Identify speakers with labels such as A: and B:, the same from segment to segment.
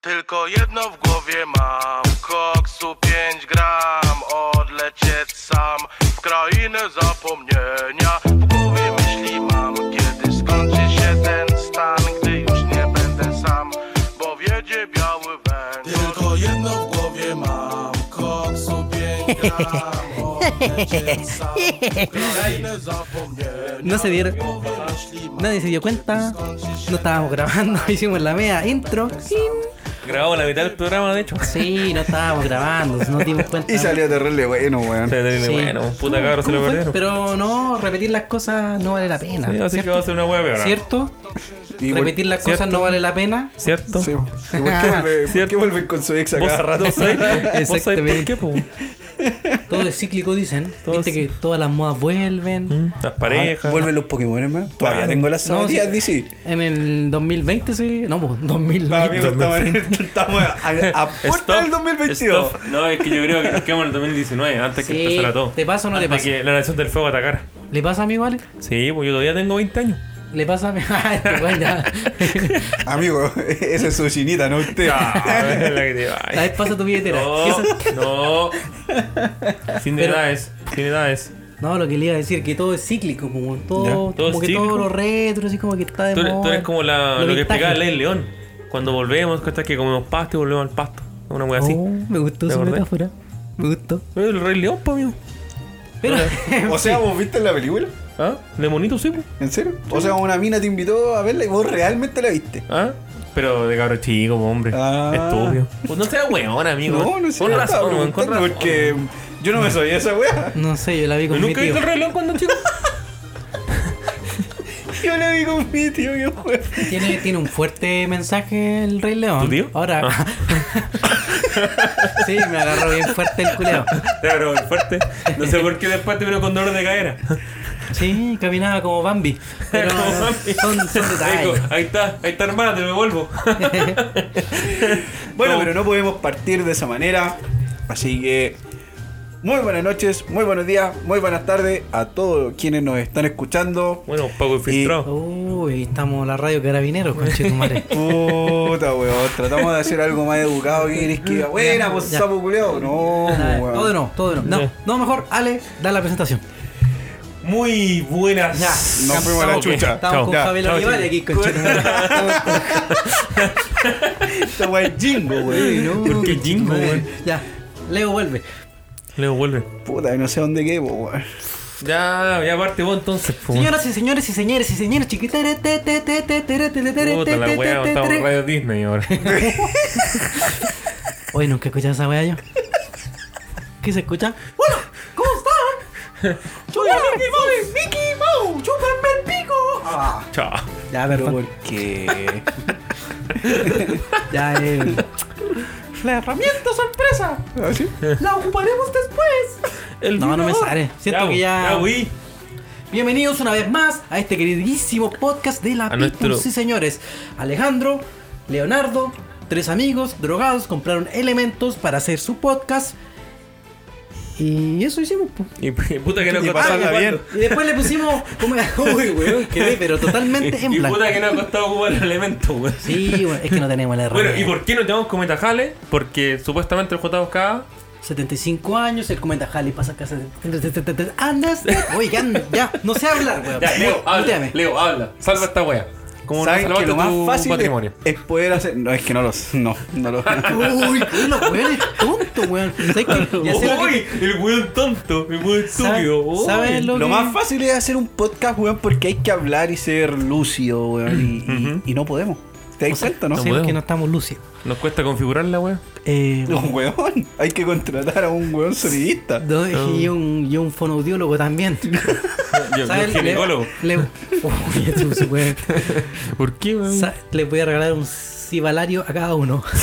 A: Tylko jedno w głowie mam Koksu 5 gram Odlecieć sam W krainę zapomnienia W głowie myśli mam Kiedy skończy się ten stan Gdy już nie będę sam Bo wiedzie biały węgiel Tylko jedno w głowie mam Koksu 5 gram Odlecieć sam W krainę zapomnienia
B: No se dieron.
A: W głowie myśli mam
B: Nadie se dio cuenta. No estábamos grabando, hicimos la media intro.
C: Grabamos la mitad del programa, de hecho.
B: Sí, no estábamos grabando, no dimos cuenta.
D: Y salió terrible bueno, eh, weón.
C: Pero tiene-
B: Sí.
C: Bueno, puta cabra se lo
B: ¿Cómo fue?
C: perdieron.
B: Pero no, repetir las cosas no vale la pena.
C: Sí, así que va a ser una hueá peor. ¿no?
B: ¿Cierto?
D: Y vol-
B: Repetir las cosas
C: ¿Cierto?
B: no vale la pena.
C: ¿Cierto?
D: Sí, po. ¿Y por qué vuelve- ¿Por qué
C: Cierto.
D: vuelven con su ex a
C: ¿Vos,
D: cada rato?
C: vos sabés- ¿Vos sabés por
B: Exactamente.
C: qué, po?
B: Todo es cíclico, dicen.
C: Todo Mm.
B: Viste
C: sí.
B: que todas las modas vuelven.
C: Las
B: ah,
C: parejas.
D: Vuelven los Pokémon, hermano. Todavía tengo las
B: No,
D: zapatillas
B: sí.
D: DC.
B: En el 2020 se. No,
C: Ah,
B: pues 2020.
D: Amigo, estamos estamos a, a puerta del 2022.
C: stop. No, es que yo creo que nos quedamos en el 2019, antes
B: Sí,
C: que empezara todo.
B: ¿te pasa o no te
C: Antes
B: pasa?
C: que la nación del fuego atacara.
B: ¿Le pasa a mi vale?
C: Sí, pues yo todavía tengo 20 años.
B: ¿Le pasa a mi Este weón ya.
D: Amigo, esa es su chinita, no usted.
C: Ah, es la que te va.
B: La vez pasa tu billetera. Esa-
C: No, no. Sin
B: Pero-
C: edades, sin edades.
B: No, lo que le iba a decir, que todo es cíclico, como todo,
D: Ya,
B: como
C: todo es
B: que
C: cíclico.
B: todo lo retro, así como que está de
C: Tú eres,
B: moda.
C: tú eres como la, lo, que
B: vintage.
C: explicaba Ley León. Cuando volvemos, que hasta que comemos pasto y volvemos al pasto. Una wea así.
B: Oh, me gustó
C: ¿Te
B: su
C: acordás?
B: metáfora. Me gustó.
C: El Rey León, pues, amigo.
B: Pero,
D: O sea, ¿vos viste la película?
C: ¿Ah? De monito, sí, po.
D: ¿En serio? O sea, una mina te invitó a verla y vos realmente la viste.
C: ¿Ah? Pero de cabro chico, po, hombre.
D: Ah.
C: Estúpido. Pues no sea weón, amigo.
D: No, no sé.
C: Con
D: estaba
C: razón, weón, con
D: preguntando
C: razón.
D: Porque yo no me soy esa wea.
B: no sé, yo la vi
C: ¿Y
B: con mi
C: ¿Nunca
B: tío.
C: viste el Rey León cuando chico?
D: Yo la vi con mi tío, que fue.
B: Tiene, tiene un fuerte mensaje el Rey León.
C: ¿Tu tío? Ah.
B: Ahora. sí, me agarró bien fuerte el culeo.
C: Claro, el fuerte. No sé por qué después te vino con dolor de cadera.
B: Sí, caminaba como Bambi. Pero
C: Como mami.
B: son, son detalles.
C: Digo, Ahí está, ahí está hermana, te me vuelvo.
D: Bueno,
C: No.
D: pero no podemos partir de esa manera. Así que muy buenas noches, muy buenos días, muy buenas tardes a todos quienes nos están escuchando.
C: Bueno, Paco infiltrado.
B: Uy, estamos en la radio Carabineros, conchetumare.
D: Puta weón, tratamos de hacer algo más educado que eres que buena, pues
B: Ya.
D: sapo culeo. No,
B: Ah,
D: weón.
B: Todo no, todo no. No, no mejor, Ale, da la presentación.
C: Muy buenas.
B: Ya,
D: Nos fuimos a la
B: estamos-
D: chucha.
B: Estamos con
C: Chao.
B: Fabiola
C: Chao,
B: Olivares aquí, conchetumare.
D: Esta weá es jingo, Este weón.
B: no,
C: ¿Por qué jingo,
B: madre.
C: weón?
B: Ya, Leo vuelve.
C: Leo vuelve.
D: Puta, no sé dónde quedé, po, weón.
C: Ya, ya parte vos entonces. po.
B: Señoras y señores y señores y señores, chiquitere, te, te, te, te, te, te, te, te,
C: Puta la
B: te,
C: weá,
B: te,
C: estamos
B: te.
C: en Radio Disney ahora.
B: Oye, nunca he escuchado esa weá yo. ¿Qué se escucha? Bueno, ¿cómo están? Yo soy Mickey Mouse, Mickey Mouse, chúpame el pico.
D: Ah,
C: Chao.
B: Ya,
D: pero
B: perdón.
D: ¿por qué?
B: Ya, eh. La herramienta sorpresa,
D: ¿Así?
B: la ocuparemos después.
C: El
B: No, no me
C: vibrador.
B: sale. Siento que ya-
C: Ya huí.
B: Bienvenidos una vez más a este queridísimo podcast de la
C: A
B: People,
C: nuestro-
B: sí señores. Alejandro, Leonardo, tres amigos drogados compraron elementos para hacer su podcast. Y eso hicimos. po.
C: Y p- puta que no
D: Y
C: ha
D: pasarla
C: costado
D: bien.
B: Y después le pusimos. como- Uy, weón, quedé, pero totalmente en
C: Y
B: blanco.
C: puta que no ha costado ocupar el elemento, weón.
B: Sí, weón, es que no tenemos la herramienta.
C: Bueno, ¿y por qué no tenemos cometajales? Porque supuestamente el JBK.
B: 75 años, el comenta Jali pasa acá. 70. Andas. Oye, ya, ya, no sé hablar, weón.
C: Ya, Leo, habla.
B: Muteame.
C: Leo, habla. Salva esta wea. Como no
D: ¿Saben que
C: salvaste
D: lo
C: tu
D: más fácil es-
C: patrimonio.
D: es poder hacer... No, es que no los... No, no los...
B: Uy, qué los weones tonto, weón. ¿Sabes qué? Ya sé lo que-
C: Uy, el weón tonto, el weón estúpido.
B: ¿Sabe-
C: uy.
B: sabe lo-
D: Lo
B: que-
D: más fácil es hacer un podcast, weón, porque hay que hablar y ser lúcido, weón, y, y- y no podemos. ¿Te das cuenta, no?
B: Sí,
C: no podemos.
B: que no estamos lúcidos.
C: Nos cuesta configurar la wea.
B: Eh,
D: No, weón, hay que contratar a un weón sonidista.
B: no, y, un, y un fonoaudiólogo también.
C: Yo, yo
B: ¿Saben?
C: ginecólogo.
B: Le, le- Uy, esto se puede-
C: ¿Por qué, weón?
B: Sa- Les voy a regalar un cibalario a cada uno.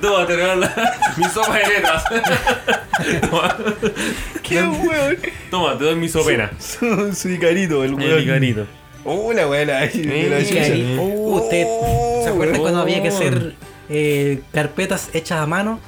C: Toma, te regalo la- mi sopa de letras. Toma,
D: ¿Qué weón?
C: toma, te doy mi sopena.
D: Su, su Icarito, el
C: El
D: weón.
C: ligarito.
D: Hola, weón, la, de la Oh,
C: Sí,
D: chucha.
C: Icarito.
B: Cibalario. Uh, usted, ¿Se acuerdan
C: weón.
D: Oh.
B: cuando había que hacer eh, carpetas hechas a mano?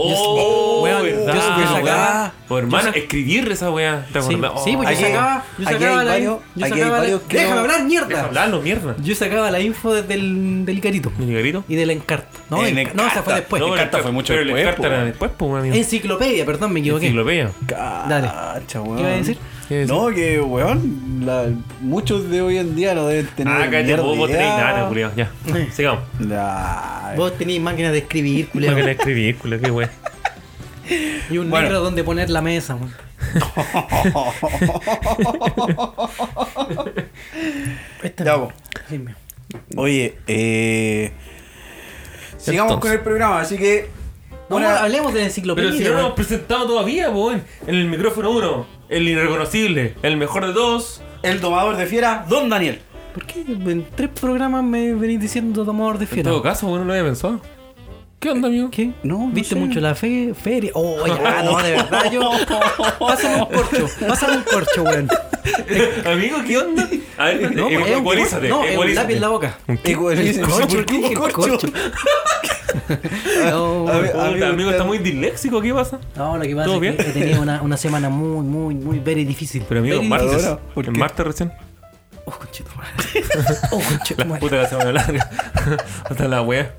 C: Oh,
B: Weón, yo
C: verdad,
B: siempre
C: weón.
B: sacaba-
C: Por hermano,
B: yo sa-
C: escribir esa weá.
D: Ah,
C: ¿Te
B: Sí,
C: acordás?
B: sí,
C: Oh,
B: pues
D: aquí
B: yo
D: hay-
B: sacaba, yo
D: aquí
B: sacaba
D: hay
B: la,
D: varios-
B: yo
D: aquí hay
B: sacaba la-
D: varios que
B: déjame
D: no-
B: hablar, mierda.
C: Oh, Hablarlo, mierda.
B: Yo sacaba la info desde el del garito
C: ¿Mi ligarito?
B: y de la encarta. No,
D: En
B: enca-
D: Encarta.
B: no esa fue después.
D: No, Encarta fue mucho
C: pero la
D: después,
C: Encarta
D: po,
C: era
D: weón.
C: después, pues, amigo.
B: Enciclopedia, perdón, me equivoqué.
C: Enciclopedia.
B: Dale.
D: Cacha, weón.
B: ¿Qué iba a decir?
C: ¿Qué es?
D: No, que weón, la- muchos de hoy en día no deben tener.
C: Ah, cállate,
D: mierda
C: vos vos tenés
D: idea.
C: nada, culiao. Ya,
B: Sí.
C: sigamos.
D: Nah.
B: Vos tenéis máquinas de escribir,
C: Para que
B: culero.
C: la escribí, culiao, qué weá.
B: Y un
D: Bueno.
B: negro donde poner la mesa, weón. Esta-
D: Ya, vos.
B: Sí, mira.
D: Oye, eh. Sigamos
C: Entonces.
D: con el programa, así que.
B: No,
D: una-
B: bueno, hablemos de la
C: Pero
B: enciclopedia.
C: si no lo
B: weón.
C: hemos presentado todavía, po, weón. En el micrófono uno, el irreconocible, el mejor de todos.
D: el domador de fieras, Don Daniel.
B: ¿Por qué en tres programas me venís diciendo tomador de
C: En
B: fiera?
C: todo caso, bueno, no lo había pensado. ¿Qué onda, amigo?
B: ¿Qué?
D: No, no
B: ¿Viste
D: sé.
B: mucho la fe feria? Oh, ya, no, de verdad, yo. Pásame un corcho, pásame un corcho, weón.
C: Amigo, ¿qué onda? A ver,
B: No,
C: ecu-
B: es un-
C: ecualízate,
B: no, es Eh, un
C: ecualízate.
B: lápiz en la boca.
D: El
B: corcho, ¿qué dije? El corcho. No,
D: A ver,
C: Puta,
D: Amigo,
C: amigo, está
D: usted-
C: muy disléxico, ¿qué pasa?
B: no, lo que pasa
C: ¿Todo
B: es
C: bien?
B: que he tenido una, una semana muy, muy, muy very difícil.
C: Pero amigo,
D: Ven,
C: martes.
D: ahora, ¿por
C: En
D: qué?
C: martes recién.
B: Oh, conchito, madre. Oh, conchito, madre.
C: Puta la semana larga. Hasta la wea.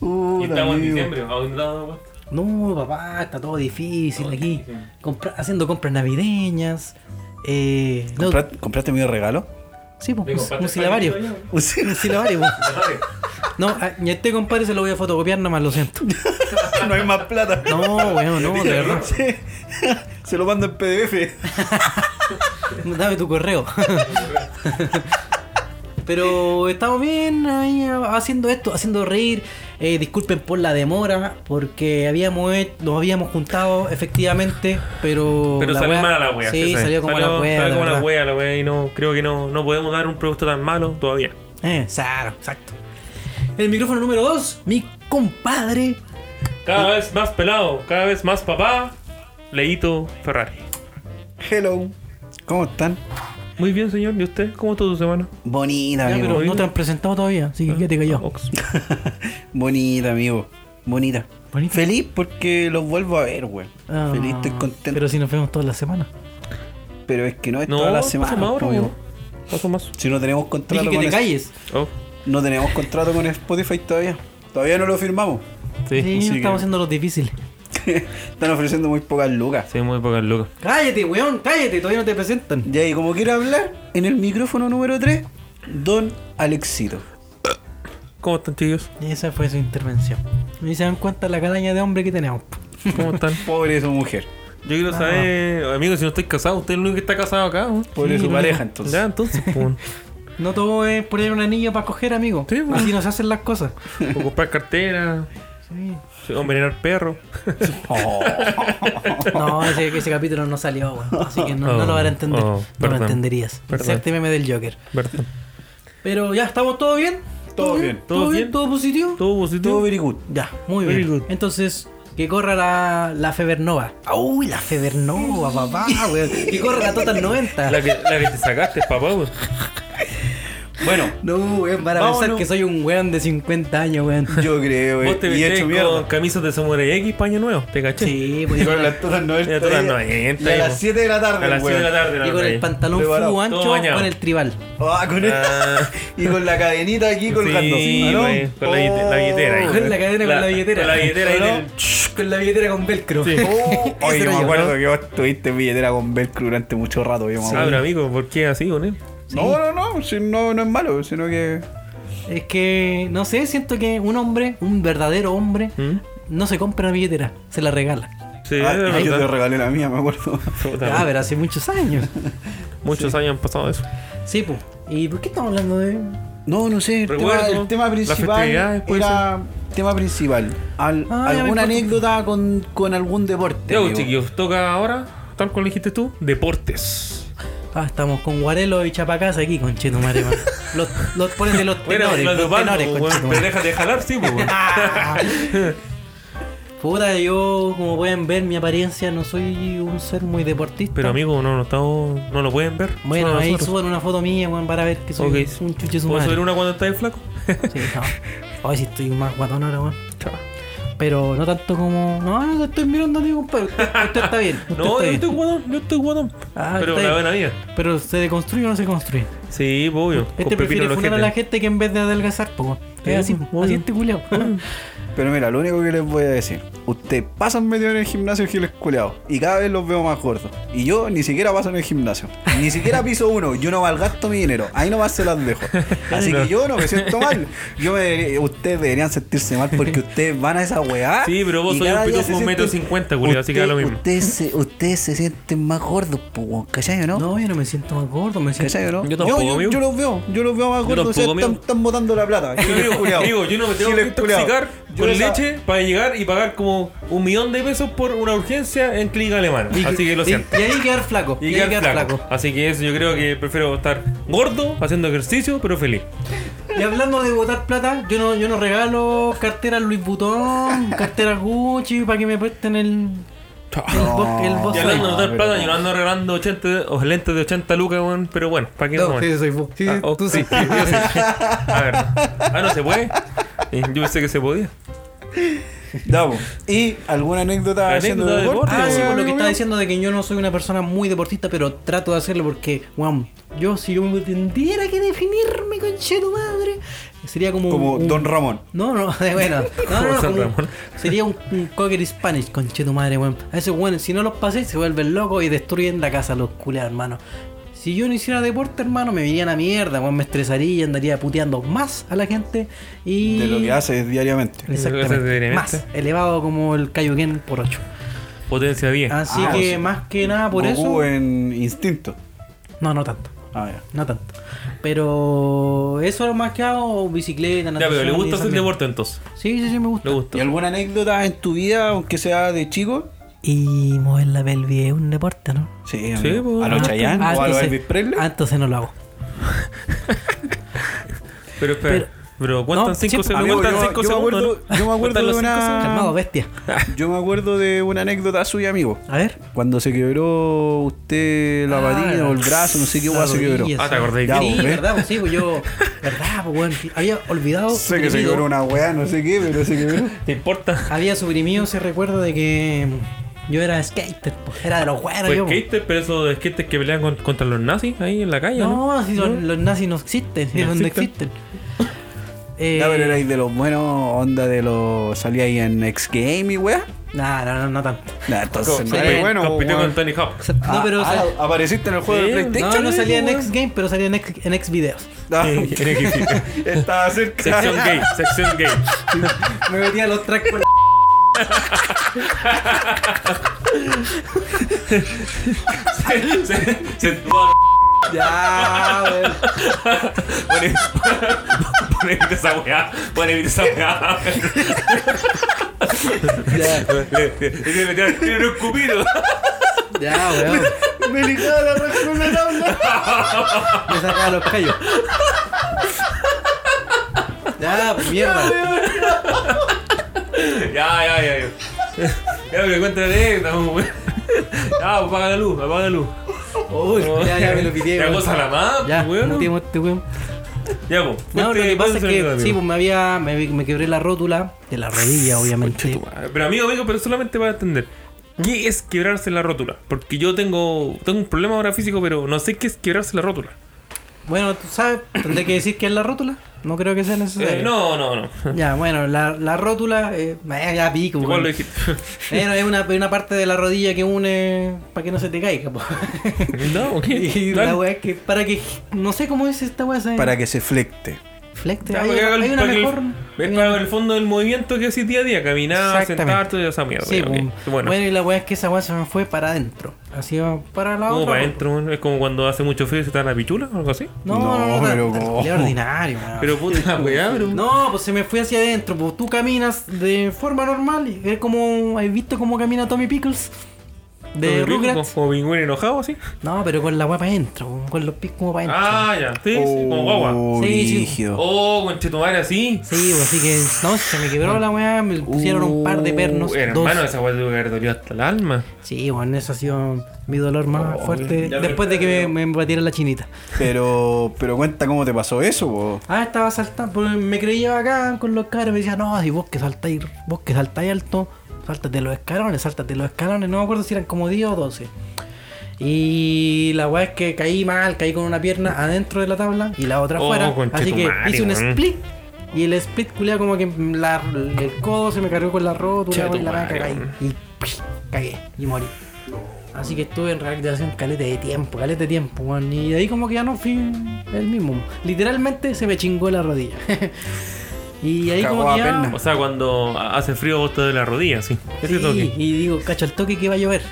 D: Uh,
C: Y estamos en
D: amigo.
C: diciembre, aún no, weón.
B: No, papá, está todo difícil aquí. Compra- haciendo compras navideñas. Eh, no,
D: ¿Comprat- ¿Compraste mi regalo?
B: sí, pues,
C: ¿Le
B: un-
C: compraste
B: un silabario.
C: el pañuelo
D: Un sil-
B: Un silabario, pues. No, a, y a este compadre se lo voy a fotocopiar nomás, lo siento.
D: no hay más plata.
B: No, weón, no, de verdad.
D: Se- Se lo mando en PDF.
B: Dame tu correo. Pero estamos bien ahí haciendo esto, haciendo reír. Eh, disculpen por la demora, porque habíamos he- nos habíamos juntado efectivamente, pero.
C: Pero
B: la
C: salió
B: weá-
C: mala la wea.
B: Sí,
C: ¿sabes?
B: salió como la wea.
C: Salió
B: la
C: como la
B: verdad.
C: wea, la wea. Y no, creo que no, no podemos dar un producto tan malo todavía.
B: Eh, claro, exacto. El micrófono número 2, mi compadre.
C: Cada vez más pelado, cada vez más papá. Leito Ferrari.
D: Hello. ¿Cómo están?
C: Muy bien, señor. ¿Y usted? ¿Cómo estuvo su semana?
D: Bonita,
B: Ya,
D: amigo.
B: pero no te han presentado todavía, así
C: Ah,
B: que quédate callado.
C: Ox.
D: Bonita, amigo. Bonita.
B: Bonita.
D: Feliz porque los vuelvo a ver, güey.
B: Ah,
D: Feliz, estoy contento. Pero,
B: Pero si nos vemos todas las semanas.
D: es que no es
C: No,
D: toda la
C: pasa
D: semana,
C: más ahora, pues.
D: amigo.
C: weón. Pasa más.
D: Si no tenemos contrato
B: Dije que
D: con
B: te
D: es-
B: calles.
C: Oh,
D: No tenemos contrato con Spotify todavía. Todavía no lo firmamos.
C: sí.
B: Sí,
D: así que-
B: estamos haciendo lo difícil.
D: Están ofreciendo muy pocas lucas.
C: Sí, muy pocas lucas.
B: Cállate, weón, cállate, todavía no te presentan.
D: Ya, y como quiero hablar, en el micrófono número 3, Don Alexito.
C: ¿Cómo están, chicos?
B: Y esa fue su intervención. Y se dan cuenta la calaña de hombre que tenemos. po.
C: ¿Cómo están?
D: Pobre de su mujer.
C: Yo quiero saber, amigo, si no estoy casado, usted es el único que está casado acá. ¿no? pues,
D: Pobre de
B: Sí,
D: su
B: no.
D: pareja, entonces.
C: Ya, entonces, pues.
B: No todo es poner un anillo para coger, amigo.
C: Sí, po.
B: Así nos hacen las cosas.
C: O comprar cartera,
B: Sí.
C: o envenenar perro.
D: Oh,
B: No, ese, ese capítulo no salió, weón. Así que no, no lo van a entender.
C: Oh, oh,
B: no lo
C: perdón.
B: entenderías.
C: Perdón.
B: Inserte meme del Joker.
C: ¿Verdad?
B: Pero ya, ¿estamos todo bien?
D: Todo bien.
B: ¿Todo,
C: Todo
B: bien?
C: bien.
B: ¿Todo positivo?
C: Todo
D: todo
C: positivo.
D: very good.
B: Ya, muy
C: Very
B: bien.
C: good.
B: Entonces, que corra la, la Febernova. Uy, la Febernova, papá, weón. Que corra la Total 90.
C: La que, la que te sacaste, papá, güey.
D: Bueno,
B: No, weón, para
D: Vámonos.
B: pensar que soy un weón de 50 años, weón.
D: yo creo, eh,
C: Vos te
D: y he
C: vestís
D: hecho
C: con
D: mierda.
C: camisas de Samurai X, paño nuevo, te caché.
B: Sí, pues,
D: Y
B: y
D: con
B: con,
D: las todas 90.
C: Las todas
D: y-
C: 90,
D: y a
C: y
D: las
C: pues.
D: 7 de la tarde,
C: A las 7 de la
D: weón.
C: tarde, la
B: el
C: otra vez.
B: pantalón
D: Preparado.
B: full
D: Todo
B: ancho
C: bañado.
B: con el tribal.
D: Ah, con el-
C: Ah.
D: y con la cadenita aquí colgando.
C: Sí,
D: ¿Ah, no?
C: güey, con la billete- la billetera ahí.
B: Con la cadena, con la billetera.
C: Con la billetera ahí
B: ¿No?
C: del-
B: Con la billetera con velcro.
C: Sí.
D: Oh, oye,
B: Ese era
D: yo me
B: yo,
D: acuerdo que vos estuviste en billetera con Velcro durante mucho rato. Yo me
C: Ah,
D: acuerdo.
C: pero amigo, ¿por qué así con él?
D: Ah, No, no, no, si no, no es malo, sino que.
B: Es que, no sé, siento que un hombre, un verdadero hombre,
C: ¿Mm?
B: no se compra una billetera, se la regala.
C: Sí,
D: Ah,
C: es
D: y yo te
C: verdad.
D: regalé la mía, me acuerdo.
C: Puta,
B: Ah, pero hace muchos años.
C: Muchos años han pasado eso.
B: Sí, pues. ¿Y por qué estamos hablando de.?
D: No, no sé, el,
C: Recuerdo,
D: tema, el tema
C: las
D: principal
C: festividades, puede
D: era. Tema principal. Al-
B: Ah, ya me
D: alguna
B: acuerdo.
D: anécdota con, con algún deporte.
C: Ya, pues,
D: amigo.
C: chiquillos, toca ahora, tal cual dijiste tú, deportes.
B: Ah, estamos con Guarelo y Chapacás aquí, conchetumare, man. Los, los ponen de los
C: Bueno,
B: tenores,
C: lo de
B: los
C: Pablo,
B: tenores,
C: güey,
B: conchetumare.
C: pero déjate de jalar, sí, pues, güey.
B: Puta, yo, como pueden ver, mi apariencia no soy un ser muy deportista.
C: Pero amigo, no, no, estamos- no lo pueden ver.
B: Bueno,
C: Solo
B: ahí
C: nosotros.
B: suban una foto mía, weón, para ver que soy
C: Ok.
B: un chuche su
C: ¿Puedo
B: madre.
C: subir una cuando estáis flaco?
B: Sí, no. Hoy sí estoy más guatón ahora, weón.
C: Chao.
B: Pero no tanto como. No, no te estoy mirando a ti, compadre. Usted, usted está bien. usted
C: No,
B: está
C: yo
B: bien".
C: estoy guadón, yo estoy guadón.
B: Ah,
C: pero
B: está
C: la
B: bien.
C: buena vida.
B: Pero se deconstruye o no se construye.
C: Sí, pues, obvio.
B: Este prefiere funar a la gente que en vez de adelgazar, poco.
C: Sí, Mm.
B: Es así,
C: obvio.
B: así este culiao.
D: Pero mira, lo único que les voy a decir, ustedes pasan medio en el gimnasio giles culeados y cada vez los veo más gordos. Y yo ni siquiera paso en el gimnasio. Ni siquiera piso uno, yo no malgasto mi dinero. Ahí nomás se las dejo. Así que yo no me siento mal. Yo me debería- ustedes deberían sentirse mal porque ustedes van a esa weá.
C: Sí, pero vos
D: y
C: sois un
D: cada día
C: pitufo
D: se
C: un metro
D: sienten-
C: cincuenta, culiao, así que da lo
D: Usted-
C: mismo.
D: Ustedes se, ustedes se sienten más gordos, po, weón, ¿cachai o no?
B: No, yo no me siento más gordo, me siento.
D: ¿Cachai o no?
C: Yo tampoco,
D: yo,
C: amigo.
D: yo los veo, yo los veo más gordos, o sea,
C: tampoco,
D: están,
C: amigo.
D: están botando la plata. Giles
C: Amigo,
D: culeados.
C: amigo, yo no me tengo que
D: Giles culeados.
C: intoxicar
D: Yo
C: con
D: les-
C: leche para llegar y pagar como un millón de pesos por una urgencia en clínica alemana. Así que lo
B: y-
C: siento.
B: Y ahí quedar flaco.
C: Y quedar flaco. Así que eso yo creo que prefiero estar gordo, haciendo ejercicio, pero feliz.
B: Y hablando de botar plata, yo no, yo no regalo carteras Luis Butón, carteras Gucci para que me presten el. El box, el box
C: Y hablando de
B: ahí.
C: notar
D: pero-
C: plata, yo no ando regalando 80, de- o lentes de 80 lucas, weón, pero bueno, ¿para qué
B: No,
C: vamos?
B: sí, soy vos. Sí,
C: Ah, oh,
B: tú sí.
C: yo sí. A ver. Ah, no se puede. Eh, Yo pensé que se podía.
D: Damos. ¿Y alguna anécdota
C: La
D: haciendo
C: anécdota de
D: deporte?
B: Ah,
C: deporte,
B: sí, por lo que
D: amigo
B: está
D: mío?
B: diciendo de que yo no soy una persona muy deportista, pero trato de hacerlo porque, weón, yo si yo me tendiera que definirme, conche tu madre, sería como.
D: Como
B: un-
D: Don Ramón.
B: No, no, eh, bueno. No,
C: Como
B: no, no,
C: San
B: como-
C: Ramón.
B: sería un, un cocker Spanish, conche tu madre, weón. A esos weones, si no los pasé, se vuelven locos y destruyen la casa, los culiados, hermano. Si yo no hiciera deporte, hermano, me virían a mierda, weón, me estresaría, andaría puteando más a la gente y.
D: De lo que haces diariamente.
C: Lo que haces
B: Exactamente.
C: diariamente.
B: Más elevado como el Kaioken por 8.
C: Potencia 10.
B: Así
D: Ah,
B: que
D: sí.
B: más que nada por
D: Goku eh.
B: eso.
D: en instinto.
B: No, no tanto.
D: Ah, ya.
B: No tanto. Pero eso es lo más que hago, bicicleta,
C: ya, pero le
B: natación y
C: gusta hacer
B: esas mierdas.
C: deporte entonces.
B: Sí, sí, sí, me gusta.
C: Le gusta.
D: ¿Y alguna anécdota en tu vida, aunque sea de chico?
B: Y mover la pelvis es un deporte, ¿no?
D: Sí,
C: Sí,
D: amigo.
C: pues.
D: ¿A los
C: Ah,
D: Chayanne o a los Elvis Presley?
B: ah, entonces no lo hago.
C: Pero espera. Pero,
B: Pero-
C: ¿cuántan
B: No,
C: 5
B: sí,
C: segundos?
D: pues, amigo,
C: ¿Cuántan
D: yo-
C: 5
D: yo me
C: segundos?
D: acuerdo-
C: no?
D: yo me acuerdo
C: ¿Cuántan los
D: de
C: cinco
D: una-
C: segundos?
B: Calmado, bestia.
D: Yo me acuerdo de una anécdota suya, amigo.
B: A ver.
D: Cuando se quebró usted la
B: Ah,
D: patilla o el brazo, no sé qué
B: la
D: guay se quebró.
B: rodilla,
C: Ah, te
B: sí.
C: acordás
D: de
B: Sí,
D: vos, ¿eh?
B: verdad, pues sí, pues yo. Verdad, pues weón. Había olvidado.
D: Sé que se
B: suprimido-
D: quebró una weá, no sé qué, pero se quebró.
C: ¿Te importa?
B: Había suprimido ese recuerdo de que yo era skater, pues, era de los buenos.
C: Pues
B: yo, pues.
C: skater, pero esos skaters que pelean con- contra los nazis ahí en la calle. No,
B: No, si son- los nazis no existen, si
C: No
B: son- no
C: existen.
B: existen. Eh,
D: Ya, pero erais de los buenos, onda de los. salía ahí en X Game y weá.
B: nah, no, no, no tanto.
D: Nah, entonces no
B: Sí,
D: eres
B: eh,
D: bueno,
C: Compitió
D: weón.
C: con Tony Hawk.
B: O sea, no,
D: Ah,
B: pero. o sea,
D: ah, apareciste en el juego
C: Sí,
D: de
B: no,
D: PlayStation.
B: no salía en
D: weón.
B: X Game, pero salía en X, en X videos.
D: Ah,
C: En X Game.
D: Estaba cerca.
C: Sección gay, sección gay.
B: Me metía los tracks por la.
C: Se- se- se-
D: Ya, weón.
C: Pone, pone evita esa weá. Pone evita esa weá.
D: Ya,
C: Le- le- le metieron- Tienen un cupido.
B: Ya, weón.
D: Me lijaba la raja con la tabla.
B: Me sacaba los callos. Ya, pues, mierda.
C: Ya, ya, ya. Ya, ya pero cuenta la anécdota, po, weón. Ya, pues, apaga la luz, apaga la luz.
B: Uy, ya, ya me lo pité,
C: Ya,
B: weón.
C: cosa la más,
B: Ya,
C: pues, weón.
B: muteemos este weón.
C: Ya, pues.
B: No, lo
C: cuente-
B: que pasa es
C: cuente su
B: que
C: anécdota,
B: sí,
C: amigo.
B: pues me había. Me, me quebré la rótula de la rodilla, obviamente.
C: Pero amigo, amigo, pero solamente para entender. ¿Qué es quebrarse la rótula? Porque yo tengo, tengo un problema ahora físico, pero no sé qué es quebrarse la rótula.
B: Bueno, tú sabes, tendré que decir que es la rótula. No creo que sea necesario.
C: Eh, no, no, no.
B: Ya, bueno, la, la rótula, eh, eh, ya pico.
C: Igual
B: weón.
C: lo dijiste.
B: Bueno, es una, una parte de la rodilla que une para que no se te caiga. po.
C: no, ¿qué?
B: y
C: Dale.
B: la weá es que, para que, no sé cómo es esta weá, ¿sabes?
D: Para que se flecte.
B: Flecte,
C: Ya,
B: hay,
C: para que haga el-
B: hay una
C: para que el-
B: mejor...
C: Es para el fondo del movimiento que haces día a día, caminar,
B: Exactamente.
C: sentarte y esa mierda.
B: Sí,
C: ya, ok.
B: pum. bueno.
C: Bueno,
B: y la weá es que esa weá se me fue para adentro. Así va para la
C: como
B: otra.
C: para
B: po.
C: adentro, es como cuando hace mucho frío y se te da la pichula o algo así.
B: No, no, no,
D: No, pero
B: tan- tan-
D: ¿cómo?
B: es ordinario, weón.
C: Pero puta la weá, bro.
B: No, Ah, pues se me fue hacia adentro, pues tú caminas de forma normal, y es como, ¿has visto cómo camina Tommy Pickles? de Rugrats.
C: Como pingüino enojado, así.
B: No, pero con la guapa entro, con los pies como para entro.
C: Ah, ya. Sí, sí, como guagua.
D: Oh,
B: Sí, sí.
D: brígido.
C: Oh, conchetumare, así.
B: Sí, pues, así que. No, se me quebró la weá, me pusieron un par de pernos.
C: Uh,
B: dos.
C: Hermano, esa weá tuvo que haber dolido hasta el alma.
B: Sí, bueno, eso ha sido mi dolor más
C: Oh,
B: fuerte
C: ya
B: después
C: me-
B: de que me, me batieron la chinita.
D: Pero, pero cuenta cómo te pasó eso, po.
B: Ah, estaba saltando, pues, me creía acá con los cabros, me decía, no, si vos que saltáis, vos que saltáis alto, sáltate los escalones, sáltate los escalones, no me acuerdo si eran como 10 o 12. Y la weá es que caí mal, caí con una pierna adentro de la tabla y la otra
C: Oh,
B: afuera.
C: conche
B: Así
C: tu
B: que
C: madre,
B: hice un
C: weón.
B: split. Y el split culea como que la- el codo se me cargó con la rótula
C: Che tu
B: weón, y la vaca
C: madre,
B: caí.
C: weón.
B: Y ¡pish! cagué y morí. Así que estuve en rehabilitación caleta de tiempo, caleta de tiempo, weón. Y de ahí como que ya no fui el mismo. Literalmente se me chingó la rodilla. y ahí
D: Cagó
B: como que ya...
D: a perna.
C: O sea, cuando hace frío vos te duele la rodilla, sí. Ese
B: Sí,
C: toque.
B: y digo, cacho, el toque que va a llover.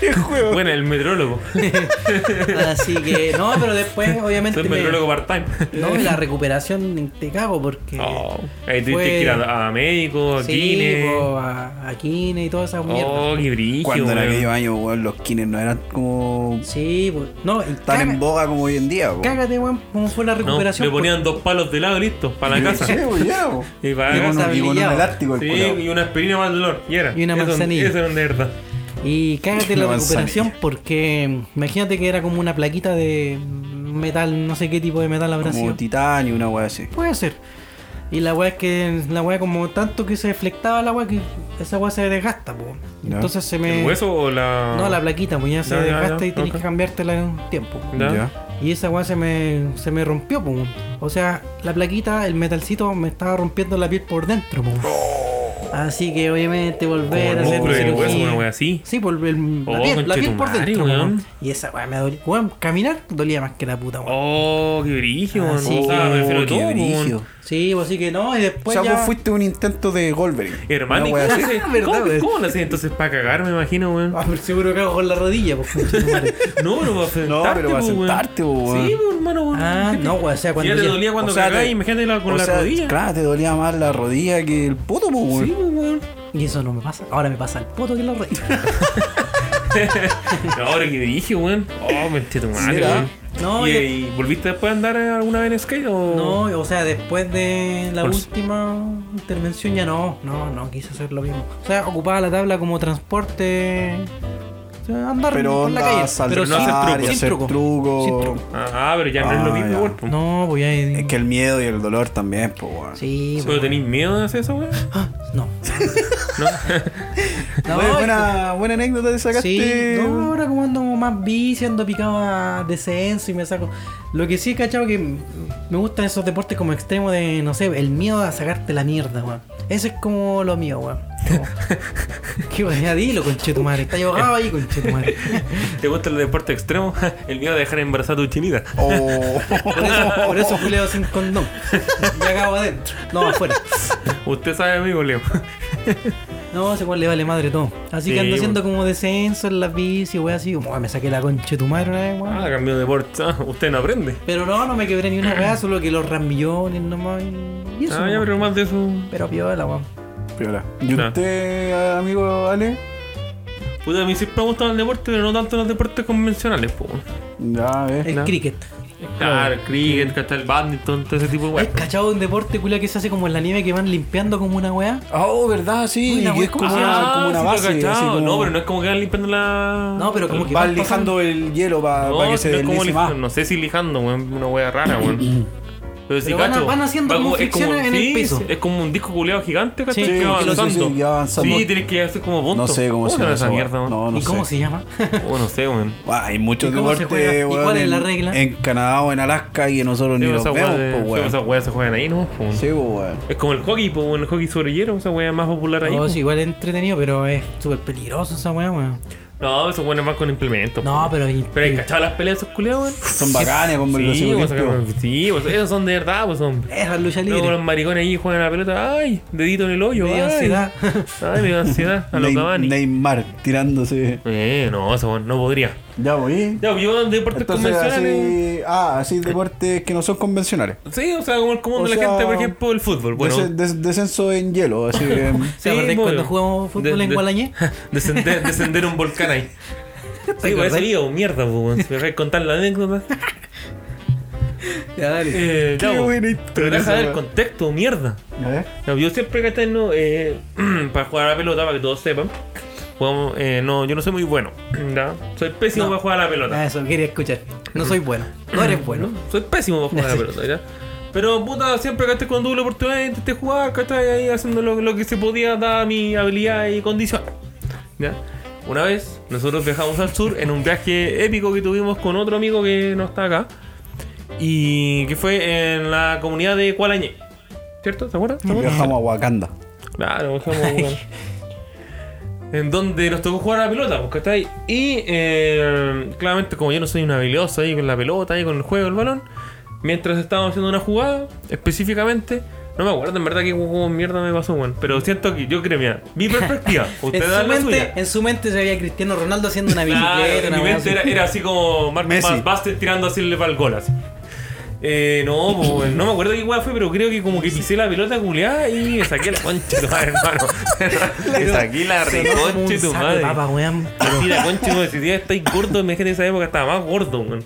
D: ¿Qué juego?
C: Bueno, el meteorólogo.
B: Así que, no, pero después, obviamente.
C: Soy
B: me-
C: meteorólogo part-time.
B: no, y la recuperación te cago porque.
C: Oh, ahí tuviste
B: Eh, Fue-
C: que ir a, a médico, a
B: sí,
C: kine.
B: po, a, a Kine y toda esa mierda.
C: Oh, qué brillo.
D: Cuando en
C: weón.
D: aquellos años, weón, los kines no eran como
B: Sí, pues. No, y
D: tan
B: caga-
D: en boga como hoy en día, po.
B: Cágate, weón, cómo fue la
C: No,
B: recuperación.
C: le ponían dos palos de lado y listo, para la casa.
D: Sí, weón, ya, po.
C: Y para
D: Y
C: la
D: con
C: casa.
D: un- y con un
B: Habiliado.
D: elástico el
C: Sí,
D: culiao.
C: y una aspirina más dolor. Y era.
B: Y una
C: Eso-
B: manzanilla.
C: Eso era de verdad.
B: Y cágate la
D: Una manzanilla.
B: recuperación porque mm, imagínate que era como una plaquita de metal, no sé qué tipo de metal habrá
D: Como
B: sido.
D: titanio, una weá así.
B: Puede ser. Y la weá es que la weá como tanto que se deflectaba la weá que esa weá se desgasta, po.
D: Ya.
B: Entonces se me.
C: ¿El hueso o la.?
B: No, la plaquita, pues ya se
C: Ya, ya,
B: desgasta
C: ya,
B: y tenés
C: ok.
B: que cambiártela en un tiempo.
C: Ya.
D: Ya.
B: Y esa weá se me, se me rompió, po. O sea, la plaquita, el metalcito me estaba rompiendo la piel por dentro, po. Así que obviamente
C: Oh. Como
B: volver
C: el
B: a hacer
C: músculo y el hueso,
B: cirugía.
C: una wea así.
B: Sí, por el, la
C: Oh,
B: piel, la piel por
C: conchetumare,
B: dentro,
C: weón.
B: weón. Y esa weá me dolía. Weón, caminar dolía más que la puta, weón.
C: Oh, qué brillo.
B: Ah,
C: weón.
B: sí.
C: O sea, me refiero a
D: Oh, qué
C: todo,
D: brígido.
C: weón.
B: Sí, pues así que no, y
D: O
B: después
D: sea,
B: ya... Ah,
D: vos fuiste un intento de Goldberg.
C: Hermano, ¿y
D: Una wea
C: ¿cómo,
D: así. Ah,
B: Verdad,
C: hace-
B: pues.
C: cómo-
B: weón.
C: cómo lo haces entonces para cagar, me imagino, weón?
B: Ah, pero seguro que hago con la rodilla, pues. conchetumare.
C: No, pero para sentarte,
D: No, pero para
C: po, weón.
D: sentarte, po, weón.
C: Sí, po, hermano, weón.
B: ah, no, weón, o sea,
C: Si
B: cuando...
C: ya te
B: ya-
C: dolía cuando
D: o sea,
C: cagás,
D: te-
C: imagínate la- con
D: O
C: la
D: sea,
C: rodilla.
D: Claro, te dolía más la rodilla que el puto, po, weón.
C: Sí, po, weón.
B: Y eso no me pasa. Ahora me pasa el poto que la rodilla.
C: No, ahora que dije, weón. Oh, mentira, tu madre,
D: ¿verdad?
C: weón.
B: No,
C: ¿Y,
B: y-
C: y volviste después a andar eh, alguna vez en skate o...?
B: No, o sea, después de la
C: Por-
B: última intervención ya no, no, no quise hacer lo mismo. O sea, ocupaba la tabla como transporte. o sea, andar
D: Pero
B: por la
D: onda,
B: calle.
D: saltar
B: Pero
C: no hacer truco.
D: y
B: sin,
D: hacer
B: truco,
D: truco.
B: sin truco.
C: Ah, pero ya no es lo
D: Ah,
C: mismo,
D: ya.
C: weón. po.
B: No, pues ya.
D: Es que el miedo y el dolor también, po, weón.
B: Sí,
C: ¿Solo
B: pues,
C: tenéis miedo de hacer eso, weón?
B: Ah, No. no.
D: Bueno,
B: es que-
D: buena, buena anécdota te sacaste.
B: Sí, no, ahora como ando más bici, ando picado a descenso y me saco. Lo que sí, cachado, que me gustan esos deportes como extremo de, no sé, el miedo a sacarte la mierda, weón. Eso es como lo mío, weón. Como- Qué weá, dilo, conchetumare. Está ahogado ahí, conchetumare.
C: ¿Te gusta el deporte extremo? el miedo de dejar embarazada a tu chinita.
D: Oh.
B: Por eso, por eso culeo sin condón. Me acabo adentro. No, afuera.
C: Usted sabe, amigo, Leo.
B: No, ese cual le vale madre todo. Así
C: Sí,
B: que ando haciendo
C: weón.
B: como descenso en las bici, weón, así. Como, me saqué la conchetumare una vez, weón.
C: Ah, cambió de deporte. Ah, usted no aprende.
B: Pero no, no me quebré ni una weá, solo que los rambillones nomás. Y eso.
C: Ah, ya,
B: nomás.
C: pero más de eso...
B: Pero piola, weón.
D: Piola. ¿Y
C: No.
D: usted, amigo Ale?
C: Puta, a mí siempre me ha gustado el deporte, pero no tanto los deportes convencionales, po. weón.
D: Ya, ves.
B: El
D: ¿no?
B: cricket.
C: Claro, el cricket, que está el badminton, todo ese tipo de
B: ¿Has
C: weón.
B: cachado un deporte culia que se hace como en la nieve que van limpiando como una weá?
D: Oh, verdad, sí.
B: Uy, la
D: que
B: wea,
D: es
B: ¿cómo
D: como,
B: se
D: una,
C: Ah,
D: como una
C: sí, lo he
D: base. así
C: cachado.
D: como-
C: No, pero no es como que van limpiando la.
B: No, pero como que
D: Vas
B: van pasando-
D: lijando el hielo para
C: No,
D: que
C: no
D: se
C: es como
D: deslice
C: lij-
D: más.
C: No sé si lijando, weón, una wea rara, weón. Pero si
B: Pero van-
C: cacho,
B: van haciendo
C: va
B: como
C: es
B: fricciones en el
C: sí,
B: piso.
C: Es como un disco culeado gigante, cacho,
B: Sí,
C: que va
B: sí, sí, sí,
C: avanzando.
D: sí, que va avanzando.
C: Sí, tienes que hacer como punto.
D: No sé cómo se llama
C: esa
D: esa wea.
C: mierda, weón.
D: No, no
B: ¿Y cómo
D: sé.
B: se llama?
C: Oh, no sé, weón.
D: Ah, Hay muchos
B: ¿Y cómo se
D: deportes,
B: juega? ¿Y
D: weón,
B: cuál es la
D: en-
B: regla?
D: En Canadá o en Alaska y nosotros ni
C: Sí,
D: los
C: Esas
D: vemos,
C: weas
D: pues,
C: de- sí,
D: weón.
C: esas weas se juegan ahí, ¿no? po, weón.
D: Sí, pues, weón.
C: Es como el hockey, po, weón, el hockey sobre hielo, esa wea más popular ahí. pues.
B: No,
C: po.
B: Oh, sí, igual es entretenido, pero es súper peligroso esa weá, weón.
C: No, esos weones van con implementos.
B: No,
C: po.
B: pero.
C: Pero hay cachado las peleas de esos culeados, weón.
D: Son bacanes con
C: Sí,
D: velocidad
C: vos
D: olímpica.
C: sacamos- sí, vos- esos son de verdad, pues hombre.
B: Esa es lucha
C: Luego los
B: libre.
C: maricones ahí juegan a la pelota, ay, dedito en el hoyo,
B: Me dio
C: ay.
B: ansiedad.
C: Ay, me dio ansiedad, a los
D: Ney-
C: Cavani.
D: Neymar tirándose.
C: Eh, no, eso no podría.
D: Ya voy.
C: Ya, yo en deportes
D: Entonces,
C: convencionales.
D: así, ah, así deportes que no son convencionales.
C: Sí, o sea, como el común
D: O
C: de la
D: sea,
C: gente, por ejemplo, el fútbol. Bueno,
D: Dese- des- descenso en hielo, así que.
B: ¿Te acordás
C: bueno.
B: cuando jugamos fútbol en Gualañé?
C: Descender, descender un volcán ahí. Sí, pues
B: acordás?
C: ese video, mierda, pues, weón. Si me vais a contar la anécdota.
B: Ya, dale.
C: Eh, ya,
D: Qué
C: pues.
D: buena
C: Pero
D: historia
C: deja
D: esa,
C: del
D: weón.
C: contexto, mierda.
D: A ver.
C: No, yo siempre que no, eh, para jugar a la pelota, para que todos sepan. jugamos- eh, no, yo no soy muy bueno. ¿ya? Soy pésimo
B: No.
C: para jugar a la
B: Ah,
C: pelota.
B: eso quería escuchar. No soy bueno. No eres bueno.
C: ¿no? Soy pésimo para jugar a la pelota, ¿ya? Pero puta, siempre que esté con doble oportunidad, intenté jugar, que ahí haciendo lo, lo que se podía, dada mi habilidad y condición. ¿ya? Una vez, nosotros viajamos al sur en un viaje épico que tuvimos con otro amigo que no está acá. Y que fue en la comunidad de Cualañé. ¿Cierto? ¿Te acuerdas? ¿Te acuerdas?
D: Viajamos a Wakanda.
C: Claro, dejamos jugar. En donde nos tocó jugar a la pelota, pues, ¿cachai? Y eh, claramente, como yo no soy un habilidoso ahí con la pelota, ahí con el juego, el balón, mientras estábamos haciendo una jugada, específicamente, no me acuerdo en verdad qué juego mierda me pasó, weón. Pero siento que yo creo, mira, mi perspectiva,
B: En
C: ustedes
B: su,
C: dan la
B: mente,
C: suya.
B: en su mente se veía Cristiano Ronaldo haciendo una
C: Claro,
B: bicicleta,
C: en
B: una
C: mi
B: weá
C: mente era,
B: así.
C: era así como Mark
D: Messi.
C: Bas- Baster tirando así el para el gol, así. Eh, no, pues, weón, no me acuerdo qué weá fue, pero creo que como que pisé la pelota culiada y me saqué la concha de tu madre, hermano. me saqué
B: Como
C: la reconcha de
B: un
C: tu
B: saco de
C: madre.
B: papa, weón.
C: Así la concha, como si ya estáis gordo, imagínate en esa época estaba más gordo, weón.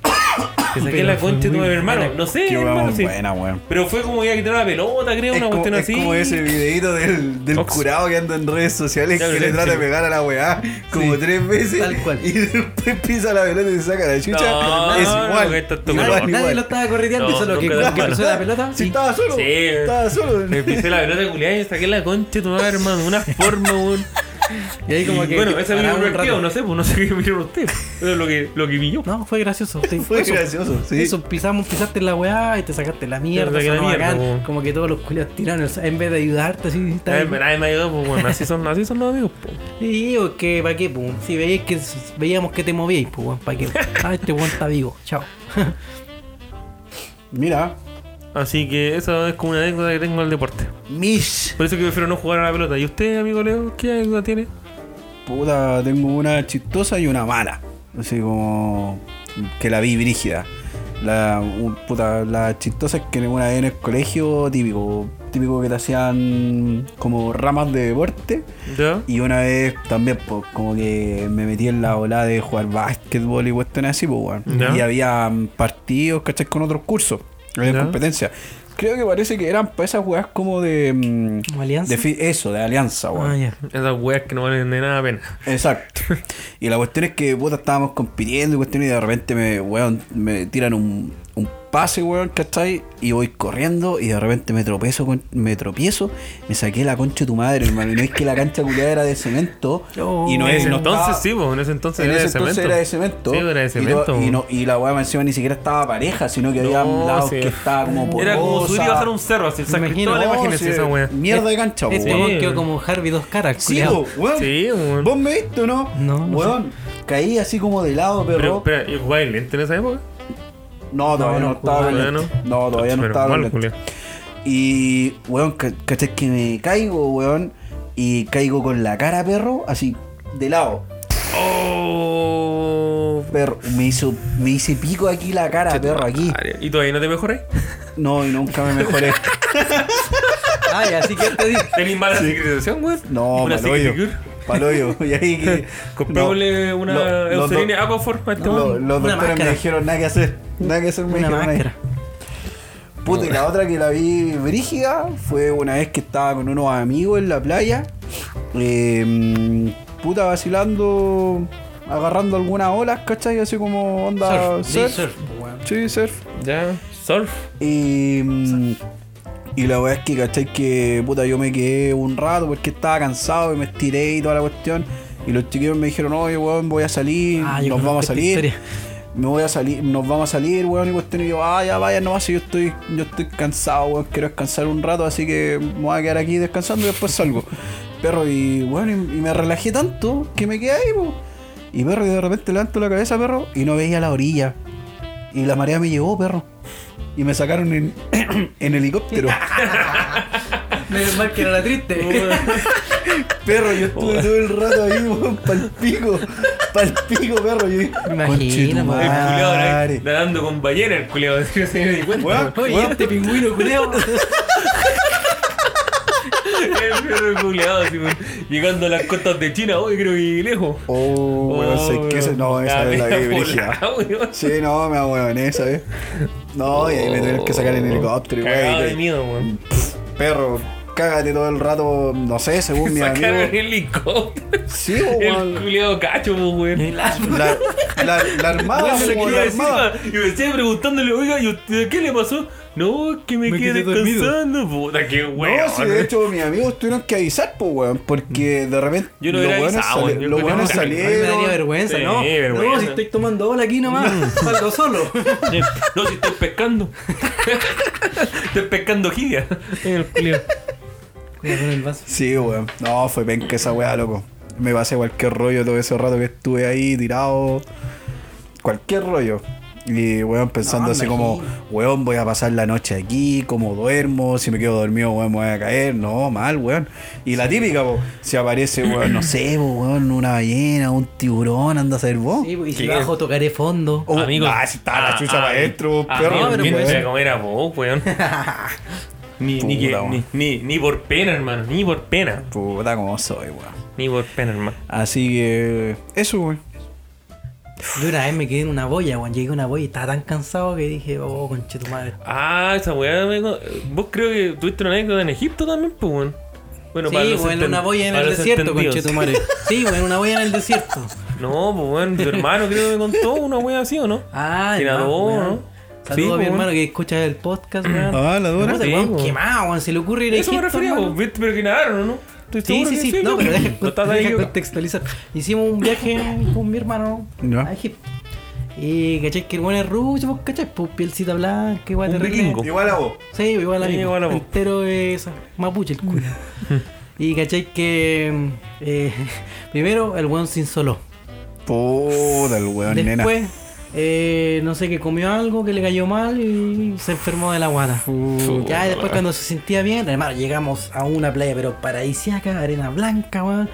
C: Me saqué
B: Pero
C: la
B: fue
C: concha de tu
B: muy
C: madre, hermano.
B: buena.
C: No sé,
D: Qué
C: hermano,
D: weón
C: sí.
D: buena, weón.
C: Pero fue como ya quitar la pelota, creo, una cuestión así.
D: como ese videito del, del
C: Ox-
D: curado que anda en redes sociales
C: Ya,
D: que le
C: violencia.
D: trata de pegar a la weá como
B: Sí.
D: tres veces
B: Tal cual.
D: y después pisa la pelota y se saca la chucha.
C: No,
D: es
C: no,
D: igual.
C: que esto es tu
D: igual,
C: color.
B: Nadie,
D: igual.
B: nadie lo estaba correteando,
C: No,
B: solo que
C: nunca
B: cuando
C: lo-
B: empezó la pelota.
D: Si
B: sí.
D: estaba solo,
C: Sí.
D: estaba solo.
C: Me pisé la pelota culiada y me saqué la concha de tu madre, hermano. de Una forma, weón.
B: Y ahí como
C: Y,
B: que.
C: bueno, ese video
B: paraba un
C: divertido,
B: rato.
C: no sé, pues no sé qué miró usted. Eso es lo que, lo que vi yo.
B: No, fue gracioso. sí,
D: Fue
B: eso.
D: gracioso, sí.
B: Eso, pisamos, pisaste la weá y te sacaste la mierda,
C: saqué la
B: sonó
C: mierda,
B: bacán.
C: weón.
B: Como que todos los culiados tiraron, el- en vez de ayudarte, así.
C: Nadie,
B: estaban-
C: nadie me ayudó, pues bueno, así son, así son los amigos. pues.
B: Sí, o que pa' qué, pum. Si veíais que s- veíamos que te movíais, pues weón, pa' qué. Ah, este weón está vivo, chao.
D: Mira,
C: Así que esa es como una anécdota que tengo al deporte.
D: Mish.
C: Por eso que prefiero no jugar a la pelota. ¿Y usted, amigo Leo, qué anécdota tiene?
D: Puta, tengo una chistosa y una mala. Así como que la vi brígida. La, un- puta, la chistosa es que una vez en el colegio típico, típico que te hacían como ramas de deporte.
C: ¿Ya?
D: Y una vez también, pues, como que me metí en la ola de jugar básquetbol y cuestiones así, pues, weón.
C: Ya.
D: Y había mm, partidos, ¿cachai? Con otros cursos, había
C: Ya.
D: competencias. Creo que parece que eran para esas jugadas como de. mm,
B: ¿Como alianza?
D: de fi- eso, de alianza, weón.
B: Ah, ya.
C: Esas weas que no valen de nada la pena.
D: Exacto. Y la cuestión es que, puta, estábamos compitiendo y cuestiones, y de repente me, weón, me tiran un, un pase, weón, ¿cachai? Y voy corriendo y de repente me tropiezo, con- me tropiezo, me saqué la concha de tu madre, hermano. Y no es que la cancha culiada era de cemento.
B: No.
D: y no es,
C: en ese
D: no
C: entonces
D: estaba-
C: sí, pues, en ese entonces
D: en
C: era
D: ese
C: de
D: entonces
C: cemento.
D: era de cemento.
C: Sí, era de
D: Y, to-
C: cemento. pues.
D: y no- y la weá más encima ni siquiera estaba pareja, sino que había
C: No,
D: lados
C: sí.
D: que estaba como por
C: Era como subir y bajar un cerro, así el San
B: Me imagino,
C: Cristóbal,
B: no,
C: imagínense esa wea.
D: Mierda de cancha, po,
B: Este
D: weón.
B: weón quedó como Harvey dos caras,
D: Sí,
B: culiao.
D: po, weón.
C: Sí, weón.
D: ¿Vos me viste o no?
B: No, no
D: Weón, caí así como de lado,
C: Pero,
D: pero.
C: espera, ¿y jugabas lente en esa época?
D: no, todavía no,
B: no,
D: estaba.
C: todavía
D: lento.
C: no.
D: No, todavía no
C: Pero
D: estaba.
C: mal,
D: lento.
C: culiao.
D: Y, weón, ca- ¿cachai? Que me caigo, weón. Y caigo con la cara, perro, así, de lado.
C: Oh.
D: Perro, me hizo, me hice pico aquí la cara, Ah, perro, aquí.
C: ¿Y todavía no te mejoré?
D: No, y nunca me mejoré.
B: Ah, ya, así que te di.
C: ¿Tenís mala cicatrización, weón?
D: No,
C: Una
D: paloyo.
C: cicatricure.
D: Paloyo. Y ahí que.
C: Comprémosle
D: no,
C: una
D: lo- los do-
C: Eucerin Aquaform a este
D: no, lo-
C: hombre.
D: Los
B: Una
D: doctores me
B: máscara.
D: dijeron nada que hacer. Nada que hacer, me
B: Una
D: dijeron. nada.
B: máscara.
D: Puta, y la otra que la vi brígida fue una vez que estaba con unos amigos en la playa. eh, puta, vacilando, agarrando algunas olas, ¿cachai? Así como onda
B: Surf, di
D: surf.
B: surf, po, weón.
D: Sí, surf.
C: Ya, surf.
D: Y, mm, y la verdad es que, ¿cachai? Que puta, yo me quedé un rato porque estaba cansado y me estiré y toda la cuestión. Y los chiquillos me dijeron, oye, weón, voy a salir,
B: Ah, yo
D: nos
B: conozco
D: vamos a
B: esta
D: salir.
B: historia.
D: Me voy a salir, nos vamos a salir, weón, y cuestión. Y yo, ah, ya vaya nomás, si yo estoy, yo estoy cansado, weón, quiero descansar un rato, así que me voy a quedar aquí descansando y después salgo. Perro, y bueno, y, y me relajé tanto que me quedé ahí, po. Y perro, y de repente levanto la cabeza, perro, y no veía la orilla. Y la marea me llevó, perro. Y me sacaron en, en helicóptero.
B: Menos mal que no era triste.
D: Perro, yo estuve todo el rato ahí, weón, pal pico. Pal pico, perro. Yo dije,
B: Imagina,
C: El
B: weón.
C: culiao
D: "Conchetumare".
C: eh. nadando con ballena, el culiao. Yo se me di cuenta.
D: Weón,
B: Oye,
D: weón,
B: este pingüino culeo.
C: El perro culiao, así, weón, llegando a las costas de China. Hoy creo que lejos.
D: Oh, weón, sé que ese- no, esa es la que dirigía. Sí, no, me hago en esa, eh. No, y ahí me tuvieron que sacar en helicóptero,
C: Cagado
D: güey.
C: de miedo, weón.
D: Perro, cágate todo el rato, no sé, según mi amigo.
C: Sacaron el helicóptero.
D: Sí, po,
C: El
D: weón.
C: culiao cacho, po, weón.
B: El árbol.
D: La, la, la armada,
C: Bueno,
D: po,
C: le
D: weón,
C: quería
D: la
C: decir,
D: armada.
C: ah, y me estaba preguntándole, oiga, ¿y usted qué le pasó? No, que me,
B: Me quedé
C: quedé
B: dormido.
C: descansando. Puta, qué weón.
D: No, sí, de hecho, mis amigos tuvieron que avisar, po, weón, porque de repente
C: Yo no
D: los
C: hubiera
D: weones
C: avisado,
D: sali-
C: weón, yo
D: los
C: creo que
D: buenos
C: no.
B: A mí me daría
D: salieron.
B: vergüenza,
C: Sí,
B: ¿no?
C: vergüenza.
B: No, si estoy tomando ola aquí nomás,
D: Mm.
B: salgo solo.
C: Sí. No, si estoy pescando. estoy pescando jibia. El culiao.
B: Cuidado con el vaso.
D: Sí, weón. No, fue penca esa weá, loco. Me pasé cualquier rollo todo ese rato que estuve ahí tirado. Cualquier rollo. Y weón pensando
B: No,
D: así como, weón, voy a pasar la noche aquí, cómo duermo, si me quedo dormido, weón, me voy a caer. No, mal, weón. Y la típica, po, si aparece, weón, no sé, po, weón, una ballena, un tiburón, anda a ser vos.
B: Sí, pues, y si
C: ¿Qué?
B: bajo tocaré fondo.
D: Oh,
C: Amigos.
D: ah, si está la chucha para adentro, perro.
C: Amigos,
B: pero
C: ¿quién
B: pues-
C: te va a comer a vos, weón? Ni, ni, que-
D: Puta, weón.
C: ni, ni, ni por pena, hermano. Ni por pena.
D: Puta, como soy, weón.
C: Ni por pena, hermano.
D: Así que, eso, weón.
B: Yo una vez me quedé en una boya, weón. Llegué a una boya y estaba tan cansado que dije, oh, conche tu madre.
C: Ah, esa weá. me co- Vos creo que tuviste una anécdota en Egipto también, pues, weón. Bueno,
B: sí,
C: para
B: weón,
C: los
B: en
C: enten-
B: una boya en
C: para
B: el
C: los
B: desierto,
C: entendidos.
B: conche tu madre. Sí, weón, en una boya en el desierto.
C: No, pues, weón. Tu hermano creo que me contó una weá así, ¿o no?
B: Ah,
C: Tirador,
B: hermano, weón.
C: ¿no? Sí, pues,
B: Saludos a mi
C: weón.
B: hermano que escucha el podcast, weón.
D: Ah, la dura.
B: Puta,
C: Sí,
B: weón,
C: weón.
B: quemado, weón. Se le ocurre ir a
C: Eso me
B: Egipto,
C: refería,
B: hermano.
C: vos. Viste, pero que nadaron, ¿no? Estoy
B: Sí,
C: seguro
B: sí,
C: que
B: sí, no, pero deja,
C: No estás ahí
B: deja
C: yo.
B: contextualizar. Hicimos un viaje con mi hermano
D: Ya.
B: a Egipto. Y caché que el buen es rubio, pues caché, pues pielcita blanca, igual
C: Un
B: terrible.
C: gringo.
D: Igual a vos.
B: Sí, igual a
C: Sí,
B: mí.
C: igual a vos.
B: Entero de esa, mapuche el culo. y caché que eh, primero el weón se insoló.
D: Puta, el weón, nena.
B: Después, eh, no sé, que comió algo que le cayó mal y se enfermó de la guata. Ya después cuando se sentía bien, hermano, llegamos a una playa pero paradisiaca, arena blanca, weón.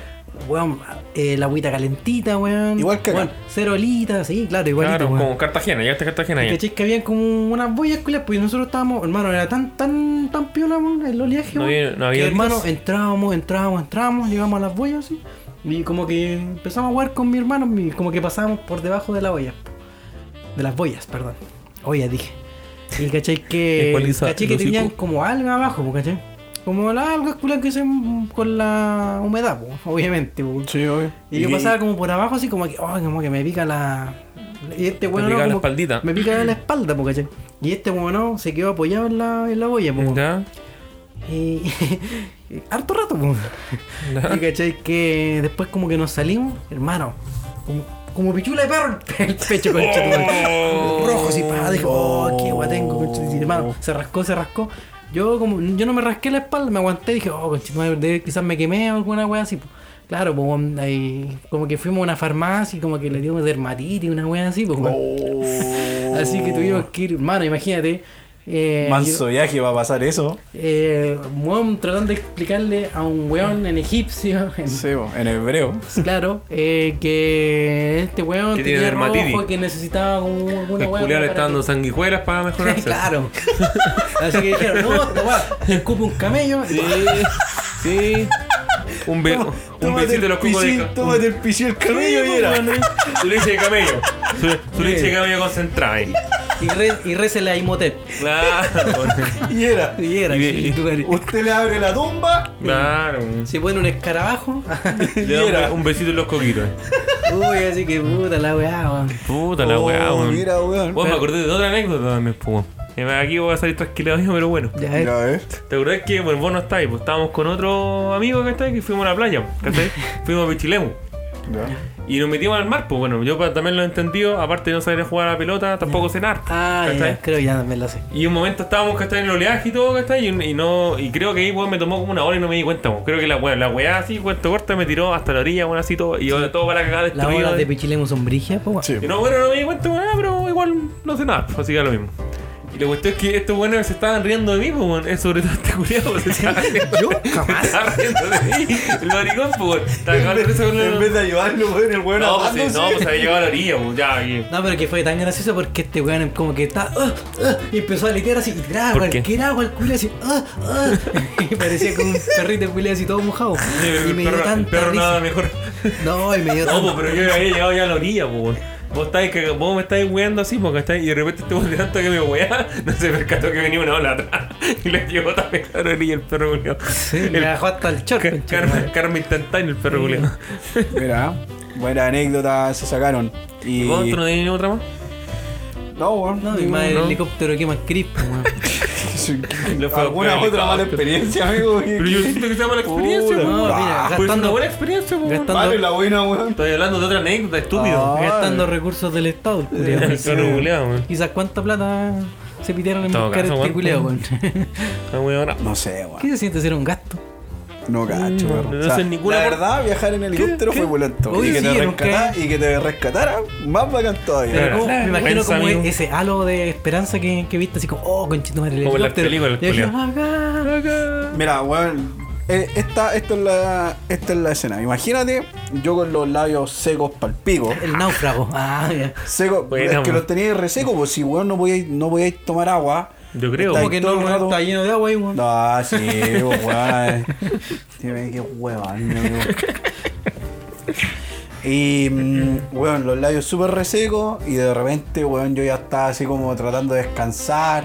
B: Weón, eh, la agüita calentita, weón.
D: Igual que acá.
B: Weón, cero olitas, sí, claro, igualito,
C: Claro,
B: weón.
C: como Cartagena, llegaste a Cartagena ya.
B: ¿Cachai? Que habían como unas boyas culias, pues y nosotros estábamos, hermano, era tan, tan, tan piola weón, el oleaje,
C: No
B: weón,
C: había- no había
B: que, hermano,
C: olas.
B: entrábamos, entrábamos, entrábamos, llegamos a las boyas, así, y como que empezamos a jugar con mi hermano, y como que pasábamos por debajo de la boya, de las boyas, perdón, ollas dije, y cachai que,
C: Ecualiza
B: cachai que
C: los
B: tenían
C: hijos.
B: como alga abajo, pues, cachai, como la alga culia que se con la humedad, pues, obviamente, pues.
D: Sí, obvio.
B: Y yo pasaba como por abajo, así como que, oh, como que me pica la. Y este bueno
C: pica
B: no,
C: la
B: como-
C: espaldita.
B: Me pica la espalda, po, ¿cachai? Y este bueno se quedó apoyado en la, en la boya, po.
C: Ya,
B: Y. y harto rato, po.
C: ya.
B: Y cachai que después como que nos salimos, hermano. Como, como pichula de perro el el pecho, concha tu
C: Oh,
B: madre. Rojo así, pa, dijo, oh, qué guatengo, concha. Y, hermano, se rascó, se rascó. Yo como, yo no me rasqué la espalda, me aguanté, dije, oh, concha, tu madre, de- quizás me quemé o alguna wea así. po. Claro, pues ahí como que fuimos a una farmacia y como que le dio dermatitis, una wea así, pues.
C: Oh.
B: Así que tuvimos que ir, hermano, imagínate. Eh,
D: Manso viaje va a pasar eso.
B: eh, weón, tratando de explicarle a un weón en egipcio, en
D: Sí, bo, en hebreo.
B: Claro, eh, que este weón
C: Que tiene
B: tenía
C: dermatitis.
B: rojo, que necesitaba como alguna
C: El
B: weá
C: culiao
B: para
C: le está dando
B: que-
C: sanguijuelas para mejorarse.
B: Claro. Así que dijeron, no, esta weá, le escupe un camello.
C: Sí, sí. Un, be un besito de los cocos de ca-
D: Tómate el pichín el cabello y
C: pues,
D: era.
C: Su leche de camello. Su, su leche de camello concentrada ahí.
B: Y, re, y récele a Imhotep.
C: Claro.
D: Y era.
B: Y era,
C: Y-
B: sí, tu madre.
D: Usted le abre la tumba.
C: Claro.
B: Se pone un escarabajo.
C: Le da un be- un besito en los coquitos.
B: Uy, así que puta la weá, weón.
C: Puta la
D: Oh,
C: weá, weón.
D: Mira, weón.
C: Vos me acordé de otra anécdota también, pues. Aquí voy a salir trasquilado yo, pero bueno.
B: Ya eh. ves.
D: Mira, a ver.
C: ¿Te acordás que bueno, vos no estáis? Pues estábamos con otro amigo que está que fuimos a la playa, ¿cachai? fuimos a Pichilemu.
D: Ya.
C: Y nos metimos al mar, pues bueno, yo pa- también lo he entendido, aparte de no saber jugar a la pelota, tampoco cenar.
B: Ah, ya,
C: ¿cachai?
B: creo que ya me la sé.
C: Y un momento estábamos que en el oleaje y todo, ¿cachai? Y, y no, y creo que ahí weón, me tomó como una hora y no me di cuenta, weón. Creo que la weá, la weá así, cuento corta, me tiró hasta la orilla, bueno, así todo, y yo todo para cagar
B: Las
C: destruido.
B: olas de Pichilemu son brigias, po, weón.
D: Sí.
C: Y no, bueno, no me di cuenta, weón, pero igual no sé nada, pues, así que da lo mismo. Y la cuestión es que estos buenos se estaban riendo de mí, pues, weón. Es sobre todo este culiado, se estaba riendo.
B: Yo jamás.
C: Se estaba riendo de mí. El maricón, pues, weón. Estaba cagado de risa con el-
D: En vez de ayudarlo, weón, el weón
C: No, pues, sí,
D: ahogándose.
C: no, pues había llegado a la orilla, pues, ya, aquí.
B: No, pero que fue tan gracioso porque este weón como que está. ah, ah, y empezó a literar así, y tiraba
C: ¿Por qué?
B: cualquier agua al culo así. ah, ah, y parecía como un perrito culiado así todo mojado. y me dio
C: El perro, el
B: tanta
C: perro
B: risa.
C: nada mejor.
B: No, y me dio
C: No,
B: tanta
C: pues, pero yo había llegado ya a la orilla, pues, weón. Vos, estáis caga- vos me estáis weando así, porque estáis, y de repente este weón de tanto que me weá, no se percató que venía una ola atrás. Y le llegó también a la orilla el perro culiado.
B: Sí, me
C: el,
B: dejó hasta el short.
C: Car-
B: conchetumare.
C: Carmen, Carmen Tantán, el perro culiado. pues.
D: Mira, buena anécdota se sacaron. Y.
C: ¿Vos tú no tenés ninguna otra más?
D: No, weón.
B: No, mi madre,
C: No.
B: el helicóptero que más crispo, weón.
C: Le fue a
D: ¿Alguna
C: pegar el
D: otra
C: helicóptero.
D: mala experiencia, amigo?
C: Pero yo siento que sea mala experiencia,
D: Puta,
C: weón.
B: No, mira,
D: Ah,
C: Pues es una
B: gastando,
C: buena experiencia, weón.
B: gastando-
D: Vale, la buena, weón.
C: Estoy hablando de otra anécdota, estúpido.
D: Ah.
B: gastando recursos del Estado, el culiao,
C: El
B: weón.
C: perro culiado, weón.
B: Quizás cuánta plata se pidieron en
C: Todo
B: buscar
C: caso,
B: este
C: weón.
B: culiao, weón.
C: Está muy buena.
D: No sé, weón.
B: ¿Qué se siente ser un gasto?
D: No cacho,
C: No,
D: weón.
C: no hacen ninguna
D: La
C: por-
D: verdad, viajar en helicóptero
C: ¿Qué?
D: fue volento.
B: Oye,
D: y, que
B: sí,
D: te
B: era un
D: rescatara, y que te rescatara, más bacán todavía.
C: Claro.
B: Pero como- me imagino
C: vergüenza,
B: como
C: amigo.
B: ese halo de esperanza que, que viste, así como, oh, conchito madre, el
C: Como en las
B: helicóptero.
C: películas, el
B: Y dije,
C: culiao.
B: acá, acá.
D: Mira, weón. eh, Esta, esta, es la, esta es la escena. Imagínate, yo con los labios secos pa'l pico.
B: El náufrago. Ah, ya.
D: Seco,
C: Buena,
D: es que
C: man.
D: los teníais re secos, pues si weón no podíais, no podíais tomar agua.
C: Yo creo.
D: Está
B: Como que no,
D: todo el rato-
B: está lleno de agua ahí, weón.
D: No, sí, pues, weón. Dime qué huevón, mi amigo. Y, mm, weón, los labios súper resecos y de repente, weón, yo ya estaba así como tratando de descansar,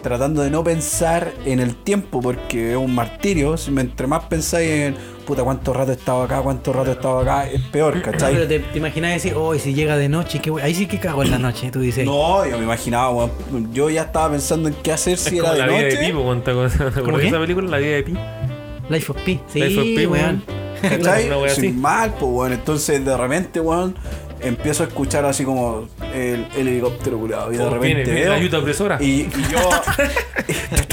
D: tratando de no pensar en el tiempo, porque es un martirio. Si- Entre más pensáis en, puta, cuánto rato he estado acá, cuánto rato he estado acá, es peor, ¿cachai?
B: Pero te, te imaginas decir, oh, y si llega de noche, qué we-". ahí sí que cago en la noche, tú dices.
D: No, yo me imaginaba, weón. Yo ya estaba pensando en qué hacer
C: Es
D: si era
C: como
D: de
C: la vida de
D: noche.
C: Pi, po, weón, ¿te acuerdas? ¿Te acuerdas de
B: qué?
C: esa película? La vida de Pi.
B: Life of P. Sí,
C: Life of Pi,
B: weón.
D: ¿Cachai?
C: Una wea
D: Soy
C: así.
D: mal, pues, weón. Entonces, de repente, weón, empiezo a escuchar así como el, el helicóptero curado. Y de
C: Oh,
D: repente
C: viene, viene
D: veo-
C: la ayuda opresora.
D: Y, y yo.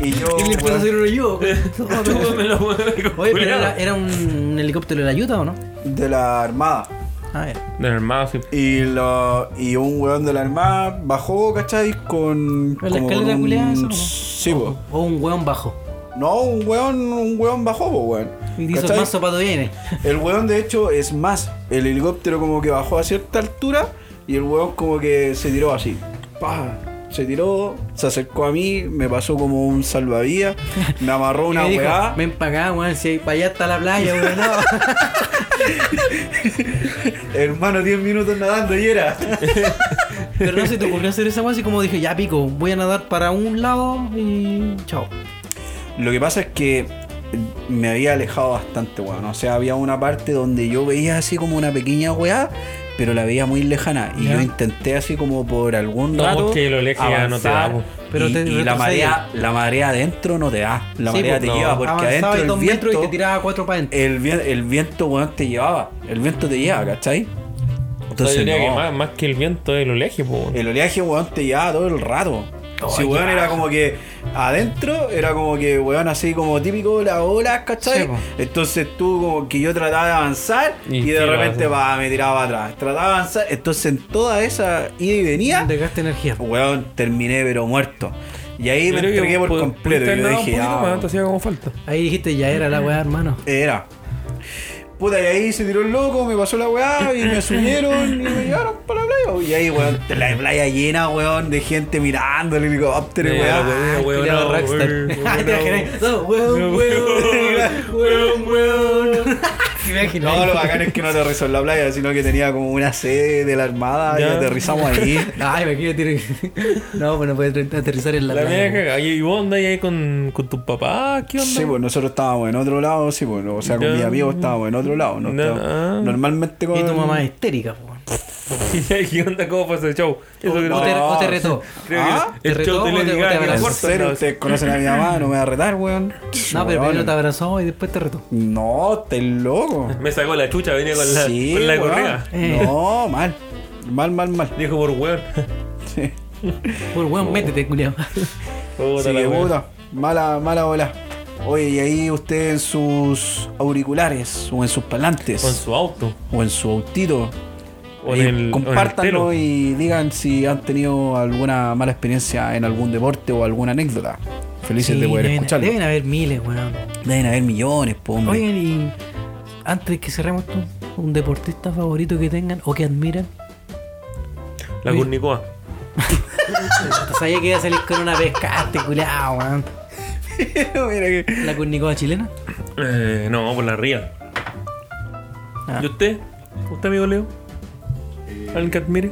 D: y, y yo.
B: Y le empezó a
D: weón,
B: hacer uno yo.
C: Chúpamelo, weón,
B: Oye, pero
C: culiao.
B: era, era un helicóptero de la ayuda o no?
D: de la armada.
B: A ver.
C: Del hermano, sí.
D: Y, lo, y un weón de la armada bajó, ¿cachai? Con.
B: Pero la escalera
D: con
B: culiada, eso, ¿no?
D: Sí, po.
B: O un weón bajo.
D: No, un weón, un weón bajó, po, weón.
B: Y dice el
D: ¿Cachai?
B: mazo pato viene.
D: El weón, de hecho, es más. El helicóptero como que bajó a cierta altura y el weón como que se tiró así. ¡Pah! Se tiró, se acercó a mí, me pasó como un salvavidas, me amarró
B: Y
D: una
B: me dijo,
D: weá.
B: ven para acá, weón, si para allá está la playa, weón. No.
D: Hermano, 10 minutos nadando y era.
B: Pero no se te ocurrió hacer esa weá así como dije, ya pico, voy a nadar para un lado y chao.
D: Lo que pasa es que me había alejado bastante, weón. O sea, había una parte donde yo veía así como una pequeña weá, pero la veía muy lejana. Y
B: Ya.
D: yo intenté así como por algún
C: No,
D: rato.
C: es que lo lejos ya no te da,
D: avanzar.
C: po.
B: Pero
D: y
B: te
D: y la,
B: retrocedía.
D: marea, la marea adentro no te da. La
B: Sí,
D: marea
B: pues,
D: te
C: no.
D: lleva Ah, porque
B: Avanzaba
D: adentro
B: dos
D: el viento,
B: metros y te tiraba cuatro para adentro.
D: el, vi- el viento, weón, te llevaba. El viento te lleva, ¿cachai?
C: Yo
D: Entonces,
C: diría que
D: no.
C: más, más que el viento del oleaje, po, weón.
D: El oleaje, weón, te llevaba todo el rato.
C: Oh,
D: si, weón, era como que adentro, era como que, weón, así como típico las olas, ¿cachai?
B: Sí, po.
D: Entonces tú, como que yo trataba de avanzar
C: Y
D: y,
C: te iba
D: de repente
C: así.
D: va, me tiraba para atrás. Trataba de avanzar. Entonces, en toda esa ida y venía,
B: De gasto energía.
D: weón, terminé pero muerto. Y ahí
C: Yo
D: me
C: creo que
D: entregué por
C: pu- pudiste
D: completo. Yo
C: haber nadado
D: dije,
C: un poquito
D: ah,
C: más, te hacía como falta.
B: Ahí dijiste, ya era la weá, hermano.
D: Era. Puta, y ahí se tiró el loco, me pasó la weá y me subieron y me llevaron para la playa. Y ahí, weón, la playa llena, weón, de gente mirando el helicóptero,
C: Eh,
D: weón.
C: weón,
B: Ah,
C: weón,
B: culiao
C: no,
B: rockstar.
C: weón,
B: Ah, te imaginas, no, weón, weón, weón, weón. Te imaginas.
D: No, lo bacán es que no aterrizó en la playa, sino que tenía como una sede de la armada y
C: Ya.
D: aterrizamos ahí.
B: Ay, me quiero tirar. No, bueno, puede aterrizar en la,
C: La
B: playa.
C: media cagada. ¿Y vos andáis ahí con, con tus papás? ¿Qué onda?
D: Sí, pues nosotros estábamos en otro lado, sí, pues, o sea, con
C: Ya.
D: mis amigos estábamos en otro lado. no
C: Ya.
D: estábamos- Normalmente con.
B: Y tu mamá es histérica, po.
C: ¿Qué onda? ¿Cómo fue ese show? Eso que
B: O te,
D: No.
B: o te retó.
C: Creo
D: ¿Ah?
C: que el-
B: ¿Te
C: el show
B: retó
C: de
B: o te- o
C: Lady
B: te
C: Gaga era
B: abrazó?
D: En
C: fuerte,
D: serio,
C: ¿no?
D: ustedes conocen a mi mamá, no me va a retar, weón.
B: No, pero
D: Weón.
B: primero te abrazó y después te retó.
D: No, estás loco.
C: Me sacó la chucha, venía con la,
D: Sí,
C: con la
D: weón.
C: correa.
B: Eh.
D: No, mal. Mal, mal, mal.
C: Dijo por weón.
D: Sí,
B: Por weón, métete, culiao.
C: Puta
D: Sí,
C: la
D: que
C: weón.
D: puta. Mala, mala bola. Oye, y ahí usted en sus auriculares o en sus
C: Con
D: parlantes
C: su auto.
D: o en su autito
C: O
D: Y
C: en el,
D: compártanlo
C: o en el
D: y digan si han tenido alguna mala experiencia en algún deporte o alguna anécdota. Felices
B: Sí,
D: de poder
B: deben,
D: escucharlo.
B: deben haber miles, weón.
D: Deben haber millones, po, hombre.
B: Oigan, y antes que cerremos esto, un deportista favorito que tengan o que admiren.
C: telo. La Curnicoa.
B: Sabía que iba a salir con una pesca, este culiao, weón.
D: Mira que-
B: La curnicoa chilena.
C: Eh, no, por la ría.
B: Ah.
C: ¿Y usted? ¿Usted, amigo Leo? ¿Alguien que admire?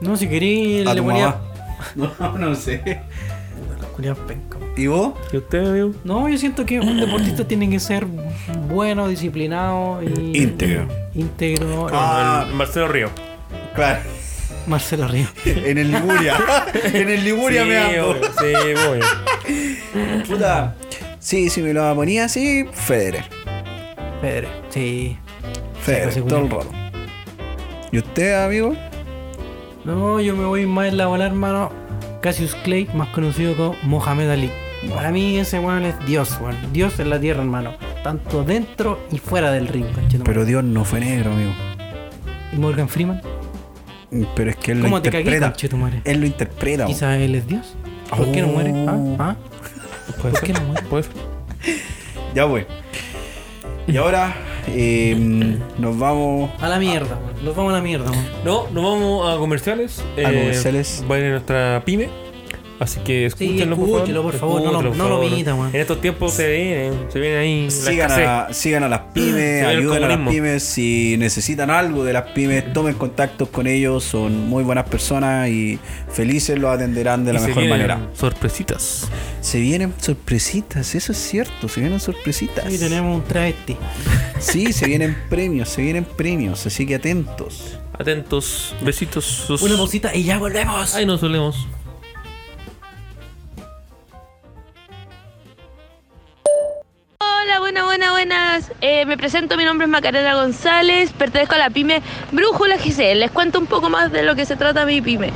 B: No, si querí,
D: A
B: le
D: tu
B: ponía.
D: mamá. No, no sé.
B: Culiao penca, weón.
D: ¿Y vos?
C: ¿Y usted, amigo?
B: No, yo siento que un deportista tiene que ser bueno, disciplinado y.
D: Íntegro.
B: Íntegro.
D: Ah.
C: El Marcelo Río.
D: Claro.
B: Marcelo Río.
D: En el Liguria. en el Liguria me ando.
C: obvio, sí, obvio.
D: Puta. Sí, si me lo ponía así, Federer.
B: Pedro. Sí.
D: Federer,
B: Sí, pues,
D: todo el
B: seguro.
D: rato. ¿Y usted, amigo?
B: No, yo me voy más en la bola, hermano. Cassius Clay, más conocido como Mohamed Ali. Para mí ese weón es Dios, weón. Dios en la tierra, hermano. Tanto dentro y fuera del ring, conchetumare.
D: Pero Dios no fue negro, amigo. Mm,
B: ¿Y Morgan Freeman?
D: Pero es que él
B: ¿Cómo
D: lo
B: te cagué,
D: interpreta.
B: conchetumare?
D: él lo interpreta. po.
B: Quizás él es Dios. ¿Por qué no
D: Oh.
B: muere? ¿Ah? ¿Ah?
C: ¿Puede
B: ¿Por
C: ser?
B: qué no muere?
C: Puede ser.
D: Ya voy. Y ahora eh, nos vamos.
B: A la mierda, weón. Los vamos a la mierda, weón.
C: No, nos vamos a comerciales. Eh,
D: A comerciales.
C: Va a ir nuestra pyme. Así que escúchenlo,
B: escúchenlo, por favor, no lo-
C: Escúchenlo,
B: no lo
C: por favor.
B: pita, weón.
C: En estos tiempos se vienen, se vienen ahí. la
D: Sigan
C: escasez.
D: a, sigan a las pymes,
C: Sí, el
D: ayuden a las
C: comunismo.
D: pymes. Si necesitan algo de las pymes, tomen contactos con ellos. Son muy buenas personas y felices los atenderán de
C: Y
D: la
C: se
D: mejor
C: vienen
D: manera.
C: Sorpresitas.
D: Se vienen sorpresitas, eso es cierto. Se vienen sorpresitas.
B: Aquí tenemos un travesti.
D: Sí, se vienen premios, se vienen premios. Así que atentos.
C: Atentos, besitos. sus-
B: Una pausita y ya volvemos.
C: Ahí nos solemos.
E: Hola, buenas, buenas, buenas. Eh, me presento, mi nombre es Macarena González, pertenezco a la pyme Brújula GC. Les cuento un poco más de lo que se trata mi pyme.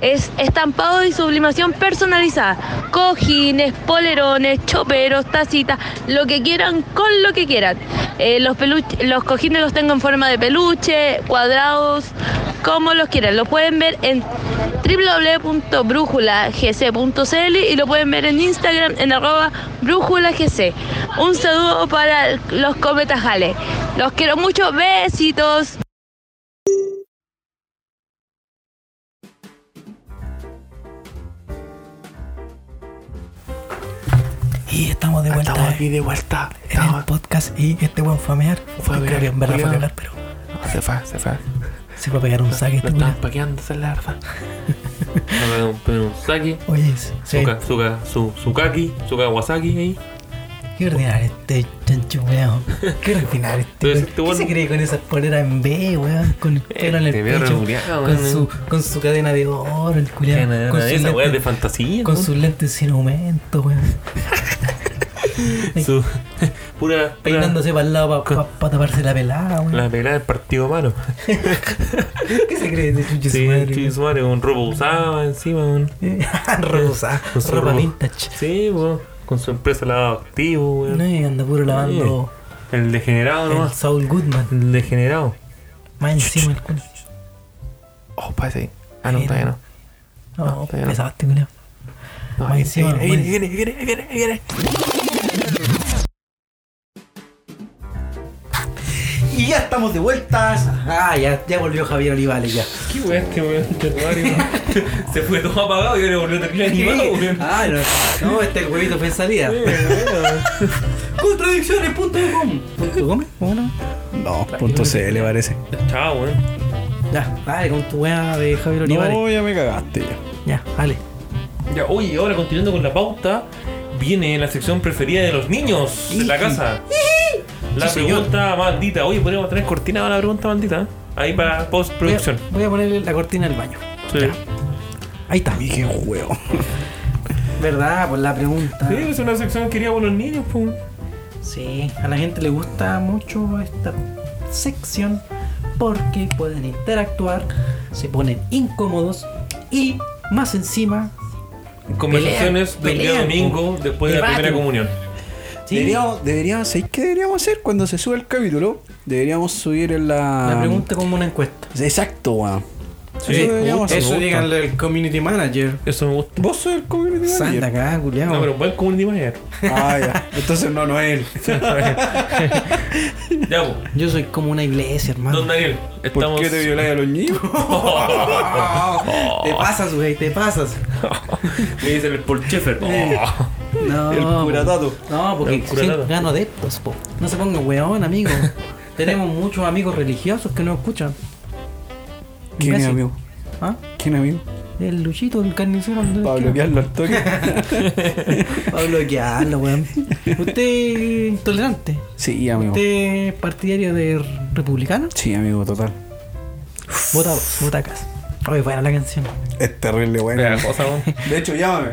E: Es estampado y sublimación personalizada. Cojines, polerones, choperos, tacitas, lo que quieran con lo que quieran. Eh, los, peluche- los cojines los tengo en forma de peluche, cuadrados, como los quieran. Lo pueden ver en www.brújulagc.cl y lo pueden ver en Instagram en arroba brújulagc. Un saludo para los cometajales. Los quiero mucho. Besitos.
B: Y estamos de vuelta.
F: Estamos aquí de vuelta.
B: en el
F: Estamos-
B: podcast y este weón fue a mear.
F: Fue a
B: Yo
F: mear,
B: creo que en verdad fue a
F: culiao.
B: mear, pero
F: Se fue, se fue.
B: se va a pegar un saque
F: Lo
B: este
F: estaban
B: weón.
F: paqueando, esa es la verdad.
C: Dame un, pero un sake.
B: Oye, sí.
C: Suka, suka, su, sukaki, suka wasaki ahí.
B: Qué ordinario este chancho, weón. Qué ordinario este weón.
C: Entonces, este
B: ¿Qué
C: weón-
B: se cree con esas poleras en B, weón? Con el pelo en el
C: Este perro
B: pecho.
C: culiao,
B: con,
C: weón.
B: su, con su cadena de oro, el culiado.
C: Nada,
B: Con,
C: nada,
B: sus
C: Esa weá de
B: lentes-
C: fantasía.
B: con
C: ¿no?
B: sus lentes sin aumento, weón.
C: Su- pura. pura-
B: Peinándose para el lado para taparse la pelada, weón.
C: La pelada del partido malo.
B: ¿Qué se cree de chucho
C: Sí,
B: su madre?
C: sí, Eh, su madre, un robo usado encima, weón.
B: weón? Rosa,
C: Con su
B: ropa
C: ropa.
B: vintage.
C: Sí, weón. Con su empresa lado activo, weón.
B: No, y anda puro lavando
C: El degenerado
B: el
C: nomás.
B: Saul Goodman.
C: El degenerado.
B: Más encima el culo.
F: Oh, parece ahí. Ah, no, todavía no.
B: No,
F: todavía no.
B: pesaste, culiao.
F: No,
B: Más
F: ahí-
B: encima,
F: ahí
B: bueno.
F: viene, ahí viene, ahí viene, ahí viene, ahí viene.
D: Y ya estamos de vueltas.
B: Ah, ya, ya volvió Javier Olivales, ya.
C: Qué weón, qué weón. Se fue todo apagado y ahora volvió a terminar animado, weón.
B: Ah, no, no, este huevito fue en salida. Contradicciones.com. ¿Punto com? Bueno.
D: No, punto CL parece.
C: Chao, weón.
B: Ya, dale con tu weá de Javier Olivares.
D: No, ya me cagaste ya.
B: Ya, dale.
C: Ya, oye, ahora continuando con la pauta, viene la sección preferida de los niños de la casa. La
B: Sí, señor.
C: pregunta maldita. Oye, podríamos tener cortina a la pregunta maldita. ¿eh? Ahí para
B: Voy a,
C: postproducción.
B: voy a ponerle la cortina al baño.
C: Sí.
B: Ahí está.
D: Y qué huevo.
B: ¿Verdad? Por la pregunta.
C: Sí, es una sección que queríamos los niños, pum.
B: Sí, a la gente le gusta mucho esta sección porque pueden interactuar, se ponen incómodos y más encima
C: Conversaciones del día
B: pelean,
C: domingo
B: po.
C: después de la
B: Debaten.
C: primera comunión.
B: Sí.
D: Deberíamos, deberíamos, ¿sabéis qué deberíamos hacer cuando se sube el capítulo? Deberíamos subir en la.
B: La pregunta como una encuesta.
D: Exacto, weón.
C: Sí,
D: Eso deberíamos
C: puta,
D: hacer.
C: me gusta.
B: al community manager.
C: Eso me gusta.
D: Vos sos el community
B: Santa
D: manager.
B: acá, culiao.
C: No, pero buen community manager.
D: Ah, ya. Entonces no, no es él.
C: Ya, pues.
B: Yo soy como una iglesia, hermano.
C: Don Daniel,
D: ¿Por
C: estamos.
D: qué te violáis a los niños?
B: Te pasas, güey, te pasas.
C: Me dicen el Paul Schaeffer. Oh.
B: No,
D: El curatato.
B: No, porque
C: El curatato.
B: sí, gano adeptos, po. No se ponga weón, amigo. Tenemos muchos amigos religiosos que no escuchan.
D: ¿Quién es
B: Imbécil.
D: amigo?
B: ¿Ah?
D: ¿Quién es amigo?
B: El Luchito, el carnicero. el-
D: Para bloquearlo al toque.
B: Para bloquearlo, weón. Usted es intolerante.
D: Sí, amigo.
B: Usted es partidario de republicano.
D: Sí, amigo, total.
B: Vota, vota acá. Oye, buena la canción.
D: Es terrible,
C: Vea,
D: weón.
C: cosa, ¿no?
D: De hecho, llámame.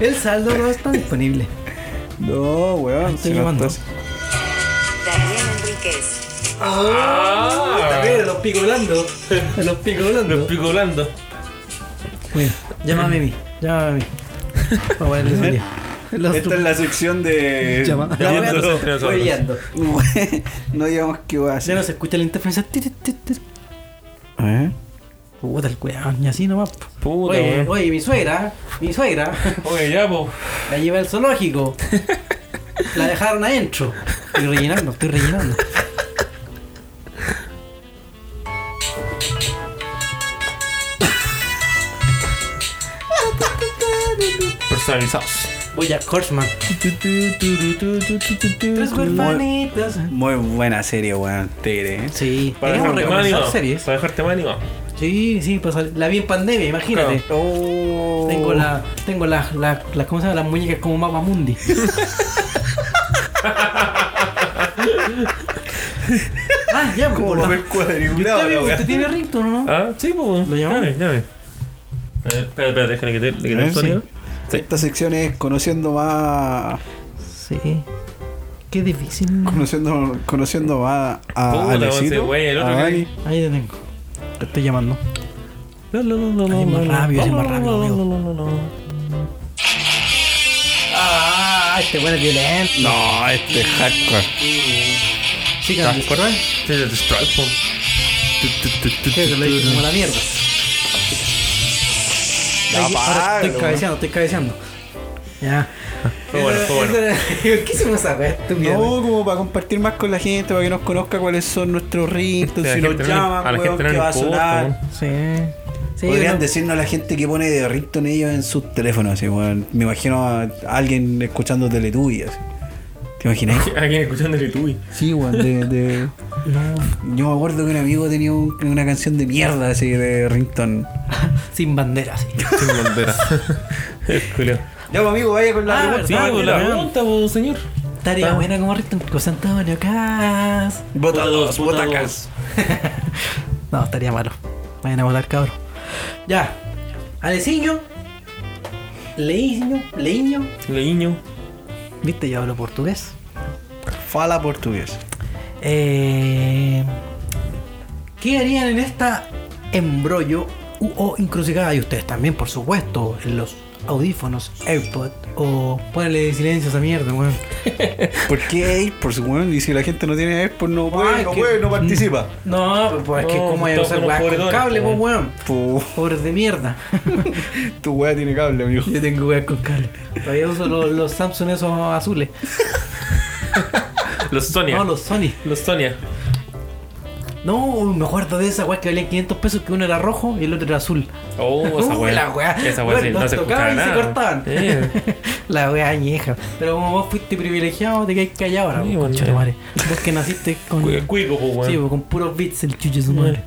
B: El saldo no está disponible.
D: No, weón.
B: Estoy
D: si no
B: llamando.
D: estás-
G: Daniel Enríquez.
C: Ah,
B: los pico blando. Los pico
C: los pico blando.
B: Bueno, llámame a mí. Llámame a mí. Para ponerle su día. Los
D: Esta es la sección de.
B: Llama.
C: Ya,
B: La
C: nosotros,
B: voy a-
C: nosotros.
B: voy guiando.
D: no digamos qué va a
B: Ya no
D: hacer.
B: se escucha la interferencia. Ti, ti, ti, ti.
D: ¿Eh?
B: Puta el weón, y así nomás. po.
C: Puta,
B: oye,
C: weón.
B: oye, mi suegra, mi suegra,
C: Oye, ya, po.
B: la llevé al zoológico. La dejaron adentro. Estoy rellenando, estoy rellenando.
C: Personalizados.
B: Voy a Horseman. Tres huerfanitas.
D: Muy buena serie, weón. Tigre, ¿eh?
B: Sí,
C: Para
B: tenemos
C: dejarte más
B: recomendar
C: animado.
B: series.
C: Para dejarte más animado.
B: Sí, sí, pues, la vi en pandemia, imagínate.
D: Oh.
B: Tengo la, tengo las, la, la- ¿cómo se llama? Las muñecas como Mapamundi. ah, ya,
D: Como
B: por la-
D: papel Oh, cuadriculado,
B: Usted,
D: la
B: usted
D: weá.
B: tiene ringtone, ¿no?
C: Ah, sí, po.
B: ¿Lo llamamos?
C: Llame, llame. A ver, Eh, Espera, espera, déjale que te le quite
D: ¿Eh?
C: el sonido.
D: Sí. Esta sección es conociendo más.
B: Sí. Qué difícil.
D: Conociendo, conociendo más a
C: Puta, ese
D: Alecito,
C: güey, el otro
D: a
C: que-
D: Dani.
B: Ahí te tengo. Te estoy llamando.
C: No, no, no, no,
B: Así
C: no,
B: más
C: no,
B: rápido, así
C: no,
B: más
C: no,
B: rápido,
C: no,
B: amigo.
C: no, no, no, no.
B: Ah, este bueno es violento.
D: No, este es hardcore.
B: Sí, que no te acuerdas.
C: Sí, de Strike, po.
B: Sí, te lo dije como la mierda.
D: Ya,
B: Ahora
D: Pablo,
B: estoy cabeceando, estoy cabeceando. Ya.
C: Fue bueno, fue bueno.
B: ¿Qué se me saca estúpido?
D: No, como para compartir más con la gente, para que nos conozca cuáles son nuestros ritmos,
C: Sí, Este, a la
D: si nos
C: gente no le- a
D: llaman,
C: la
D: weón,
C: gente no
D: que
C: le
D: va a
C: importa,
D: sonar.
C: weón.
B: Sí. Sí,
D: Podrían
B: no.
D: decirnos la gente que pone de ringtone ellos en sus teléfonos, así, weón. Me imagino a alguien escuchando Teletubbies. así. ¿Te imaginas?
C: Alguien escuchando el tubi.
D: Sí, weón, de, de- Yo me acuerdo que un amigo tenía un- una canción de mierda así de ringtone.
B: Sin bandera, sí.
C: Sin bandera. El culo.
D: Ya, pues, amigo, vaya con la
B: Ah,
D: pregunta.
C: Sí,
B: Ah,
C: pues la
B: weón.
C: pregunta, pues, señor.
B: Estaría
C: Ah.
B: buena como Rickton con Antonio Cas.
D: Vota dos,
C: Vota
D: vota
C: dos.
D: cas.
B: No, estaría malo. Vayan a votar, cabrón. Ya. Aleciño. Leiño. Leiño.
C: Leño.
B: Viste, yo hablo portugués.
D: Fala portugués.
B: Eh, ¿Qué harían en esta embrollo u- o encrucijada? Y ustedes también, por supuesto, en los audífonos, AirPod o ponle silencio a esa mierda, weón.
D: ¿Por qué AirPods, weón? Y si la gente no tiene AirPods, no puede,
B: Ay,
D: no
B: que-
D: puede, no participa.
B: No, pues es que
C: No,
B: como hay
C: todo
B: usar
C: con los
B: weas con
C: pobres
B: cable, pues
C: dólares,
B: weón.
D: Pu,
B: Pobres de mierda.
D: tu weá tiene cable, amigo.
B: Yo tengo weas con cable. Todavía uso los, los Samsung esos azules.
C: Los Sonia.
B: No, los Sony.
C: Los Sonia.
B: No, me acuerdo de esa wea que valían 500 pesos, que uno era rojo y el otro era azul.
C: Oh, esa
B: Uh,
C: weá.
B: la weá.
C: Esa weá
B: Bueno,
C: sí, no
B: nos
C: se escuchaba
B: tocaban y
C: nada.
B: se cortaban.
C: Eh,
B: La wea añeja. Pero como vos fuiste privilegiado, te quedáis callado ahora,
C: Sí,
B: vos,
C: bueno,
B: concha
C: ya.
B: tu madre. Vos que naciste con.
C: cu- Cuico, pues,
B: Sí,
C: weón.
B: vos, con puros bits el chucho de su madre.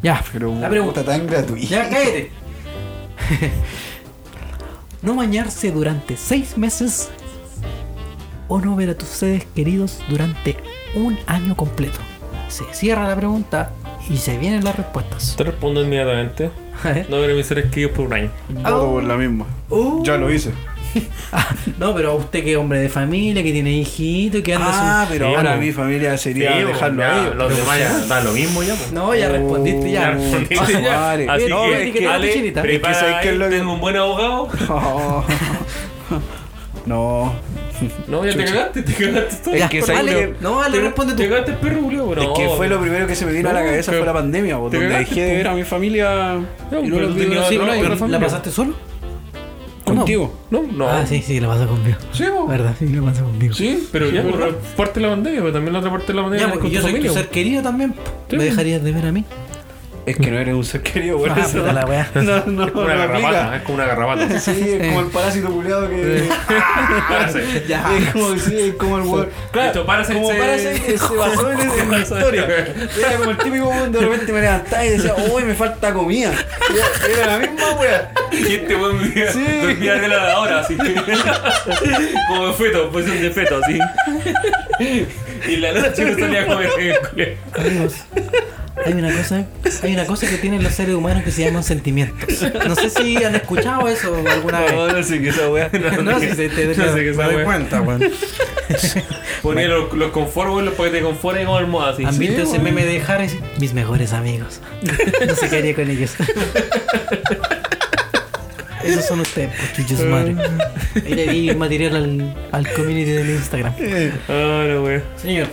B: Ya,
D: Pero
B: la pregunta.
D: puta tan gratuita.
B: Ya, cállate. no bañarse durante seis meses o no ver a tus seres queridos durante un año completo? Se cierra la pregunta y se vienen las respuestas.
C: Te respondo inmediatamente.
B: A ver.
C: No veré mis seres queridos por un año.
D: Voto por la misma.
B: Uh.
D: Ya lo hice.
B: No, pero usted que es hombre de familia, que tiene hijito y que anda
D: Ah,
B: su-
D: pero
C: Sí,
D: ahora
C: bueno.
D: mi familia sería
C: Sí,
D: dejarlo
C: ya,
D: a ellos.
C: Los demás ya da lo mismo ya. pues.
B: No, ya respondiste ya.
C: Ya respondiste ya.
D: madre.
C: Así
B: No,
C: que,
B: es que-
C: Ale,
B: chinita.
C: prepara
B: Es
D: que ¿sabes qué es
C: ahí,
D: lo que-
C: tengo un buen abogado.
D: Oh. No.
C: No, ya te cagaste, te cagaste todo.
D: Es que, ¿sabes
B: Ale,
D: qué?
B: no, Ale, responde tú.
C: Te cagaste el perro, Julio, bro.
D: Es que fue lo primero que se me vino a la
C: No,
D: cabeza
C: que-
D: fue la pandemia, po,
C: te
D: donde
C: cagaste,
D: dejé de
C: po.
D: ver a mi familia y no
C: pero
D: los
C: tú
D: vi
C: tenías
D: durante
C: otro
D: un año.
C: lado,
B: ¿La pasaste solo? ¿O no?
D: contigo.
C: No, no.
B: Ah, sí, sí, la pasó conmigo.
D: Sí, po.
B: ¿Verdad? Sí, la pasó conmigo.
D: Sí,
C: Pero ya,
D: ¿verdad?
C: por parte de la pandemia, pero también la otra parte de la pandemia
B: Ya,
C: es
B: porque
C: con tu
B: yo soy
C: familia.
B: tu ser querido también.
C: Sí.
B: ¿Me dejarías de ver a mí?
D: Es que no eres un ser querido, por
B: Ah,
D: eso.
B: puta la weá.
D: No, no,
C: Es como una
D: no aplica.
C: garrapata, es como una garrapata.
D: Sí, es como el parásito culiado que.
C: Ah,
B: Ya.
D: Es como, sí, es como el weón.
C: Esto, Parasite
D: como
C: se-
D: Parasite que se basó en esa en la historia. Era como el típico weón de repente me levantaba y decía, uy, me falta comida. Era- Era la misma weá.
C: Y este buen vivía,
D: Sí.
C: dormía de la hora, así. Como de feto, posición de feto, así. Y en la noche no salía a comer.
B: Amigos, hay una cosa, hay una cosa que tienen los seres humanos que se llaman sentimientos. No sé si han escuchado eso alguna vez.
D: no sé qué esa weá.
B: No, si se te-
C: No sé qué
D: Me
C: esa
D: doy
C: wea.
D: cuenta, weón.
C: Ponía los, los conformes, los paquetes de conforme como almohada, así.
B: ¿Han visto ese
D: bueno.
B: meme de Harris? Mis mejores amigos. No sé qué haría con ellos. Esos son ustedes, por chuches madre. Ahí le di material al, al community del Instagram.
C: Ah, no, wey.
B: Señor,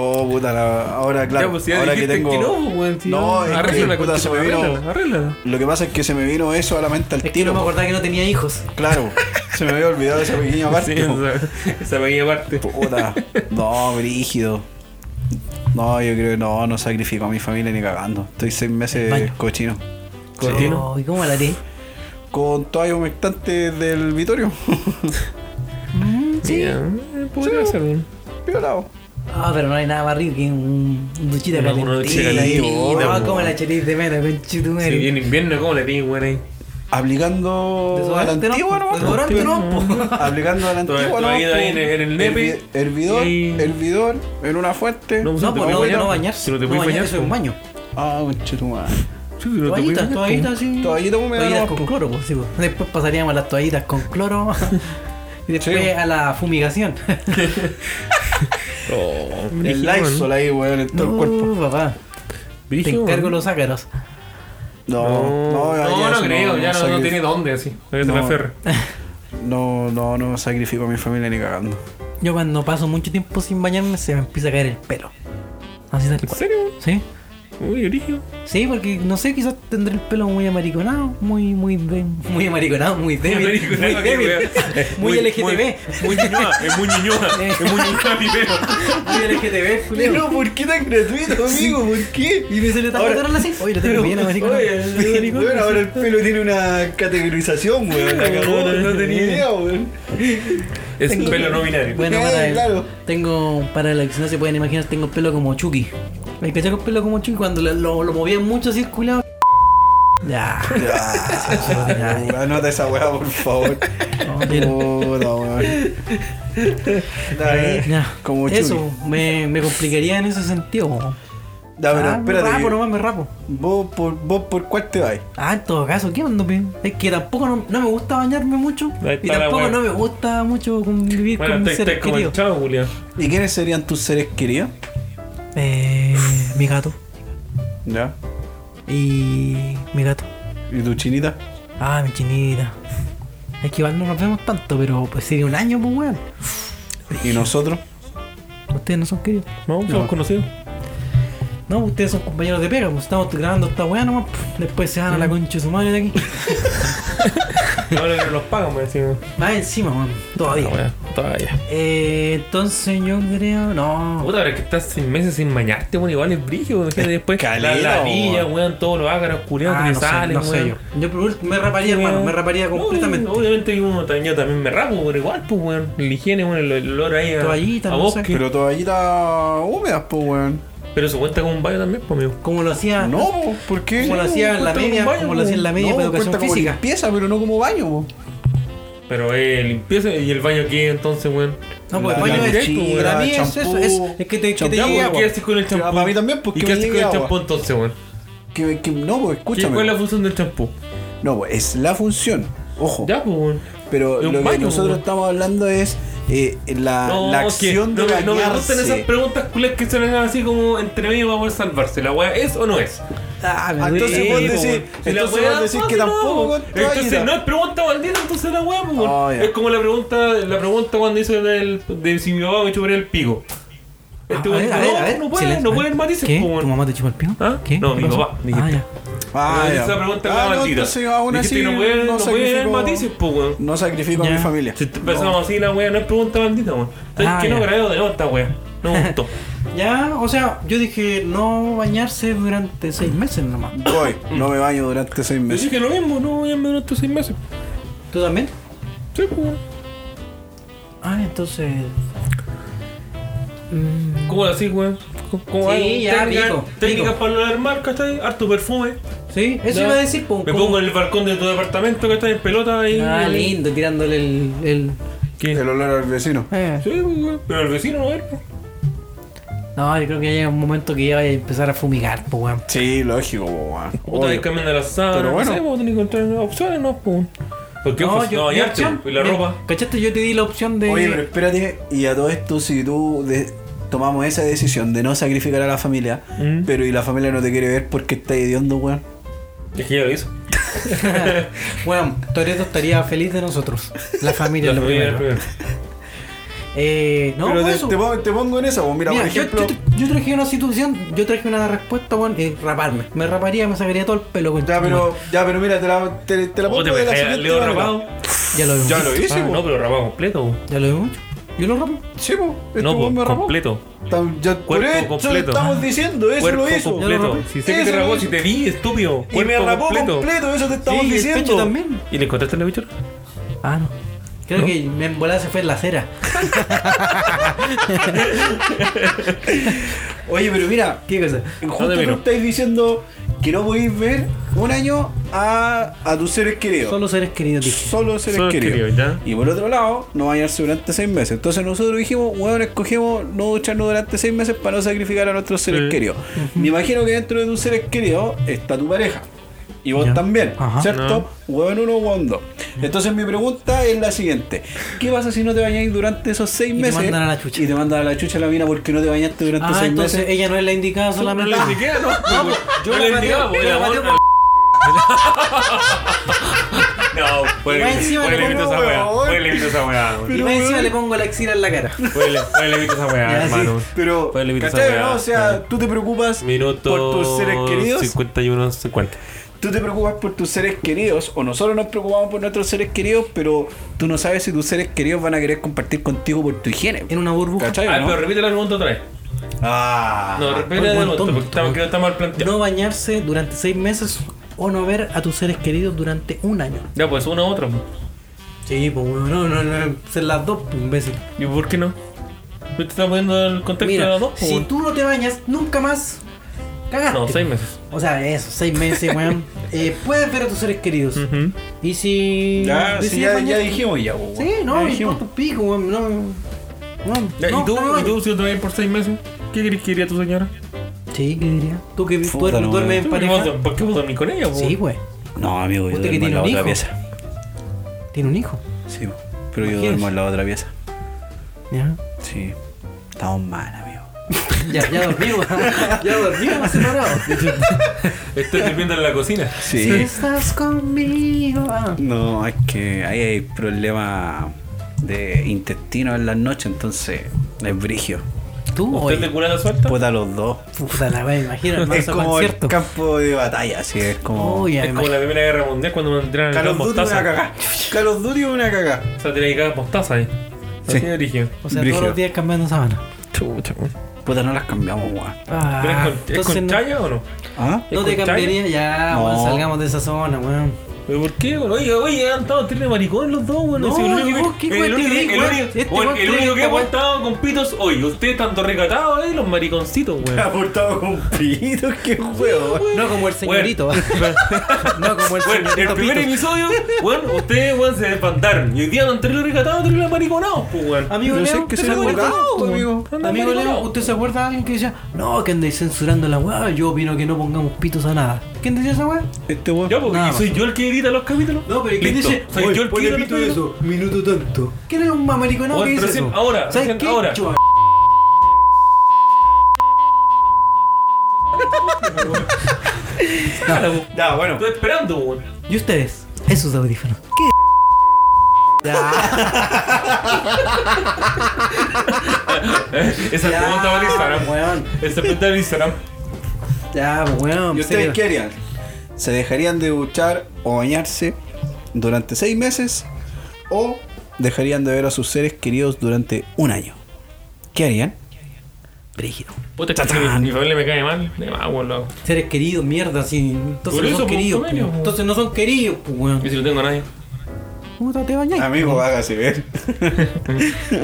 D: Oh, puta, la, ahora claro.
C: Ya, pues ya
D: ahora que
C: dijiste
D: tengo.
C: que no, pues. weón. si
D: No, es que,
C: arréglala,
D: puta, se me vino-
C: arréglala, arréglala.
D: Lo que pasa es que se me vino eso a la mente al
B: es que
D: tiro.
B: no me
D: po.
B: acordaba que no tenía hijos.
D: Claro, se me había olvidado esa pequeña
C: Sí,
D: parte. po.
C: esa, esa pequeña parte.
D: Puta, no, brígido. No, yo creo que no, no sacrifico a mi familia ni cagando. Estoy seis meses
B: Baño.
D: cochino.
C: Cochino.
B: Oh, ¿Y cómo la haré?
D: Con toallas humectantes del Vitorio.
C: Sí, ah, podría ser un.
D: Violado.
B: Ah, pero no hay nada más rico que un un duchita
C: Una- una ducha
B: calentita.
C: calentita,
B: Y
D: po.
B: No, Oh, ah, como la cheliz de mero,
C: Si
B: conchetumere.
C: en invierno, ¿cómo le di, weón? ahí?
D: Aplicando a
B: Desodorante
D: la
B: este, no,
D: antigua, ¿no?
B: desodorante no, po.
D: Aplicando a la
C: Todo- todo
D: antigua, ¿no?
C: ahí, ahí en el- en el nepe.
D: Hervi- Hervidor,
C: Y-
D: hervidor, en una fuente.
C: No,
B: No,
C: te
B: pues
C: puedes
B: no,
C: bañar.
B: no bañarse.
C: Si no te
B: no
C: puedes
B: bañar,
C: bañar,
B: eso es un
C: po.
B: baño.
D: Ah, conchetumare.
C: Sí, pero te
B: Toallitas,
C: puedes bañar, po.
B: toallitas, sí.
D: Toallitas húmedas
B: Toallitas
D: nomás,
B: con
D: po.
B: cloro, pues, sí, po. Después pasaríamos a las toallitas con cloro. Y después
D: Sí,
B: a la fumigación.
C: Oh,
D: El
C: brígido,
D: Lysol
C: weón.
D: ahí, weón, en todo el
B: No,
D: cuerpo.
B: Uh, papá. Te
C: Brígido,
B: encargo
C: weón.
B: los ácaros.
D: No, no, ya,
C: No,
D: ya,
C: no
D: eso
C: creo, ya no, no
D: sacrifico.
C: tiene dónde así. No,
D: No. No, no, no sacrifico a mi familia ni cagando.
B: Yo cuando paso mucho tiempo sin bañarme se me empieza a caer el pelo. Así tal
C: ¿En
B: cual.
C: serio?
B: ¿Sí?
C: Uy, origen.
B: Sí, porque no sé, quizás tendré el pelo muy amariconado, muy, muy, de- muy amariconado, muy débil, muy débil, muy, LGTB,
C: Muy ñoñoa, es muy ñoñoa. Es muy ñoñoa mi pelo.
B: muy LGTB, Julio.
D: ¿por qué tan gratuito, amigo? ¿Por qué?
B: Y me sale tan
D: Ahora-
B: natural así. Oye, lo tengo bien amariconado.
D: Bueno, ahora el pelo tiene una categorización, weón. La cagó, no tenía idea, weón.
C: Es un pelo no binario.
B: Bueno,
D: Eh,
B: para el,
D: claro.
B: tengo, para los que no se pueden imaginar, tengo el pelo como Chucky. Me caché con el pelo como Chucky cuando lo, lo, lo movían mucho circulado. Ya.
D: Ah, Anota esa weá, por favor.
B: no, mira.
D: Puta, weón. Dale,
B: Ya.
D: eh, Como Chucky.
B: Eso, me, me complicaría en ese sentido. po.
D: Ya, pero
B: Ah, Me
D: espérate.
B: rapo,
D: que-
B: nomás me rapo.
D: ¿Vos por, vos por cuál te vas?
B: Ah, en todo caso, ¿qué onda, pe? Es que tampoco no, no me gusta bañarme mucho.
C: Ahí
B: Y
C: está la
B: tampoco
C: wea.
B: no me gusta mucho convivir con
C: Bueno,
B: mis
C: te
B: seres
C: estás como el
B: queridos.
C: chavo, Julián.
D: ¿Y quiénes serían tus seres queridos?
B: Eh, mi gato.
D: Ya.
B: Y. Mi gato.
D: ¿Y tu chinita?
B: Ah, mi chinita. Es que igual no nos vemos tanto, pero pues sería un año, pues weón.
D: ¿Y nosotros?
B: Ustedes no son queridos.
C: No, somos conocidos.
B: No, ustedes son compañeros de pega, pues estamos grabando esta weá nomás. pff, Después se van
D: Mm.
B: a la concha de su madre de aquí.
C: No, no, no nos pagan, me decimos.
B: Más encima, weón.
D: Ah,
B: Todavía.
C: Todavía.
B: Eh, entonces yo creo. No.
C: Puta, ahora que estás seis meses sin bañarte, weón, igual es brillo. Después la
D: Escalera,
C: ladilla,
D: weón.
C: weón, todos los ácaros culiados
B: Ah,
C: que
B: no
C: le
B: sé,
C: salen,
B: no sé
C: weón.
B: yo. Yo por último, me raparía, hermano. Me raparía
C: No,
B: completamente.
C: obviamente yo, como tañado también me rapo, pero igual, pues, weón. El higiene, weón, el, el olor ahí a,
B: Toallita,
C: a
B: no sé.
C: bosque. Pero,
D: Pero toallitas húmedas, pues, weón.
C: eso cuenta como un baño también, pues, amigo.
B: Como lo hacía.
D: No, po, ¿por qué?
B: Como lo hacía en la
C: cuenta ah, como
B: media,
C: baño,
B: como lo hacía en la media
D: no,
B: para educación
D: cuenta como
B: física.
D: limpieza, pero no como baño. po.
C: Pero eh, limpieza y el baño aquí entonces, weón.
B: No, pues
D: La-
B: el baño
D: la
B: es.
D: cuchilla,
B: Para mí es eso.
D: champú,
B: Es, es que te, que te
D: champú,
C: Ya,
B: llegue
C: weón,
B: agua.
C: ¿qué haces con el champú?
D: Para mí también,
B: pues,
D: porque
C: ¿Y
D: me
C: qué haces con
D: llegue
C: el
D: agua.
C: champú entonces, weón?
D: Que, que- no, pues
C: ¿Qué- ¿Cuál es la
D: escúchame.
C: función del champú?
D: No, pues es la función.
B: Oh.
D: Ojo.
C: Ya, pues, weón.
D: Pero
C: Es un
D: lo que
C: baño,
D: nosotros
C: weón.
D: estamos hablando es eh, la, la
C: es que
D: acción
C: no,
D: de
C: me- no me gustan
D: bañarse.
C: esas preguntas culias que son así como entre medio para poder salvarse. ¿La weá es o no es?
B: Ah, me
D: Ah,
B: duele.
D: entonces vos decís-
C: weón. Si la
D: entonces
C: weá
D: vos decís que
C: fácil,
D: tampoco
C: weón.
D: encontró
C: Entonces
D: ayuda.
C: no es pregunta maldita, entonces la weá, weón.
D: Ah, ya.
C: Es como la pregunta, la pregunta cuando hizo del, de si mi papá me chuparía el pico.
D: Ah,
C: Este
B: Ah, A
C: weón
B: ver,
C: dijo,
B: a ver, a
C: no,
B: ver,
C: no puede,
B: silencio.
C: no puede matices,
B: ¿Qué?
C: pues, weón.
B: ¿Tu mamá te chupa el pío?
C: ¿Ah?
B: ¿Qué?
C: No,
B: ¿Qué
C: mi
B: pasó?
C: papá, dijiste.
B: Ah, ya.
D: Ah,
C: Pero
D: ya.
C: esa pregunta es
D: Ah,
C: la
D: no,
C: maldita.
D: entonces aún
C: Dijiste,
D: así
C: no pueden- no pueden
D: sacrifico-
C: matices, pues, weón.
D: No sacrifico a
B: Ya.
D: mi familia.
C: Si te pensamos así, la wea no es pregunta maldita, weón. ¿Sabes
B: Ah,
C: que no
B: ya.
C: grabé de nuevo esta wea? No me gustó.
B: Ya, o sea, yo dije no bañarse durante seis meses nomás.
D: Voy, no me baño durante seis
C: Yo
D: meses.
C: dije lo mismo, no ya me durante seis meses.
B: ¿Tú también?
C: Sí, pues, weón.
B: Ah, entonces.
C: ¿Cómo lo hacís, weón? ¿Cómo
B: Sí,
C: hay
B: ya,
C: técnicas-
B: pico,
C: Técnicas
B: pico.
C: para no armar, ¿cachai? Harto perfume.
B: Sí, eso
C: ¿ya?
B: iba a decir,
D: Oh,
B: pues.
C: Me
B: como-
C: pongo en el balcón de tu departamento, ¿cachai? En pelota ahí.
B: Ah,
C: ahí.
B: lindo, tirándole el. el...
C: ¿Qué?
D: El
C: Sí,
D: olor al vecino.
B: Eh.
C: pues, weón. Pero el vecino no ve, pues.
B: No, yo creo que ya llega un momento que ya vaya a empezar a fumigar, pues, weón.
D: Sí, lógico, weón.
C: Puta,
D: Obvio.
C: ahí cambiando la sábana.
D: Pero bueno.
C: No sé, vos tenés que encontrar opciones, ¿no? Pues. Porque no, no bañarte,
B: chan-
C: y la
B: me-
C: ropa.
B: ¿Cachaste? Yo te di la opción de.
D: Oye, pero espérate, y a todo esto, si tú de- tomamos esa decisión de no sacrificar a la familia,
C: Mm.
D: pero y la familia no te quiere ver porque está hediondo, weón.
C: Es que ya lo hizo.
B: Weón, Toreto estaría feliz de nosotros. La familia
C: Ya
B: es lo
C: lo hizo.
B: primero. Eh, no,
D: pero
B: pues
D: te,
B: eso.
D: te pongo- te pongo en esa, weón. Mira,
B: Mira,
D: por
B: yo,
D: ejemplo.
B: yo tra- yo traje una situación, yo traje una respuesta, weón, eh, raparme. Me raparía, me sacaría todo el pelo con
D: Ya, pero, ya, pero mira, te la, te, te la
C: O
D: pongo
C: Oh, te
D: de la
C: dejáis al
D: siguiente
C: Leo
D: manera.
C: rapado.
B: Ya lo vemos.
D: Ya lo hice,
C: Ah,
D: po.
C: no, pero rapado completo. po.
B: Ya lo vemos. Yo lo rapo.
D: Sí, po. Este
C: No, po,
D: weón me rapó.
C: completo.
D: Tam- ya, por
C: Cuerpo
D: eso
C: completo.
D: estamos diciendo, eso
C: Cuerpo
D: lo hizo.
B: Ya lo
C: completo.
B: rapé.
C: Si sé que te
D: Eso lo
C: rapó,
D: hizo.
C: si te vi, estúpido.
D: Y me
C: Cuerpo
D: rapó completo. eso te estamos
B: Sí, y el
D: diciendo.
B: pecho también.
C: ¿Y le encontraste la bichora?
B: Ah, no. Creo que me embolada se fue en la acera.
D: Oye, pero mira,
B: ¿Qué cosa?
D: justo
C: miro.
D: tú estáis diciendo que no podéis ver un año a, a tus seres queridos.
B: Solo seres queridos, dije.
D: Solo seres
C: Solo
D: queridos.
C: queridos, ya.
D: Y por otro lado, no bañarse durante seis meses. Entonces nosotros dijimos, bueno, escogemos no ducharnos durante seis meses para no sacrificar a nuestros seres
C: Sí.
D: queridos. Me imagino que dentro de tus seres queridos está tu pareja. Y vos
B: Ya.
D: también,
B: Ajá.
D: ¿cierto? Hueón uno, hueón dos. Entonces mi pregunta es la siguiente. ¿Qué pasa si no te bañáis durante esos seis
B: te
D: meses?
B: mandan a la chucha.
D: Y te mandan a la chucha la mina porque no te bañaste durante
B: Ah,
D: seis
B: entonces
D: meses.
B: ella no es la indicada solamente.
C: No le indiqué, no. Yo
B: la
C: le
B: pateo,
C: indicaba,
B: yo
C: pues,
B: la
C: la
B: pateo
C: bolsa. No, pues
B: Y más encima
C: pues
B: le
C: le evito
B: pongo
C: esa weá.
D: huevón.
C: Pues le evito esa weá.
B: Y más encima le pongo la axila en la cara.
C: Pues le pues le evito esa weá,
B: Ya, sí,
C: hermano.
D: Pero,
C: Pues le evito esa
D: ¿cachai,
C: weá.
D: no? O sea, tú te preocupas
C: Minuto
D: por tus seres queridos.
C: 51, 50.
D: Tú te preocupas por tus seres queridos, o nosotros nos preocupamos por nuestros seres queridos, pero tú no sabes si tus seres queridos van a querer compartir contigo por tu higiene.
B: En una burbuja.
D: ¿Cachai,
C: Ah,
D: no?
C: pero repite la pregunta otra vez.
D: Ah.
C: No, repite la
B: buen
C: pregunta porque
B: tonto.
C: estamos- creo que está mal planteado.
B: No bañarse durante seis meses o no ver a tus seres queridos durante un año.
C: Ya, pues una u otra. pues.
B: Sí, pues weón, no, no, no, ser las dos, pues, imbécil.
C: ¿Y por qué no? ¿Tú te estás poniendo el contexto de
B: Mira,
C: las dos? pues,
B: si
C: weón?
B: tú no te bañas nunca más, cagaste.
C: No, seis meses.
B: O sea, eso, seis meses, weón. Eh, puedes ver a tus seres queridos.
C: Ujú.
B: Y si.
D: Ya, sí,
B: decides
D: ya, ya
B: bañarte-
D: dijimos ya, po,
B: Sí,
D: weón.
B: no,
D: Ya
B: y
D: dijimos.
B: por tu pico, weón. No, no,
C: Ya,
B: no,
C: ¿Y tú,
B: no, no,
C: y tú si yo te voy a ir por seis meses? ¿Qué crees que diría tu señora?
B: Sí, ¿qué diría? ¿Tú que
D: Puta,
B: duermes,
D: no,
B: duermes en
C: ¿Tú, ¿Por qué
B: pareja?
C: vos- por qué vos dormís con ella? po?
B: Sí, güey.
D: No, amigo, yo
B: Usted que
D: duermo en
B: tiene
D: la
B: un
D: otra
B: hijo.
D: pieza.
B: Tiene un hijo.
D: Sí, po. pero yo
B: Imagínese.
D: duermo en la otra pieza.
B: Ya.
D: Sí. Estamos mal, amigo.
B: Ya, ya dormí, weón. Ya dormí, weón, separado.
C: Estoy durmiendo en la cocina.
B: Si estás conmigo. ah.
D: No, es que ahí hay problemas de intestino en las noches, entonces es brigio.
B: Tú,
C: ¿Usted te
B: oye.
C: cura la suelta?
D: Puta los dos.
B: Puta la wea, imagina, hermano,
D: Es
B: ese
D: como el
B: concierto.
D: campo de batalla, así es como.
B: Uy, ya,
C: es como la
B: imagina.
C: Primera Guerra Mundial cuando me entraron en
D: Call
C: el
D: of Duty una
C: mostaza.
D: cagá. Call of Duty una cagá.
C: O sea, tenía que cagar mostaza ahí. Así
D: Sí.
C: de origen.
B: O sea,
D: Brígido.
B: todos los días cambiando sábana.
C: Chucha, weón.
D: Puta, no las cambiamos, weón.
B: Ah,
C: ¿Pero es con, es
B: entonces
C: con
B: no-
C: chaya o no?
D: ¿Ah?
B: No
C: ¿Es
B: te
C: con
B: cambiaría ya,
D: No.
B: weón. Salgamos de esa zona, weón.
C: ¿Pero por qué? weón? Oye, oye, han estado terrible maricón los dos, weón.
B: No,
C: Sí, el único
B: yo,
C: que-
B: ¿qué
C: el
B: weón
C: único
B: te
C: que-
B: creí,
C: el
B: weón?
C: único-
B: Este
C: weón,
B: weón
C: el
B: cree
C: único que
B: esta
C: ha
B: weón.
C: aguantado con pitos hoy. Ustedes tanto recatados, eh, los mariconcitos,
D: Me ha
C: weón.
D: portado con pito, qué huevo.
B: No como el señorito. no como el
C: Bueno, el
B: señorito.
C: primer
B: Pito.
C: episodio, weón, ustedes, weón, se despantaron. Y hoy día andan terrible recatados, terrible mariconados, pues, weón.
B: Amigo
D: Pero si
B: Leo,
D: es que
B: ¿usted
D: soy
B: se acuerda?
D: abogado, amigo.
C: Anda,
B: Amigo Leo,
C: mariconado.
B: ¿usted se acuerda de alguien que decía, no, que andáis censurando la weá? Yo opino que no pongamos pitos a nada. ¿Quién decía esa weá?
D: Este weón.
C: Ya, porque
B: Nada
C: soy yo el que edita los capítulos. Listo. Soy yo el que edita los capítulos.
B: minuto tanto. ¿Quién es un mamariconado
C: Bueno,
B: que dice
C: recién-
B: eso?
C: ahora,
B: ¿Sabes
C: recién
B: qué?
C: ahora.
B: Chua-
C: Sácala, weón.
D: Ya, bueno.
C: pues, Estoy esperando, weón.
B: ¿Y ustedes? Esos audífonos.
C: Esa pregunta va al Instagram.
B: Weón.
C: Esa pregunta va al Instagram.
B: Ya, weón.
D: ¿Y ustedes
B: serio.
D: qué harían? ¿Se dejarían de duchar o bañarse durante seis meses? ¿O dejarían de ver a sus seres queridos durante un año? ¿Qué harían?
B: Brígido.
C: Puta, es que mi, mi familia me cae mal. De más, weón, lo hago.
B: Seres queridos, mierda, sí. Entonces
C: Por
B: no
C: eso,
B: son
C: pues,
B: queridos.
C: convenio,
B: pues.
C: pues.
B: Entonces no son queridos, pues,
C: Yo
B: weón.
C: si no tengo a nadie.
B: Puta, te bañáis.
D: Amigo, hágase ver.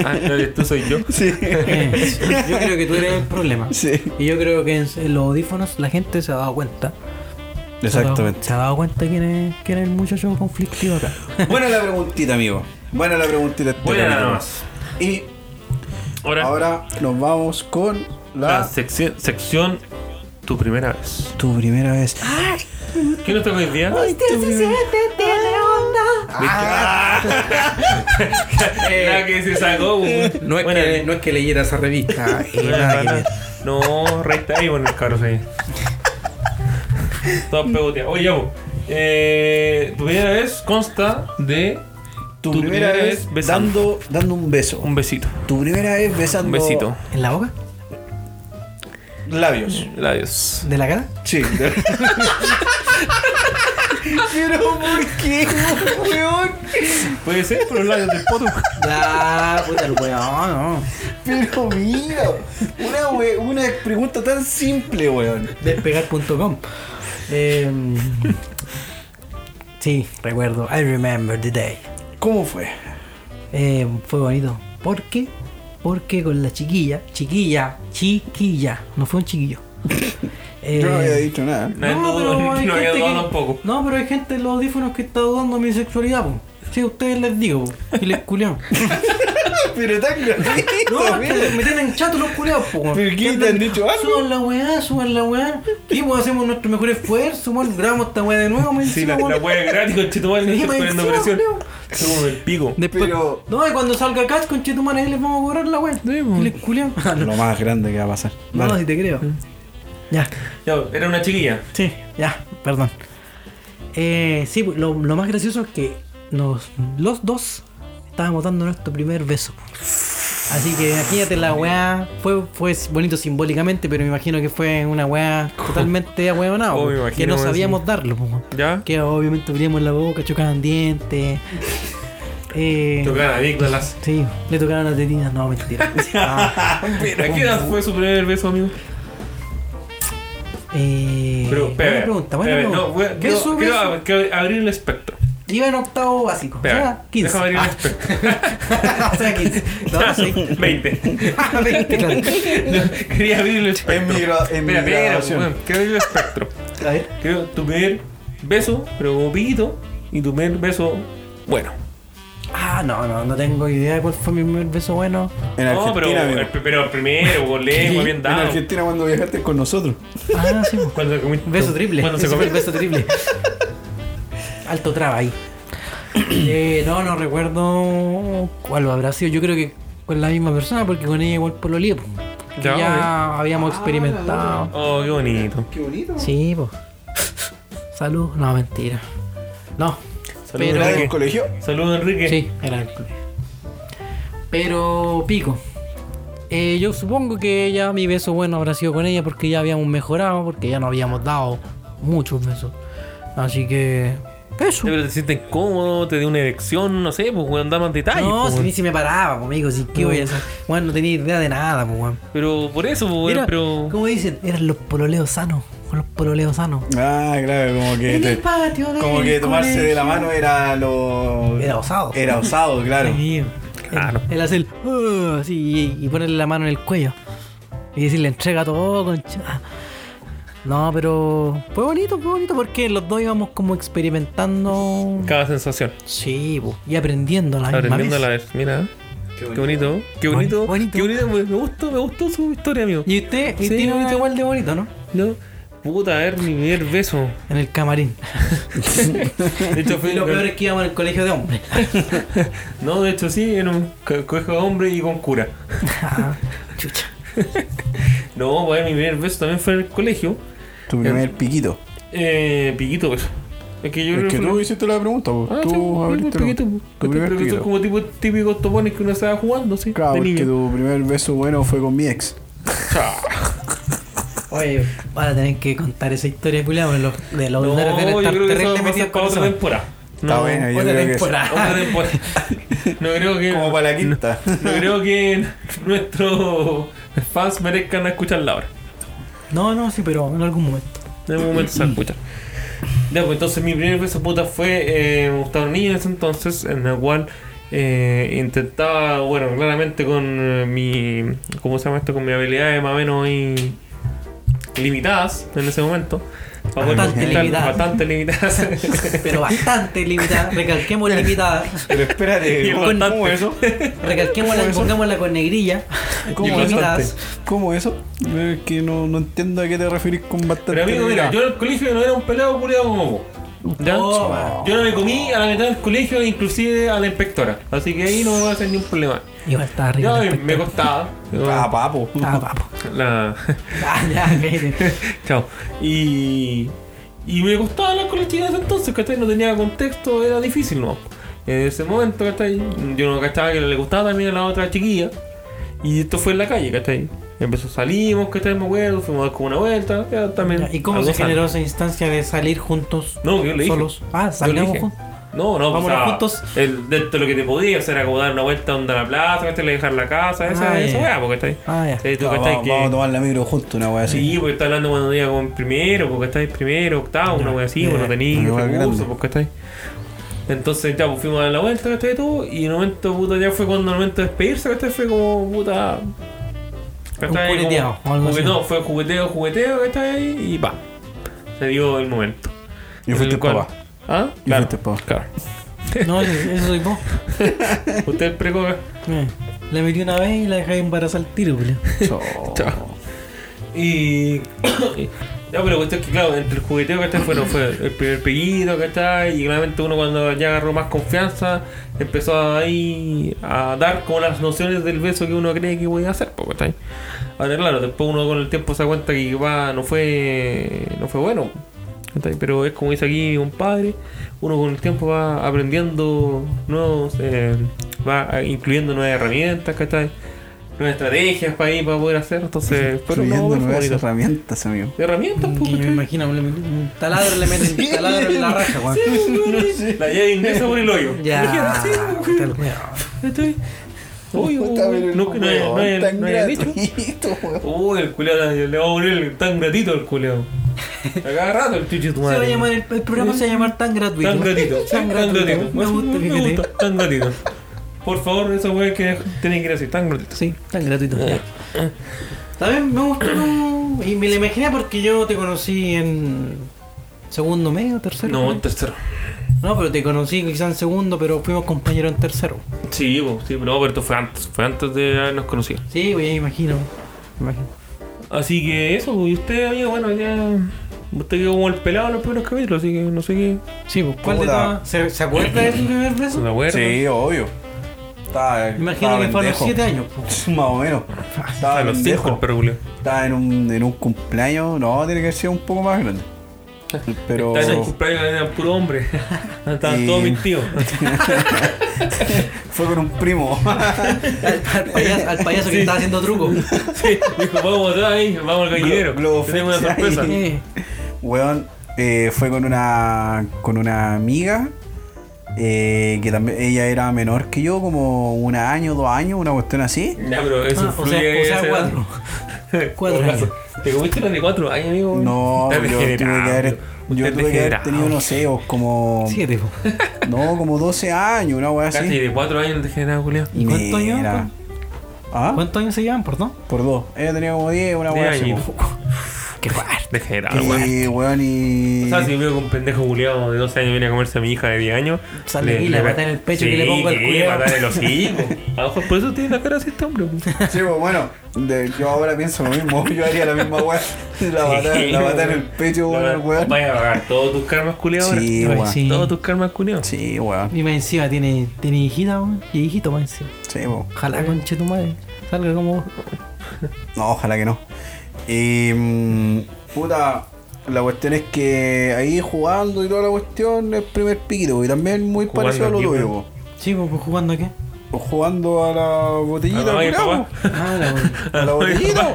C: Ah, no eres tú, soy yo.
D: Sí.
B: Eh, Yo creo que tú eres el problema.
D: Sí.
B: Y yo creo que en, en los audífonos la gente se ha dado cuenta. Se ha dado-
D: Exactamente.
B: Se ha dado cuenta quién es, quién es el muchacho conflictivo acá.
D: Buena la preguntita, amigo. Buena la preguntita. este
C: Buena
D: capítulo.
C: nada más.
D: Y
C: Ahora,
D: ahora nos vamos con la...
C: la sección, sección Tu primera vez.
D: Tu primera vez.
C: ¿Qué nos toca hoy día? Ah. La que se sacó, weón. Buena,
B: es que leyera esa revista.
C: buena, buena. No, recta ahí, bueno, el carro ahí. Todo pegoteado. Oye, ya, po. eh, tu primera vez consta de
D: Tu, primera, vez
C: besando
D: besando, dando un beso.
C: un besito.
D: Tu primera vez besando
C: Un besito.
B: ¿En la boca?
D: labios.
C: Adiós.
B: ¿De la cara?
D: Sí. Pero ¿por qué, weón?
C: Puede ser, pero los labios del poto.
B: Ah, puta el weón, no.
D: Pero mira, una, we- una pregunta tan simple, weón.
B: Despegar.com. Eh, sí, recuerdo. I remember the day.
D: ¿Cómo fue?
B: Eh, fue bonito. ¿Por qué? Porque con la chiquilla, chiquilla, chiquilla, no fue un chiquillo. Eh,
D: Yo no había dicho nada.
C: No,
B: pero hay
C: no había
B: gente
C: dudado
B: que-
C: tampoco.
B: No, pero hay gente en los audífonos que está dudando de mi sexualidad, po. Sí, a ustedes les digo, po. Y les culean.
D: Pero tan gratuito,
B: No,
D: mira.
B: me tienen chato los culeados, po.
D: ¿Pero qué? ¿Te han dicho algo?
B: Suban la weá, suban la weá. Y pues hacemos nuestro mejor esfuerzo, weón. Grabamos esta weá de nuevo, me
C: Sí, la,
B: encima,
C: la
B: weón.
C: wea es gratis, conchetumal, no
B: Sí,
C: estoy
B: me
C: poniendo
B: encima,
C: presión.
B: weón.
C: Estoy como el pico.
B: Después,
D: Pero-
B: No, y cuando salga Cats con Chetumana, ahí les vamos a cobrar la weá. Y les culean.
D: Lo más grande que va a pasar.
B: No,
D: Dale.
B: si te creo. Ya,
C: Mm. Ya, era una chiquilla.
B: sí, ya, perdón. Eh, sí, lo, lo más gracioso es que nos, los dos estábamos dando nuestro primer beso. Así que imagínate la weá. Fue, fue bonito simbólicamente, pero me imagino que fue una weá totalmente ahueonada.
C: Oh, me
B: po, que
C: imagino,
B: no
C: weón,
B: sabíamos darlo. po.
C: Ya.
B: Que obviamente abríamos la boca, chocaban dientes. Eh,
C: Tocaba Nicolás.
B: sí, le tocaron las tetinas. No, mentira. Ah,
C: ¿A qué edad fue su primer beso, amigo?
B: eh,
C: Pero,
B: buena
C: espera,
B: pregunta, buena
C: espera, no,
B: pregunta.
C: wea-
B: ¿Qué
C: no,
B: es un
C: quiero
B: beso?
C: ab- quiero abrir el espectro.
B: Iba en octavo básico.
C: Espera,
B: o sea, 15.
C: Déjame abrir el
B: Ah,
C: espectro.
B: o sea, 15. No, sí.
C: 20.
B: Veinte, claro.
C: No, Quería abrir el espectro.
D: En mi gra- en mi
C: Espera, espera,
D: graduación.
C: weón, Quiero abrir el espectro.
B: A ver.
C: Quiero tu primer beso, pero como piquito, y tu primer beso bueno.
B: Ah, no, no, no tengo idea de cuál fue mi primer beso bueno.
D: En
C: no, pero
D: Argentina, amigo.
C: el, pero el primero, con lengua, bien
D: En
C: dado.
D: Argentina cuando viajaste con nosotros.
B: Ah, sí. po.
C: Cuando se comiste-
B: Beso triple.
C: Cuando se
B: Ese fue el
C: comió.
B: beso triple. Alto traba ahí. Eh, no, no recuerdo cuál habrá sido. Yo creo que con la misma persona, porque con ella igual pololeé. po. Porque
C: Ya,
B: Ya, habíamos experimentado.
C: Oh, qué bonito.
B: Sí, pues. Salud. No, mentira. No.
C: Salud,
B: Pero-
D: ¿Era del
C: Enrique.
D: colegio?
C: Saludos, Enrique.
B: Sí, era el club. Pero pico. Eh, yo supongo que ya mi beso bueno habrá sido con ella porque ya habíamos mejorado, porque ya no habíamos dado muchos besos. Así que. Eso.
C: Sí, pero te sientes cómodo, te dio una erección, no sé, pues weón, da más detalles.
B: no,
C: pues,
B: si ni
C: weón.
B: si me paraba, pues, amigo, si que voy a hacer. Bueno, no tenía idea de nada, pues, weón.
C: Pero por eso, pues, weón,
B: Era-
C: pero.
B: ¿Cómo dicen? Eran los pololeos sanos. con los pololeos sanos.
D: Ah, claro, como que.
B: En
D: te-
B: el patio del
D: como que tomarse de la mano era lo.
B: Era osado.
D: Era osado, claro.
B: Sí, El, el hacer "Ah", así, y, y ponerle la mano en el cuello. Y decirle, entrega todo, concha. No, pero fue bonito, fue bonito porque los dos íbamos como experimentando.
C: Cada sensación.
B: Sí, po, y aprendiendo a la misma
C: Aprendiendo a
B: vez.
C: la vez. Mira. Qué bonito. Qué bonito.
B: Bonito.
C: Qué bonito. Me, me gustó, me gustó su historia, amigo.
B: Y usted
C: Sí.
B: tiene un hito igual de bonito, ¿no?
C: No. Puta, a ver, mi primer beso.
B: En el camarín.
C: De hecho, fue
B: Lo peor es que íbamos en el colegio de hombres.
C: No, de hecho sí, en un co- colegio de hombre y con cura. Ah,
B: Chucha.
C: No, pues mi primer beso también fue en el colegio.
D: Tu primer piquito.
C: Eh, piquito beso. Es que yo
D: Es
C: creo
D: que
C: fue-
D: tú hiciste la pregunta, pues.
C: Ah, sí,
D: tú
C: mi primer
D: abriste la-
C: piquito, pues.
D: Tu
C: Pero
D: primer
C: que son
D: piquito.
C: como tipo, típicos topones que uno estaba jugando, sí.
D: Claro,
C: de
D: porque
C: niño.
D: tu primer beso bueno fue con mi ex.
B: Oye, van a tener que contar esa historia, culiao, de los de los
C: No,
B: deben
C: yo
B: estar
C: creo que eso
B: terrible
C: va a
B: metidos con
C: pasar para otra
B: eso.
C: temporada.
D: Está bueno, yo
B: Otra
D: creo que sí.
B: temporada.
C: Otra temporada. No creo que.
D: Como para la quinta.
C: No creo que nuestros fans merezcan escucharla ahora.
B: No, no, sí, pero en algún momento.
C: De momento se va a escuchar. Ya, pues entonces mi primer beso puta fue. Eh, me gustaba un niño en ese entonces, en el cual eh, intentaba, bueno, claramente con eh, mi. ¿Cómo se llama esto? Con mis habilidades más o menos ahí limitadas en ese momento. Para poder
B: Bastante
C: conquistar-
B: limitadas.
C: Bastante limitadas.
B: Pero bastante limitada, recalquemos limitada.
D: Pero espérate,
C: Bien
D: ¿cómo,
C: bastante.
D: cómo eso?
B: Recalquémosla, pongámosla con negrilla.
D: ¿Cómo
B: Limitadas.
D: eso? ¿Cómo eso? Es que no, no entiendo a qué te referís con bastante.
C: Pero amigo, mira,
D: habilidad.
C: yo en el colegio no era un pelado culiado como vos. ¿Ya?
B: Oh.
C: yo no me comí a la mitad del colegio, inclusive a la inspectora. Así que ahí no me va a hacer ningún problema.
B: Igual estaba arriba.
C: Ya
B: del
C: me,
B: espectro.
C: me costaba.
D: Ah, papo.
B: Ah, papo.
C: La.
B: Ah, ya, cállate.
C: Chao. Y. Y me costaba hablar con las chicas de entonces, ¿cachai? No tenía contexto, era difícil, ¿no? En ese momento, ¿cachai? Yo no cachaba que le gustaba también a la otra chiquilla. Y esto fue en la calle, ¿cachai? Empezó, salimos, ¿cachai? Me acuerdo, fuimos a dar como una vuelta, ya, también.
B: Ya, ¿Y cómo
C: algo
B: se
C: sano.
B: generó esa instancia de salir juntos?
C: No, yo le dije.
B: Solos. Ah,
C: Yo le
B: salgamos
C: dije.
B: juntos.
C: No, no,
B: Vámonos
C: pues, ah,
B: juntos.
C: El, de esto lo que te podía hacer era como dar una vuelta onda a la plaza, ¿cachai? Le dejar la casa, esa,
B: Ah,
C: esa
B: ya.
C: weá, porque está ahí.
B: Ah, ya.
C: Sí, tú,
D: Ah,
C: ¿cachai?
D: vamos,
C: Que-
D: vamos a tomar la micro juntos, una wea así.
C: Sí, porque está hablando cuando diga con primero, porque estáis primero, octavo, una wea así,
B: ya.
C: porque no tenéis
D: Una wea
C: recursos,
D: grande.
C: porque estáis. Entonces ya pues fuimos a dar la vuelta, ¿cachai? y Todo, y en un momento puta ya fue cuando el momento de despedirse, ¿cachai? Fue como puta. ¿cachai?
B: Un jugueteo,
C: Como-
B: o algo
C: jugue-
B: así.
C: No, fue jugueteo, jugueteo, ¿cachai? Y pa. Se dio el momento.
D: Y
C: En
D: fuiste
C: el cual-
D: papá.
C: ¿Ah?
D: Y fuiste papá.
C: Claro.
B: No, eso soy vos.
C: Usted es precoz.
B: Eh, La metí una vez y la dejé embarazar al tiro, culiao.
C: Chao. Y. Ya, pero la cuestión es que, claro, entre el jugueteo que está fue, no, fue el primer pedido que está, y claramente uno cuando ya agarró más confianza, empezó ahí a dar como las nociones del beso que uno cree que voy a hacer, porque está Ahora, claro, después uno con el tiempo se da cuenta que va, no fue no fue bueno, ¿cachai? pero es como dice aquí mi compadre, uno con el tiempo va aprendiendo nuevos, eh, va eh, incluyendo nuevas herramientas, ¿cachai? Nuevas estrategias para ir para poder hacer, entonces, pero no,
D: Incluyendo
C: fue
D: nuevas
C: bonito.
D: herramientas, amigo.
C: Herramientas, po,
B: Y me
C: ¿cachai?
B: imagino, le metí un taladro le meten taladro en la raja, weón.
C: pues, La llave inglesa por el hoyo.
B: Ya.
C: Sí, pues,
B: puta el weón.
C: ¿cachai? Uy, uy, no, que no haya- no haya- no haya dicho. Uy, el culeado, le va a poner el tan gratito al culeado. A cada rato el chichi tu
B: Se
C: madre.
B: va a llamar, el, el programa se va a llamar tan gratuito.
C: Tan gratito,
B: Tan gratuito. Me gusta,
C: me
B: fíjate.
C: gusta, tan gratito. Por favor, esa weá que tienen que ir así, tan gratito.
B: Sí, tan gratuito. ya. También me gustó como- y me lo imaginé porque yo te conocí en segundo medio, tercero.
C: No,
B: por
C: en
B: ahí.
C: tercero.
B: no pero te conocí quizás en segundo, pero fuimos compañeros en tercero.
C: Sí, po, sí, no, pero esto fue antes, fue antes de habernos conocido.
B: Sí, pues ya me imagino. me imagino.
C: Así que eso, po, y usted, amigo, bueno, ya. Usted quedó como el pelado en los primeros capítulos, así que no sé qué.
B: Sí, pues ¿cuál de
D: Puta.
B: todas? ¿Se, se acuerda de su primer beso?
C: No me acuerdo.
D: Sí, obvio. Estaba,
B: Imagino que fue a los 7 años. pues.
D: años. Más o menos. Estaba
C: A los cinco el
D: pendejo.
C: perro culiao.
D: Estaba en un, en un cumpleaños. No, tiene que ser un poco más grande. Pero.
C: Estaba en el cumpleaños, eran puro hombre. Estaban
D: Y-
C: todos mis tíos.
D: Fue con un primo.
B: Al, al payaso, al payaso que estaba haciendo truco.
C: Sí, dijo, vamos atrás ahí, vamos al gallinero.
D: Glo- globo
C: Tenemos una
D: feliz ahí.
C: sorpresa.
B: Eh,
D: Weón, eh, fue con una. con una amiga. eh, que también ella era menor que yo, como un año, dos años, una cuestión así.
C: Ya, pero eso
B: ah, o sea,
C: influye
B: o sea,
C: esa edad.
B: cuatro. Cuatro
C: Como caso.
B: años.
C: ¿Te comiste los de cuatro años, amigo?
D: No,
C: Está
D: yo tuve que
C: degenerado.
D: haber,
C: Usted
D: yo tuve que haber
C: degenerado.
D: tenido, no sé, o como.
B: Siete, pues. po.
D: No, como 12 años, una weá
C: Casi
D: así.
C: de cuatro años degenerado, Julio.
B: ¿Y cuántos años?
D: Mira. ¿Ah?
B: ¿Cuántos años se llevan, por dos?
D: Por dos. Ella tenía como 10, una
C: Diez
D: weá así.
C: años.
D: po.
B: Qué fuerte.
C: Degenerado, weón.
D: Y weón y.
C: O sea, si veo que un pendejo culiado de 12 años viene a comerse a mi hija de 10 años.
B: Sale y la patada en el pecho que le pongo al
C: Sí,
B: culiao.
C: patada en el hocico. A lo mejor por eso tiene la cara así este hombre.
D: Sí, pues bueno, de- yo ahora pienso lo mismo, yo haría la misma weá. La batalla la batalla en el pecho, weón, al weón.
C: Vaya a pagar todos tus karmas culiados.
D: Sí,
C: ahora.
D: weón.
B: Sí.
C: Todos tus karmas culiados.
D: Sí, weón.
B: Y más encima tiene, tiene hijita, weón. Y hijito más encima.
D: Sí, pues.
B: Ojalá, conche tu madre. Salga como vos.
D: No, ojalá que no. Y. mm, puta. La cuestión es que ahí jugando y toda la cuestión, el primer piquito, y también muy
C: Jugando
D: parecido a lo
C: aquí,
D: tuyo,
C: weón.
B: Sí, pues jugando a qué.
D: po. jugando a la botellita,
C: A la mamá y al
D: culiao,
C: papá.
D: po.
B: Ah, la weón.
D: a la botellita, po.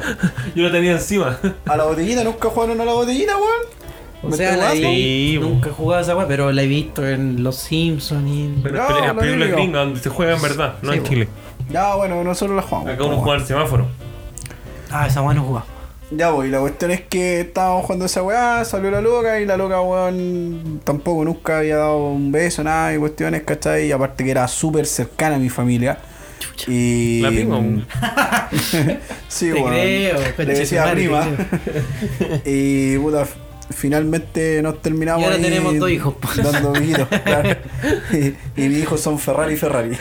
C: Yo lo tenía encima.
D: a la botellita, nunca jugaron a la botellita, weón.
B: O
D: ¿Me
B: sea,
D: estás
B: la
D: jugando?
B: vi,
C: Sí, po.
B: nunca he jugado esa weá, pero la he visto en Los Simpsons y.
C: Pero
D: No,
C: en las
D: no
C: películas
D: digo.
C: gringas donde se juega en verdad, no
B: Sí,
C: en
B: po.
C: Chile.
D: Ya, bueno, nosotros la jugamos.
C: Acá
D: po,
C: uno
D: weón.
C: juega al semáforo.
B: Ah, esa weá no he jugado.
D: Ya, voy, la cuestión es que estábamos jugando esa weá, salió la loca y la loca, weón, tampoco nunca había dado un beso, nada, y cuestiones, ¿cachai? Y aparte que era súper cercana a mi familia. Y. mm,
C: La prima, weón.
D: sí,
B: Te
D: weón.
B: creo,
D: Le
B: conche
D: decía
B: tu madre,
D: prima.
B: te
D: y, puta, f- finalmente nos terminamos.
B: Y ahora
D: ahí
B: tenemos dos hijos, pues. po.
D: Dando ojitos, claro. Y, y mis hijos son Ferrari y Ferrari.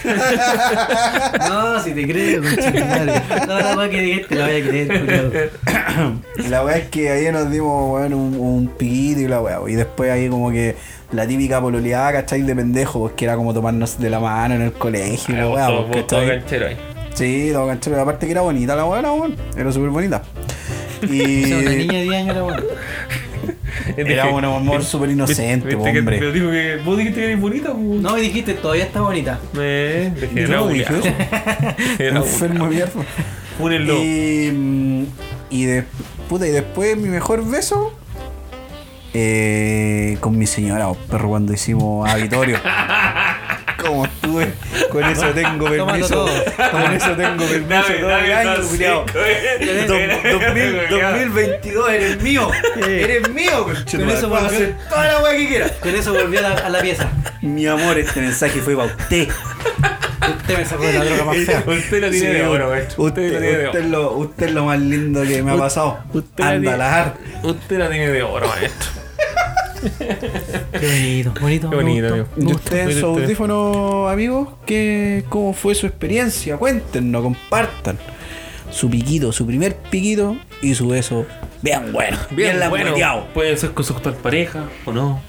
B: No, si te creo, conche tu madre. No, la weá que dijiste la voy a creer, culiao.
D: Y la weá es que ahí nos dimos weón, un, un piquito y la weá. Y después ahí como que la típica pololeada, ¿cachai? De pendejo, pues que era como tomarnos de la mano en el colegio y la weá,
C: Todo-
D: pues,
C: todo- todo
D: ¿cachai?
C: canchero ahí.
D: Sí, todo canchero. Y Aparte que era bonita la weá, la weón. Era súper bonita.
B: O sea, una
D: Y
B: niña de 10 años la weá.
D: era un amor súper inocente,
C: Viste que- Pero
D: hombre.
C: digo que vos dijiste que eres bonita, weón.
B: No, y dijiste, todavía está bonita.
C: Eh,
D: Yo no
C: degenerado,
D: dije
C: culiao.
D: eso.
C: Degenerado,
D: Enfermo de mierda.
C: culiao. Fúrenlo.
D: Y, mm, y, de- puta, y después mi mejor beso eh, con mi señora, oh, perro, cuando hicimos Avitorio. Como estuve, con eso tengo
B: Tómalo
D: permiso.
B: todo.
D: Con eso tengo permiso
C: Dame,
D: todo
C: dame,
D: el año,
C: dame,
D: culiao.
C: sí, güey.
D: Dos-
C: Dame,
D: dos mil-
C: dame,
D: 2022, eres mío. Eres mío, conchetumare.
B: Con eso
D: Puedo
B: volvió-
D: hacer toda la weá que quieras.
B: Con eso volvió a la, a la pieza.
D: Mi amor, este mensaje fue para usted.
B: Usted me sacó de la droga más fea.
C: Usted lo tiene
D: Sí,
C: de oro, güey.
D: Usted, usted,
C: lo tiene de
D: es
C: oro.
D: lo, usted es lo más lindo que me ha
C: Ut-
D: pasado.
C: usted la tiene-
D: Andalajar.
C: Usted la tiene de oro, maestro.
B: Qué bonito, bonito.
C: Qué bonito,
B: me
C: amigo.
B: gustó.
D: ¿Y
C: Me
D: usted en
C: gustó.
D: su audífono, amigos? ¿qué, ¿Cómo fue su experiencia? Cuéntenos, compartan. Su piquito, su primer piquito y su beso. Bien bueno, bien, la
C: bueno,
D: lambreteado.
C: Puede ser con su actual pareja o no.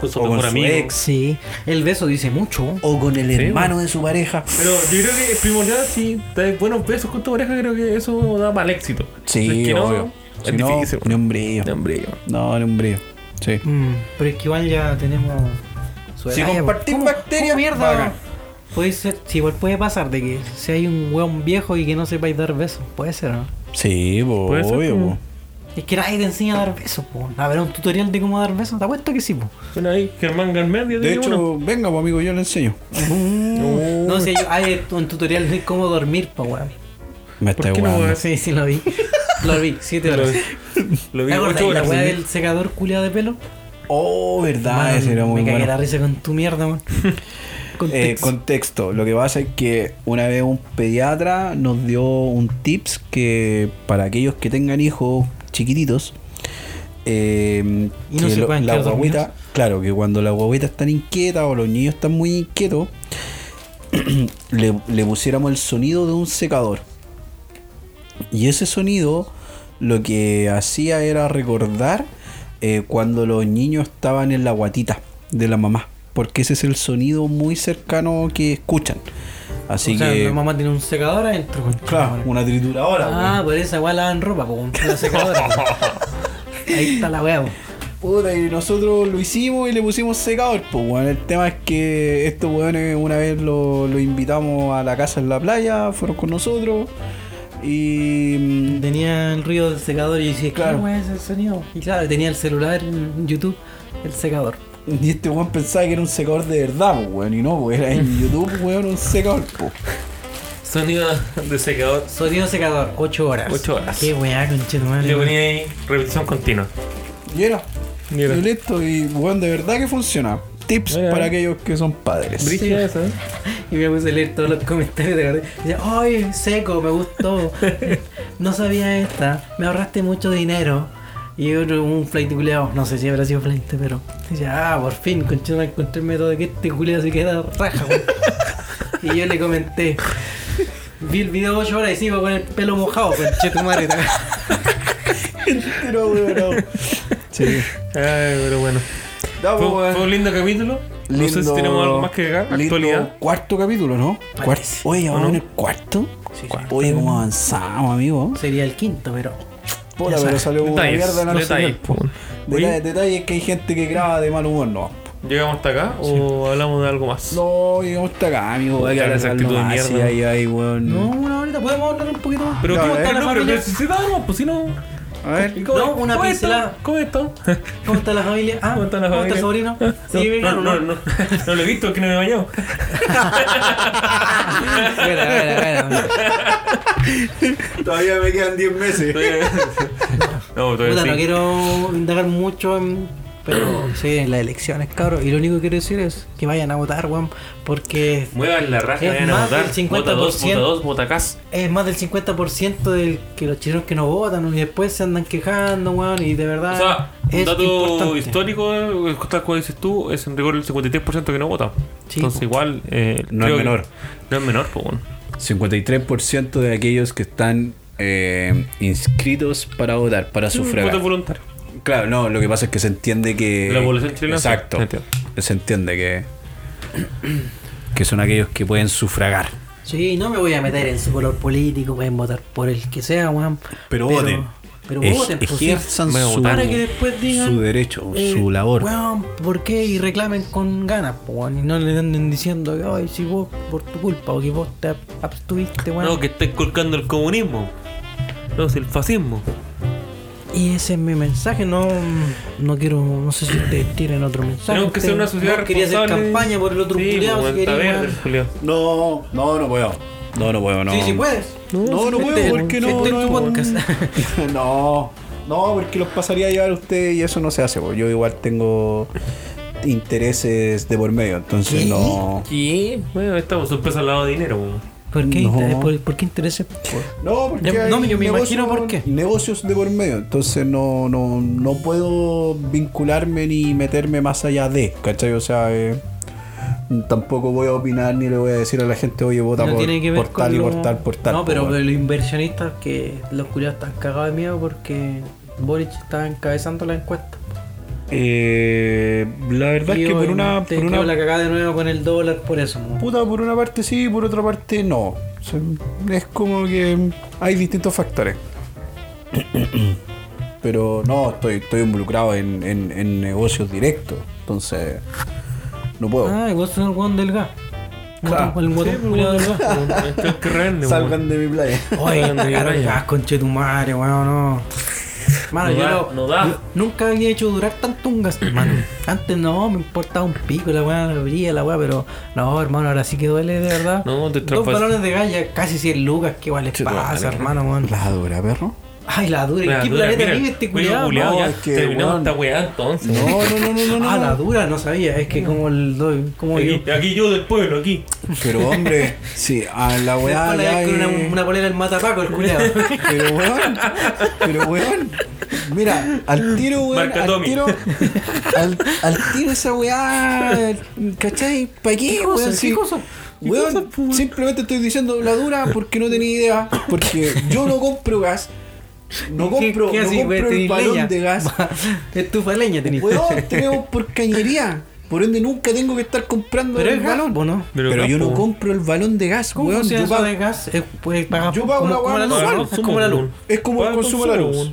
C: Con su
D: O con
C: mejor
D: su
C: amigo.
D: ex.
B: Sí, el beso dice mucho.
D: O con el
C: Sí,
D: hermano de su pareja.
C: Pero yo creo que es primordial si te buenos besos con tu pareja, creo que eso da para el éxito. Si
D: sí,
C: es que no,
D: obvio.
C: Es
D: Si no,
C: difícil.
D: ni un brillo.
C: De hombre, yo.
D: No, ni un brillo. Sí.
B: Mm, pero es que igual ya tenemos. su
D: Si
B: edad, ya,
D: compartís
B: ¿cómo-
D: bacterias,
B: cómo mierda.
D: bacán.
B: Puede ser, si igual puede pasar de que si hay un weón viejo y que no sepáis dar besos, puede ser, ¿no?
D: Sí, po,
C: Puede ser
D: obvio.
C: como-
D: po.
B: Es que nadie te enseña a dar besos, po. Habrá un tutorial de cómo dar besos, te apuesto que sí, po.
C: Bueno, ahí, Germán Garmendia
D: De
C: tiene uno.
D: hecho, venga, po, amigo, yo le enseño.
B: No, si hay, hay un tutorial de cómo dormir, po, weón.
D: Me
C: ¿Por
D: está
C: qué no
D: guardando.
B: Sí, sí, lo vi. Lo vi, siete
C: Lo,
B: horas.
C: lo vi
B: ¿Te acordás
C: ocho
B: la
C: horas.
B: weá del secador culiado de pelo?
D: Oh, verdad,
B: Man,
D: ese era muy
B: me cagué
D: bueno.
B: la risa con tu mierda, man.
D: Eh,
B: Contexto.
D: contexto, lo que pasa es que una vez un pediatra nos dio un tips que para aquellos que tengan hijos chiquititos, eh,
B: Y no
D: que
B: se
D: lo-
B: puedan
D: la
B: quedar
D: guaguita,
B: dormidos.
D: claro, que cuando la guaguita están inquieta o los niños están muy inquietos, le, le pusiéramos el sonido de un secador. Y ese sonido lo que hacía era recordar eh, cuando los niños estaban en la guatita de la mamá. Porque ese es el sonido muy cercano que escuchan. Así
B: o sea,
D: que.
B: mi mamá tiene un secador adentro. concha
D: Claro,
B: madre.
D: una trituradora.
B: Ah, por esa weá lavan ropa, po, con la secadora. po. Ahí está la weá, po.
D: Puta, y nosotros lo hicimos y le pusimos secador, pues, weón. El tema es que estos weones una vez lo, lo invitamos a la casa en la playa, fueron con nosotros. Y. mm,
B: Tenía el ruido del secador y yo decía,
D: Claro.
B: claro, weá es el sonido. Y claro, tenía el celular, en YouTube, el secador.
D: Y este weón pensaba que era un secador de verdad, pues, weón. Y no, pues era en YouTube, weón, un secador, pues.
C: Sonido de secador.
B: Sonido secador, 8 horas.
C: Ocho horas.
B: Qué weá, conchetumare.
C: Le ponía ahí repetición continua.
D: Y era.
C: Y era.
D: Y listo, y weón, de verdad que funciona. Tips
C: Mira.
D: para aquellos que son padres.
C: Brígida esa, ¿eh?
B: Y me puse a leer todos los comentarios de verdad. Dice, ¡ay, seco! Me gustó. no sabía esta. Me ahorraste mucho dinero. Y otro, un flight culeado. No sé si habrá sido flight, pero. Dice, ah, por fin, conchona, encontré el método de que este culeado se queda raja, weón". Y yo le comenté. Vi el video 8 horas y sigo con el pelo mojado, conchetumare.
D: Pero, weón, Sí.
C: Ay, pero bueno.
D: Da,
C: Fue,
D: pues, weón.
C: fue un lindo capítulo. No sé si
D: Lindo-
C: tenemos algo más que agregar.
D: lindo
C: Actualidad.
D: Cuarto capítulo, ¿no?
B: Parece.
D: Cuarto. Oye, ¿ya
C: ¿O no?
D: vamos en el cuarto. Oye, ¿cómo avanzamos, amigo?
B: Sería el quinto, pero.
D: Puta,
B: Ya
D: pero
B: sabes,
D: salió una
C: Detalles.
D: mierda la
C: Detalles. po.
D: noticia. Detalles,
C: Oye,
D: detalles que hay gente que graba de mal humor, no.
C: ¿Llegamos hasta acá o hablamos de algo más?
D: No, llegamos hasta acá, amigo. Hay que
C: Puta, esa actitud
D: alargarlo
C: de
D: más, sí,
C: mierda.
D: ahí, ahí, weón.
B: No, una horita, podemos hablar un poquito más.
C: Pero
D: No,
C: ¿cómo
D: eh,
C: está la
D: no,
C: familia?
D: pero-
C: Si se da, no, pues si no.
D: A ver.
B: No, una
C: ¿cómo
B: pincelada.
C: está? ¿Cómo está?
B: ¿Cómo está la familia? Ah,
C: ¿Cómo está la familia?
B: el sobrino?
C: No,
B: Sí, venga,
C: no, no, no, no lo he visto, que no me he bañado.
B: Bueno, bueno, bueno.
D: Todavía me quedan 10 meses.
C: No,
B: Puta,
C: todavía
B: no
C: sí.
B: quiero indagar mucho en. Pero sí, en las elecciones, cabrón. Y lo único que quiero decir es que vayan a votar, weón. Porque
C: Muevan la raja,
B: Es
C: vayan a
B: más
C: votar.
B: del 50%.
C: Vota dos, vota dos, vota cas.
B: es más del 50% del que los chilenos que no votan. Y después se andan quejando, weón. Y de verdad.
C: O sea, un
B: Ah, es
C: dato
B: importante.
C: histórico, eh, tal cual dices tú, es en rigor el 53% que no vota.
B: Sí,
C: Entonces,
B: po.
C: igual. eh,
D: No es
C: creo que-
D: menor.
C: No es menor, pues bueno.
D: 53% de aquellos que están eh, inscritos para votar, para
C: Mm, Voto
D: sufragar.
C: voluntario.
D: Claro, no, lo que pasa es que se entiende que.
C: La población chilena, sí,
D: Exacto.
C: se entiende.
D: Se entiende que. que son aquellos que pueden sufragar.
B: Sí, no me voy a meter en su color político. Pueden votar por el que sea, weón.
D: Pero voten.
B: Pero
D: Ej-
B: voten, pues, sí.
D: ejerzan
C: Voy a
D: su,
C: votar.
B: Para que después digan.
D: su derecho,
B: eh,
D: su labor.
B: Weón, ¿por qué? Y reclamen con ganas, po, weón. Y no le anden diciendo, ay, si vos, por tu culpa, o que vos te abstuviste, weón.
C: No, que está inculcando el comunismo. No, es el fascismo.
B: Y ese es mi mensaje, no, no quiero, no sé si ustedes tienen otro mensaje.
C: Tenemos que
B: Ustedes-
C: ser una sociedad
B: este, vos querías hacer
C: responsable.
B: campaña por el otro
C: sí,
B: culiao,
C: po,
B: si
C: bueno, está
B: querías,
C: verde
B: weón.
C: el culiao.
D: No, no, no puedo. No, no puedo, no.
B: Sí, sí puedes.
D: No, no
B: Este-
D: puedo, porque no.
B: este es tu
D: no,
B: podcast.
D: No, no, porque los pasaría a llevar usted y eso no se hace. po. Yo igual tengo intereses de por medio, entonces
B: ¿Qué?
D: no.
C: ¿Qué? Bueno, estamos sorpresa al lado de dinero, po.
B: ¿Por qué,
D: No.
B: interés? ¿Por, por qué interés? Por-
D: No, porque
B: Ya, no,
D: hay
B: yo me
D: negocios-
B: imagino por qué.
D: Negocios de por medio, entonces no, no, no puedo vincularme ni meterme más allá de, ¿cachai? O sea, eh, tampoco voy a opinar ni le voy a decir a la gente, oye, vota
B: no
D: por,
B: tiene que ver
D: por
B: con
D: tal y
B: lo-
D: por tal, por tal.
B: No,
D: po,
B: pero
D: weón.
B: los inversionistas que los culiados están cagados de miedo porque Boric está encabezando la encuesta.
D: Eh, la verdad es que por una,
B: Te
D: por una
B: quedó la cagada de nuevo con el dólar por eso. mo.
D: Puta, por una parte sí, por otra parte no. O sea, es como que hay distintos factores. Pero no, estoy, estoy involucrado en, en- en negocios directos. Entonces, no puedo.
B: Ah, y vos sos el guan del gas.
D: Claro.
B: El guatón
C: pues,
B: culiao del gas.
C: Este es el que revende, po.
D: Salgan de mi playa.
B: Oye,
C: Salgan de mi
B: cagaron el
C: playa.
B: gas, "Ah, conche tu madre, weón, no. Mano,
C: No
B: yo
C: da,
B: lo-
C: no da.
B: yo nunca había hecho durar tanto un gas, hermano. Antes no, me importaba un pico la weá, la brilla, la weá, pero no, hermano, ahora sí que duele de verdad.
C: No, te
B: Dos
C: traspas-
B: balones de gas ya casi 100 lucas, ¿qué igual les
D: Che, tu
B: pasa,
D: madre.
B: hermano, weón?
D: La dura, perro.
B: Ay, la dura, ¿en
C: La
B: qué
C: dura,
B: planeta
C: mira,
B: vive este
C: culiao
B: culiado?
C: culiao,
D: No,
C: ya
D: es que,
C: terminamos
D: weón.
C: esta weá entonces.
D: No, no, no, no, no. no.
B: Ah, la dura, no sabía, es que como el doy, como yo.
C: Aquí, aquí yo del pueblo, aquí.
D: Pero hombre, sí, a la weá.
B: Después la
D: ya
B: ves con
D: es-
B: una, una polera del matapaco, el culiado.
D: Pero weón, pero weón. Mira, al tiro, weón.
C: Marca
D: Al
C: Tommy.
D: tiro, al, al tiro esa weá. ¿Cachai? ¿Para qué,
B: cosa?
D: weón?
B: ¿Qué
D: Sí.
B: cosa? ¿Qué
D: Weón,
B: cosa, po, weón?
D: simplemente estoy diciendo la dura porque no tenía idea. Porque yo no compro gas. No compro, no
B: así,
D: compro
B: güey?
D: el
B: ¿Tenís
D: balón
B: leña?
D: de gas.
B: Estufa de leña tenés.
D: Weón, tenemos por cañería. Por ende nunca tengo que estar comprando
B: Pero
D: el
B: es
D: balón.
B: galón, po, ¿no?
D: Pero, yo no
C: compro.
D: compro el balón de gas,
B: ¿Cómo
D: weón.
B: funciona
D: Yo
B: eso
D: pago-
B: de gas? Eh, pues, pagas
D: Yo pago
B: como,
D: la
B: como
D: weá
B: la luz,
D: normal,
B: ¿no? Es como la luz.
D: Es como el consumo de la luz.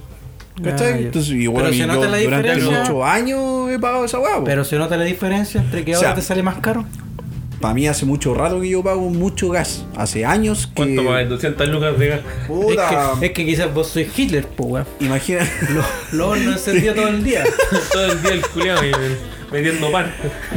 D: ¿Cachai?
B: Ah, ya.
D: Entonces, y
B: Pero
D: bueno,
B: se
D: y
B: nota
D: yo
B: la
D: durante
B: diferencia.
D: los 8 años he pagado esa hueá.
B: Pero se nota la diferencia entre que
D: O
B: ahora
D: sea,
B: te sale más caro.
D: para mí hace mucho rato que yo pago mucho gas. Hace años que.
C: ¿Cuánto pagas? 200 lucas de gas.
D: Puta.
B: Es, que, es que quizás vos sois Hitler, po, weón.
D: Imagina.
B: Lo no encendía todo el día.
C: Todo el día el culiao y- metiendo pan.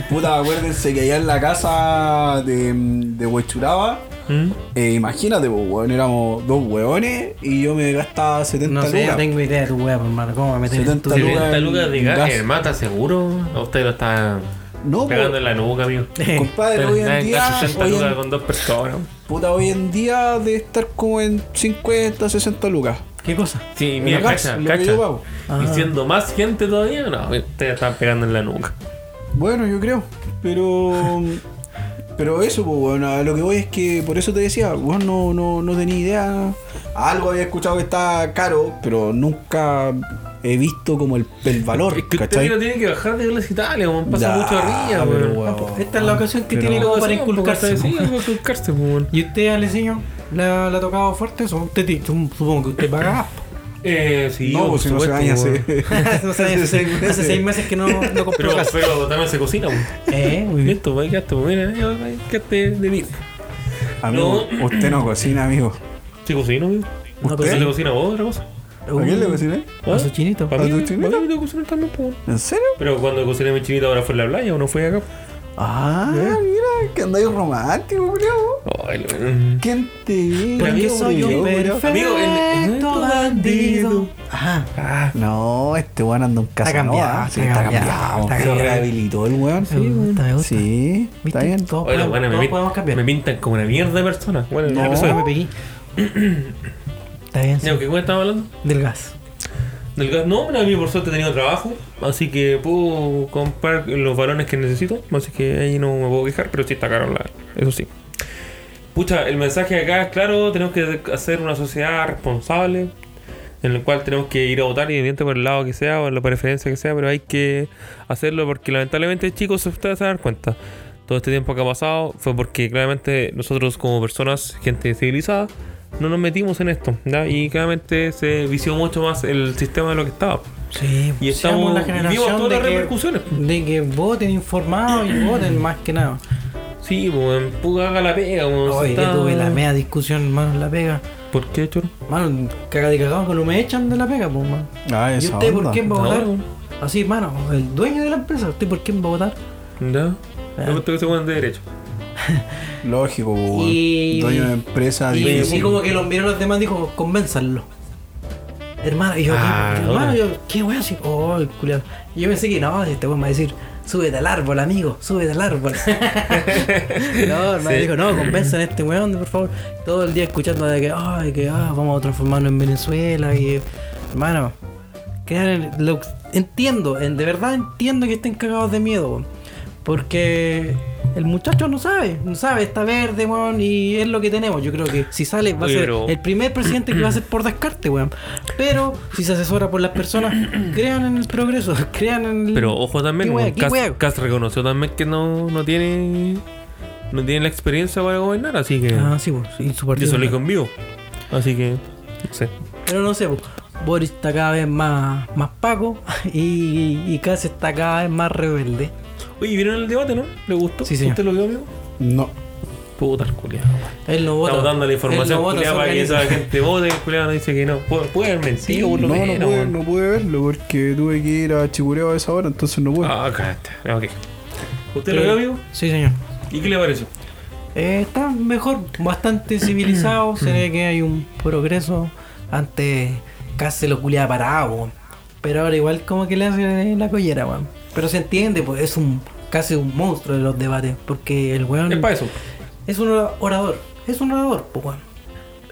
D: Puta, acuérdense que allá en la casa de, de Huechuraba
C: ¿Mm?
D: Eh, imagínate, pues, weón, éramos dos weones y yo me gastaba 70
B: No sé, no
D: lucas.
B: tengo idea de tu weá, pues, hermano. ¿Cómo me metes en tu
D: 70
B: vida?
D: lucas.
C: 70 lucas de
D: en
C: gas.
D: gas.
C: El mata seguro. A usted lo está
D: No,
C: pegando
D: pues,
C: en la nuca, amigo.
D: compadre, hoy en día.
C: Está 60
D: hoy en-
C: lucas con dos personas.
D: puta, hoy en día de estar como en 50, 60 lucas.
B: ¿Qué cosa?
C: Sí,
D: En
C: mira,
D: el gas,
C: cacha,
D: lo que
C: cacha.
D: yo pago.
B: Ah.
C: Y siendo más gente todavía, no, ustedes están pegando en la nuca.
D: Bueno, yo creo. Pero. Pero eso, pues, weón, a lo que voy es que por eso te decía, weón, no, no, no tenía idea. Algo había escuchado que está caro, pero nunca he visto como el, el valor.
C: Es que
D: ¿cachai?
C: usted no tiene que bajar de Velas Italia, weón. Pasa
D: Ya,
C: mucho arriba,
D: pero,
C: weón.
D: weón.
B: Ah, pues,
D: Ah,
B: Esta es la ocasión que
D: Pero- pues,
B: tiene como para
C: Sí, un poco
B: inculcarse.
C: Sí, algo para inculcarse, weón.
B: ¿Y usted, Aleciño, le ha le ha tocado fuerte eso? Usted, ti- sup- supongo que usted pagaba.
C: Eh, sí,
D: No,
C: por
D: pues si no se
C: supuesto,
D: baña
C: weón.
D: hace.
B: no sé, hace, seis, hace seis meses que no, no compró
C: Pero,
B: casa.
C: pero también se cocina, weón.
B: Eh, muy bien.
C: Listo, weón, quedaste, weón. Mira, eh, weón, quedaste de mí.
D: Amigo, usted no cocina, amigo.
C: ¿Sí cocino, amigo?
B: No,
C: ¿Pero
B: pero
C: se le
B: sí.
C: cocina vos otra cosa? ¿Ah?
D: ¿A quién le cociné?
B: Uh, a su chinito.
C: ¿Para
D: ¿A
C: mí?
D: tu
C: ¿Para mí
D: chinita?
C: me tengo que cocinar también, pues, weón.
D: ¿En serio?
C: Pero cuando cociné mi chinita ahora fue en la playa o no fue acá.
D: Ah, mira, que andáis romántico, culiao.
C: Ay, weón.
D: ¿Quién te dijo?
B: Porque soy un
C: Amigo, en- en-
B: perfecto bandido. Ajá.
D: No, este weón anda un
B: Está cambiado,
D: Casanova. ah, Sí,
B: está
D: está
B: cambiado,
D: cambiado.
B: está
D: Se
B: cambiado.
D: rehabilitó el weón.
B: Me gusta, me gusta.
D: Sí,
B: ¿Viste?
D: está bien.
B: Todos
C: Oye, la
B: podemos,
C: buena, me,
B: todos
C: pin-
B: podemos cambiar.
C: me pintan como una mierda de persona. Bueno,
D: No.
C: ya
B: La
C: empezó.
B: persona me pegué. Está bien, sí.
C: Ya, ¿Qué cómo estaba hablando?
B: Del gas.
C: Del gas, no, mira, a mí por suerte he tenido trabajo, así que puedo comprar los balones que necesito, así que ahí no me puedo quejar, pero sí está caro, la- eso sí. Pucha, el mensaje acá es claro, tenemos que hacer una sociedad responsable, en la cual tenemos que ir a votar, y evidente por el lado que sea, o en la preferencia que sea, pero hay que hacerlo porque lamentablemente, chicos, ustedes se dan cuenta, todo este tiempo que ha pasado fue porque claramente nosotros como personas, gente civilizada, no nos metimos en esto, ¿ya? Y claramente se vició mucho más el sistema de lo que estaba.
B: Sí,
C: Y estamos
B: seamos la
C: vivos
B: generación
C: todas
B: de
C: las
B: que,
C: repercusiones.
B: de que voten informados y voten más que nada.
C: Sí, pues, weón, puta haga la pega, weón.
B: Oye,
C: está-
B: que tuve la media discusión, hermano, en la pega.
C: ¿Por qué, choro?
B: Mano, caga de cagado, cuando me echan de la pega, pues, man.
D: Ah,
B: ¿Y
D: esa
B: usted por
D: onda.
B: quién va a
C: No.
B: votar? Así, hermano, el dueño de la empresa, ¿usted por quién va a votar?
C: ¿Ya?
B: Ah.
C: Me gusta que se weón de derecho.
D: Lógico, po, weón.
B: Y-
D: Dueño de empresa,
B: Y
D: difícil.
B: así como que los miró a los demás dijo, convénzanlo. Hermano, y yo,
C: Ah,
B: ¿qué,
C: ahora.
B: hermano, yo, ¿qué voy a decir? Oh, el culiao. Y yo pensé que no, si este weón va a decir, súbete al árbol, amigo, súbete al árbol. no, hermano,
C: Sí.
B: dijo, no, convenzan a este weón, por favor. Todo el día escuchando de que, ay, que ah, vamos a transformarnos en Venezuela. Y, hermano, que lo, entiendo, en- de verdad entiendo que estén cagados de miedo, weón. Porque el muchacho no sabe, no sabe, está verde, weón, y es lo que tenemos. Yo creo que si sale va a
C: Oye,
B: ser
C: pero-
B: el primer presidente que va a ser por descarte, weón. Pero si se asesora por las personas, crean en el progreso, crean en el...
C: Pero ojo también,
B: ¿Qué Mm. wea,
C: weón,
B: qué
C: Cas-
B: wea?
C: Cas reconoció también que no, no tiene. No tiene la experiencia para gobernar, así que.
B: Ah, sí, weón, y su
C: yo
B: partido.
C: se lo dijo en vivo. Así que. No sé.
B: Pero no sé, po, Boris está cada vez más, más paco y, y Kass está cada vez más rebelde.
C: Oye, ¿vieron el debate, no? ¿Le gustó?
B: Sí, señor.
C: ¿Usted lo vio, amigo?
D: No.
C: Puta, el culiao.
B: Él no vota.
C: Estamos dando la
B: él no
C: información,
B: vota,
C: culiao,
B: se
C: para que
B: organiza.
C: esa gente vote. El culiao no dice que no. Pu- Puede haber mentido, por
D: No,
C: lo
D: no
C: menos,
D: pude,
C: weón.
D: no pude verlo porque tuve que ir a Chicureo a esa hora, entonces no pude.
C: Ah, cállate. Ok. ¿Usted lo vio, amigo?
B: Sí, señor.
C: ¿Y qué le pareció?
B: Eh, está mejor, bastante civilizado. se
C: Mm.
B: ve que hay un progreso. Antes casi lo culiaba parado, weón. Pero ahora igual como que le hace la collera, weón. Pero se entiende, pues es un casi un monstruo de los debates. Porque el weón
C: Es para eso.
B: es un ora- orador. Es un orador, pues, weón.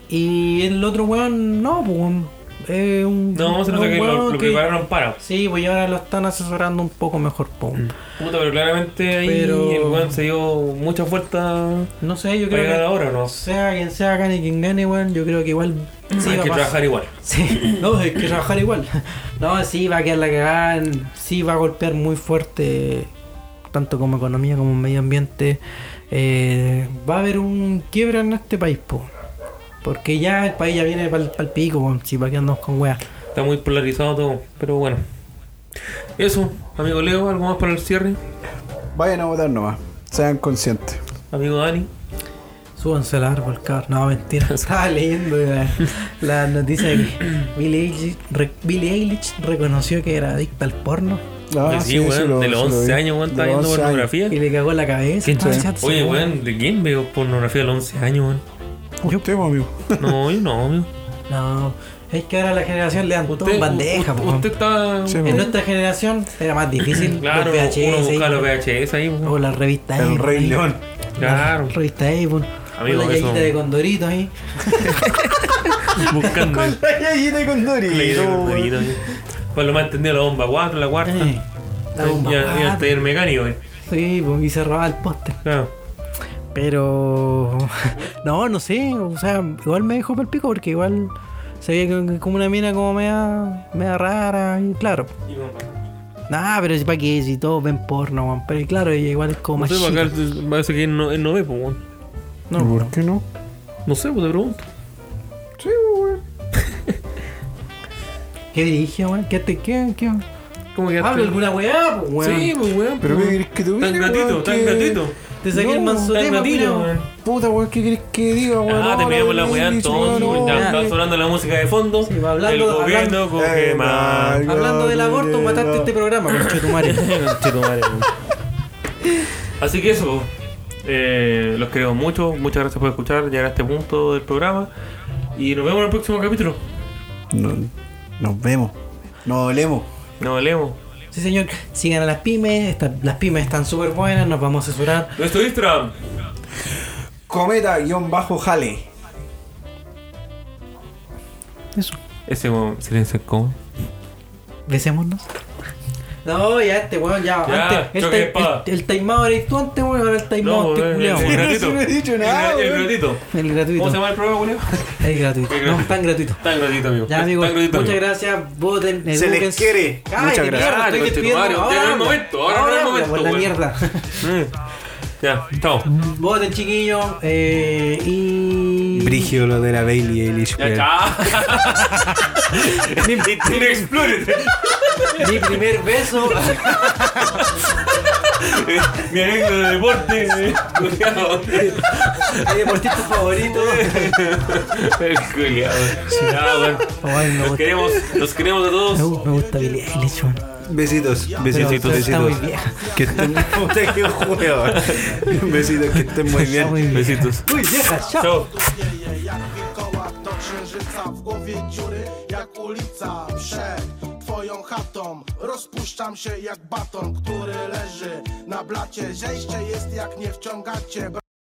B: Y el otro weón, no, pues, weón. Es un,
C: No, se
B: es
C: nota
B: un
C: que lo,
B: weón
C: lo
B: que-
C: prepararon para.
B: Sí, pues y ahora lo están asesorando un poco mejor, pues.
C: Mm.
B: weón.
C: Puta, pero claramente ahí
B: Pero-
C: el weón se dio mucha fuerza.
B: No sé, yo
C: ¿Para
B: creo
C: llegar
B: que.
C: ahora o no?
B: Sea quien sea, gane quien gane, weón. Yo creo que igual. sí
C: Hay
B: va
C: que
B: a pasar.
C: trabajar igual.
B: Sí, no, hay que trabajar igual. No, sí, va a quedar la cagada. en- Sí, va a golpear muy fuerte, tanto como economía como medio ambiente. Eh, va a haber un quiebra en este país, po. Porque ya el país ya viene para el pico, po, si va quedarnos con weas.
C: Está muy polarizado todo, pero bueno. Eso, amigo Leo, algo más para el cierre.
D: Vayan a votar nomás, sean conscientes.
C: Amigo Dani.
B: Súbanse al árbol, cabrón. No, mentira. Estaba leyendo la, la noticia de que Billie Eilish, re- Billie Eilish reconoció que era adicta al porno.
D: Ah,
C: Oye, Ah, Pues sí, weón, de los 11 años, weón, está viendo pornografía.
B: Y le cagó en la cabeza. Ah,
D: Qué chulo.
B: Chat,
C: Oye,
B: weón.
C: weón, ¿de quién veo pornografía a los 11 años, weón?
D: Yo tema, amigo.
C: No, yo no, amigo.
B: No, es que ahora la generación le dan todo en bandeja,
C: u-
B: po.
C: usted está.
D: Sí,
B: En
D: weón.
B: nuestra generación era más difícil
C: Claro,
B: los
C: uno
B: VHS.
C: busca los
B: ahí,
C: VHS ahí, weón.
B: O la revista
D: El
B: Avon,
D: Rey
B: ahí.
D: León.
B: La
C: Claro,
B: revista Avon.
C: Amigo,
B: Con la
C: eso-
B: yayita de Condorito ahí.
C: buscando. el-
D: La gallina con
C: Play de
D: Dorito.
C: Corderito, sí. Pues lo más entendido, la bomba 4, la cuarta.
B: Eh, la bomba.
C: Y al- y al
B: cuatro.
C: taller mecánico, eh.
B: Sí, pues, y se robaba el póster.
C: Claro.
B: Pero. No, no sé. O sea, igual me dejó por el pico porque igual se veía que- como una mina como media, media rara. Y claro. Nah, Ah, pero es para qué si todos ven porno, weón. Pero claro, ella igual es como
C: No
B: más
C: sé, para
B: chica.
C: acá parece que él no, él no ve, pues, weón.
B: No,
D: ¿Por qué no?
C: No sé, pues te pregunto.
D: Sí, weón.
B: ¿Qué dirige, weón? ¿Qué te qué? qué?
C: ¿Cómo que
B: Habla alguna weá, pues, weón.
C: Sí, pues, weón.
D: Pero qué
C: pues,
D: querés que te
C: Tan
D: diga,
C: gatito,
D: weón,
C: tan
D: que-
C: gatito.
B: Te saqué el
D: No,
B: manso
C: Tan
B: tema,
C: gatito,
B: pero-
C: weón.
D: Puta, weón, ¿qué querés que diga, weón?
C: Ah,
D: No,
C: terminamos la
D: no,
C: weá
D: no,
C: entonces.
D: no,
C: ya
D: no.
B: ya.
C: está sonando la música de fondo.
B: Sí, va hablando-
C: el gobierno
B: hablando-
C: coge
D: Eh,
C: más.
D: mal.
B: Hablando del aborto, mataste este programa, conchetumare.
C: Conchetumare, weón. Así que eso, eh, los queremos mucho. Muchas gracias por escuchar, llegar a este punto del programa. Y nos vemos en el próximo capítulo.
D: No, Nos vemos. Nos olemos.
C: Nos leemos.
B: Sí, señor. Sigan a las pymes. esta- las pymes están súper buenas. Nos vamos a asesorar.
C: Nuestro Instagram.
D: Cometa-jale.
C: Ese weón, silencio como.
B: Besémonos. No, ya este weón, ya.
C: Ya,
B: antes, el,
C: choque de
B: time-
C: espada.
B: el, el timeout eres tú antes, weón. Ahora el timeout
C: No,
B: te
C: el,
B: culiao,
C: el
B: weón.
C: gratuito.
D: Yo no he dicho
C: El
D: nada,
C: gra- el
D: weón.
C: gratuito.
B: El gratuito.
C: ¿Cómo se llama el programa, Julio?
B: El gratuito.
C: El
B: No,
C: gratuito.
B: tan gratuito.
C: Tan gratuito, amigo.
B: Ya, amigo.
C: Tan gratuito,
B: muchas
C: amigo.
B: gracias. Voten.
D: Se les
B: eduquense.
D: quiere.
B: Cállate,
D: Muchas gracias.
B: mierda, estoy
C: Claro,
B: despidiendo.
C: conchetumare, ya no es
B: habla.
C: momento, ahora no es
B: habla,
C: momento,
B: por la
C: weón.
B: mierda.
C: Mm. Ya, chao.
B: Voten, chiquillos. Eh, y.
D: Brigio lo de la Bailey Eilish.
C: Ya, chao. Inexplorate.
B: Mi primer beso.
C: Mi anécdota de deporte. Culeado.
B: Mi deportista favorito.
C: Culeado. Ya, bueno.
B: Ay, me
C: Los
B: gusta.
C: queremos, los queremos
B: Me
C: a todos.
B: gu- me gusta Billie Eilish, weón.
D: Besitos.
B: Pero
D: Besitos,
B: está
D: besitos.
B: muy vieja.
D: Que estén Puta, qué juego. Besitos, que estén muy
B: Está muy
D: bien.
B: vieja.
C: Besitos.
B: Muy vieja, chao.
C: Chao.
H: Jeje, jak koła to księżyca W głowie dziury jak ulica Przed twoją chatą Rozpuszczam się jak baton, który leży Na blacie, zejście jest jak nie wciągacie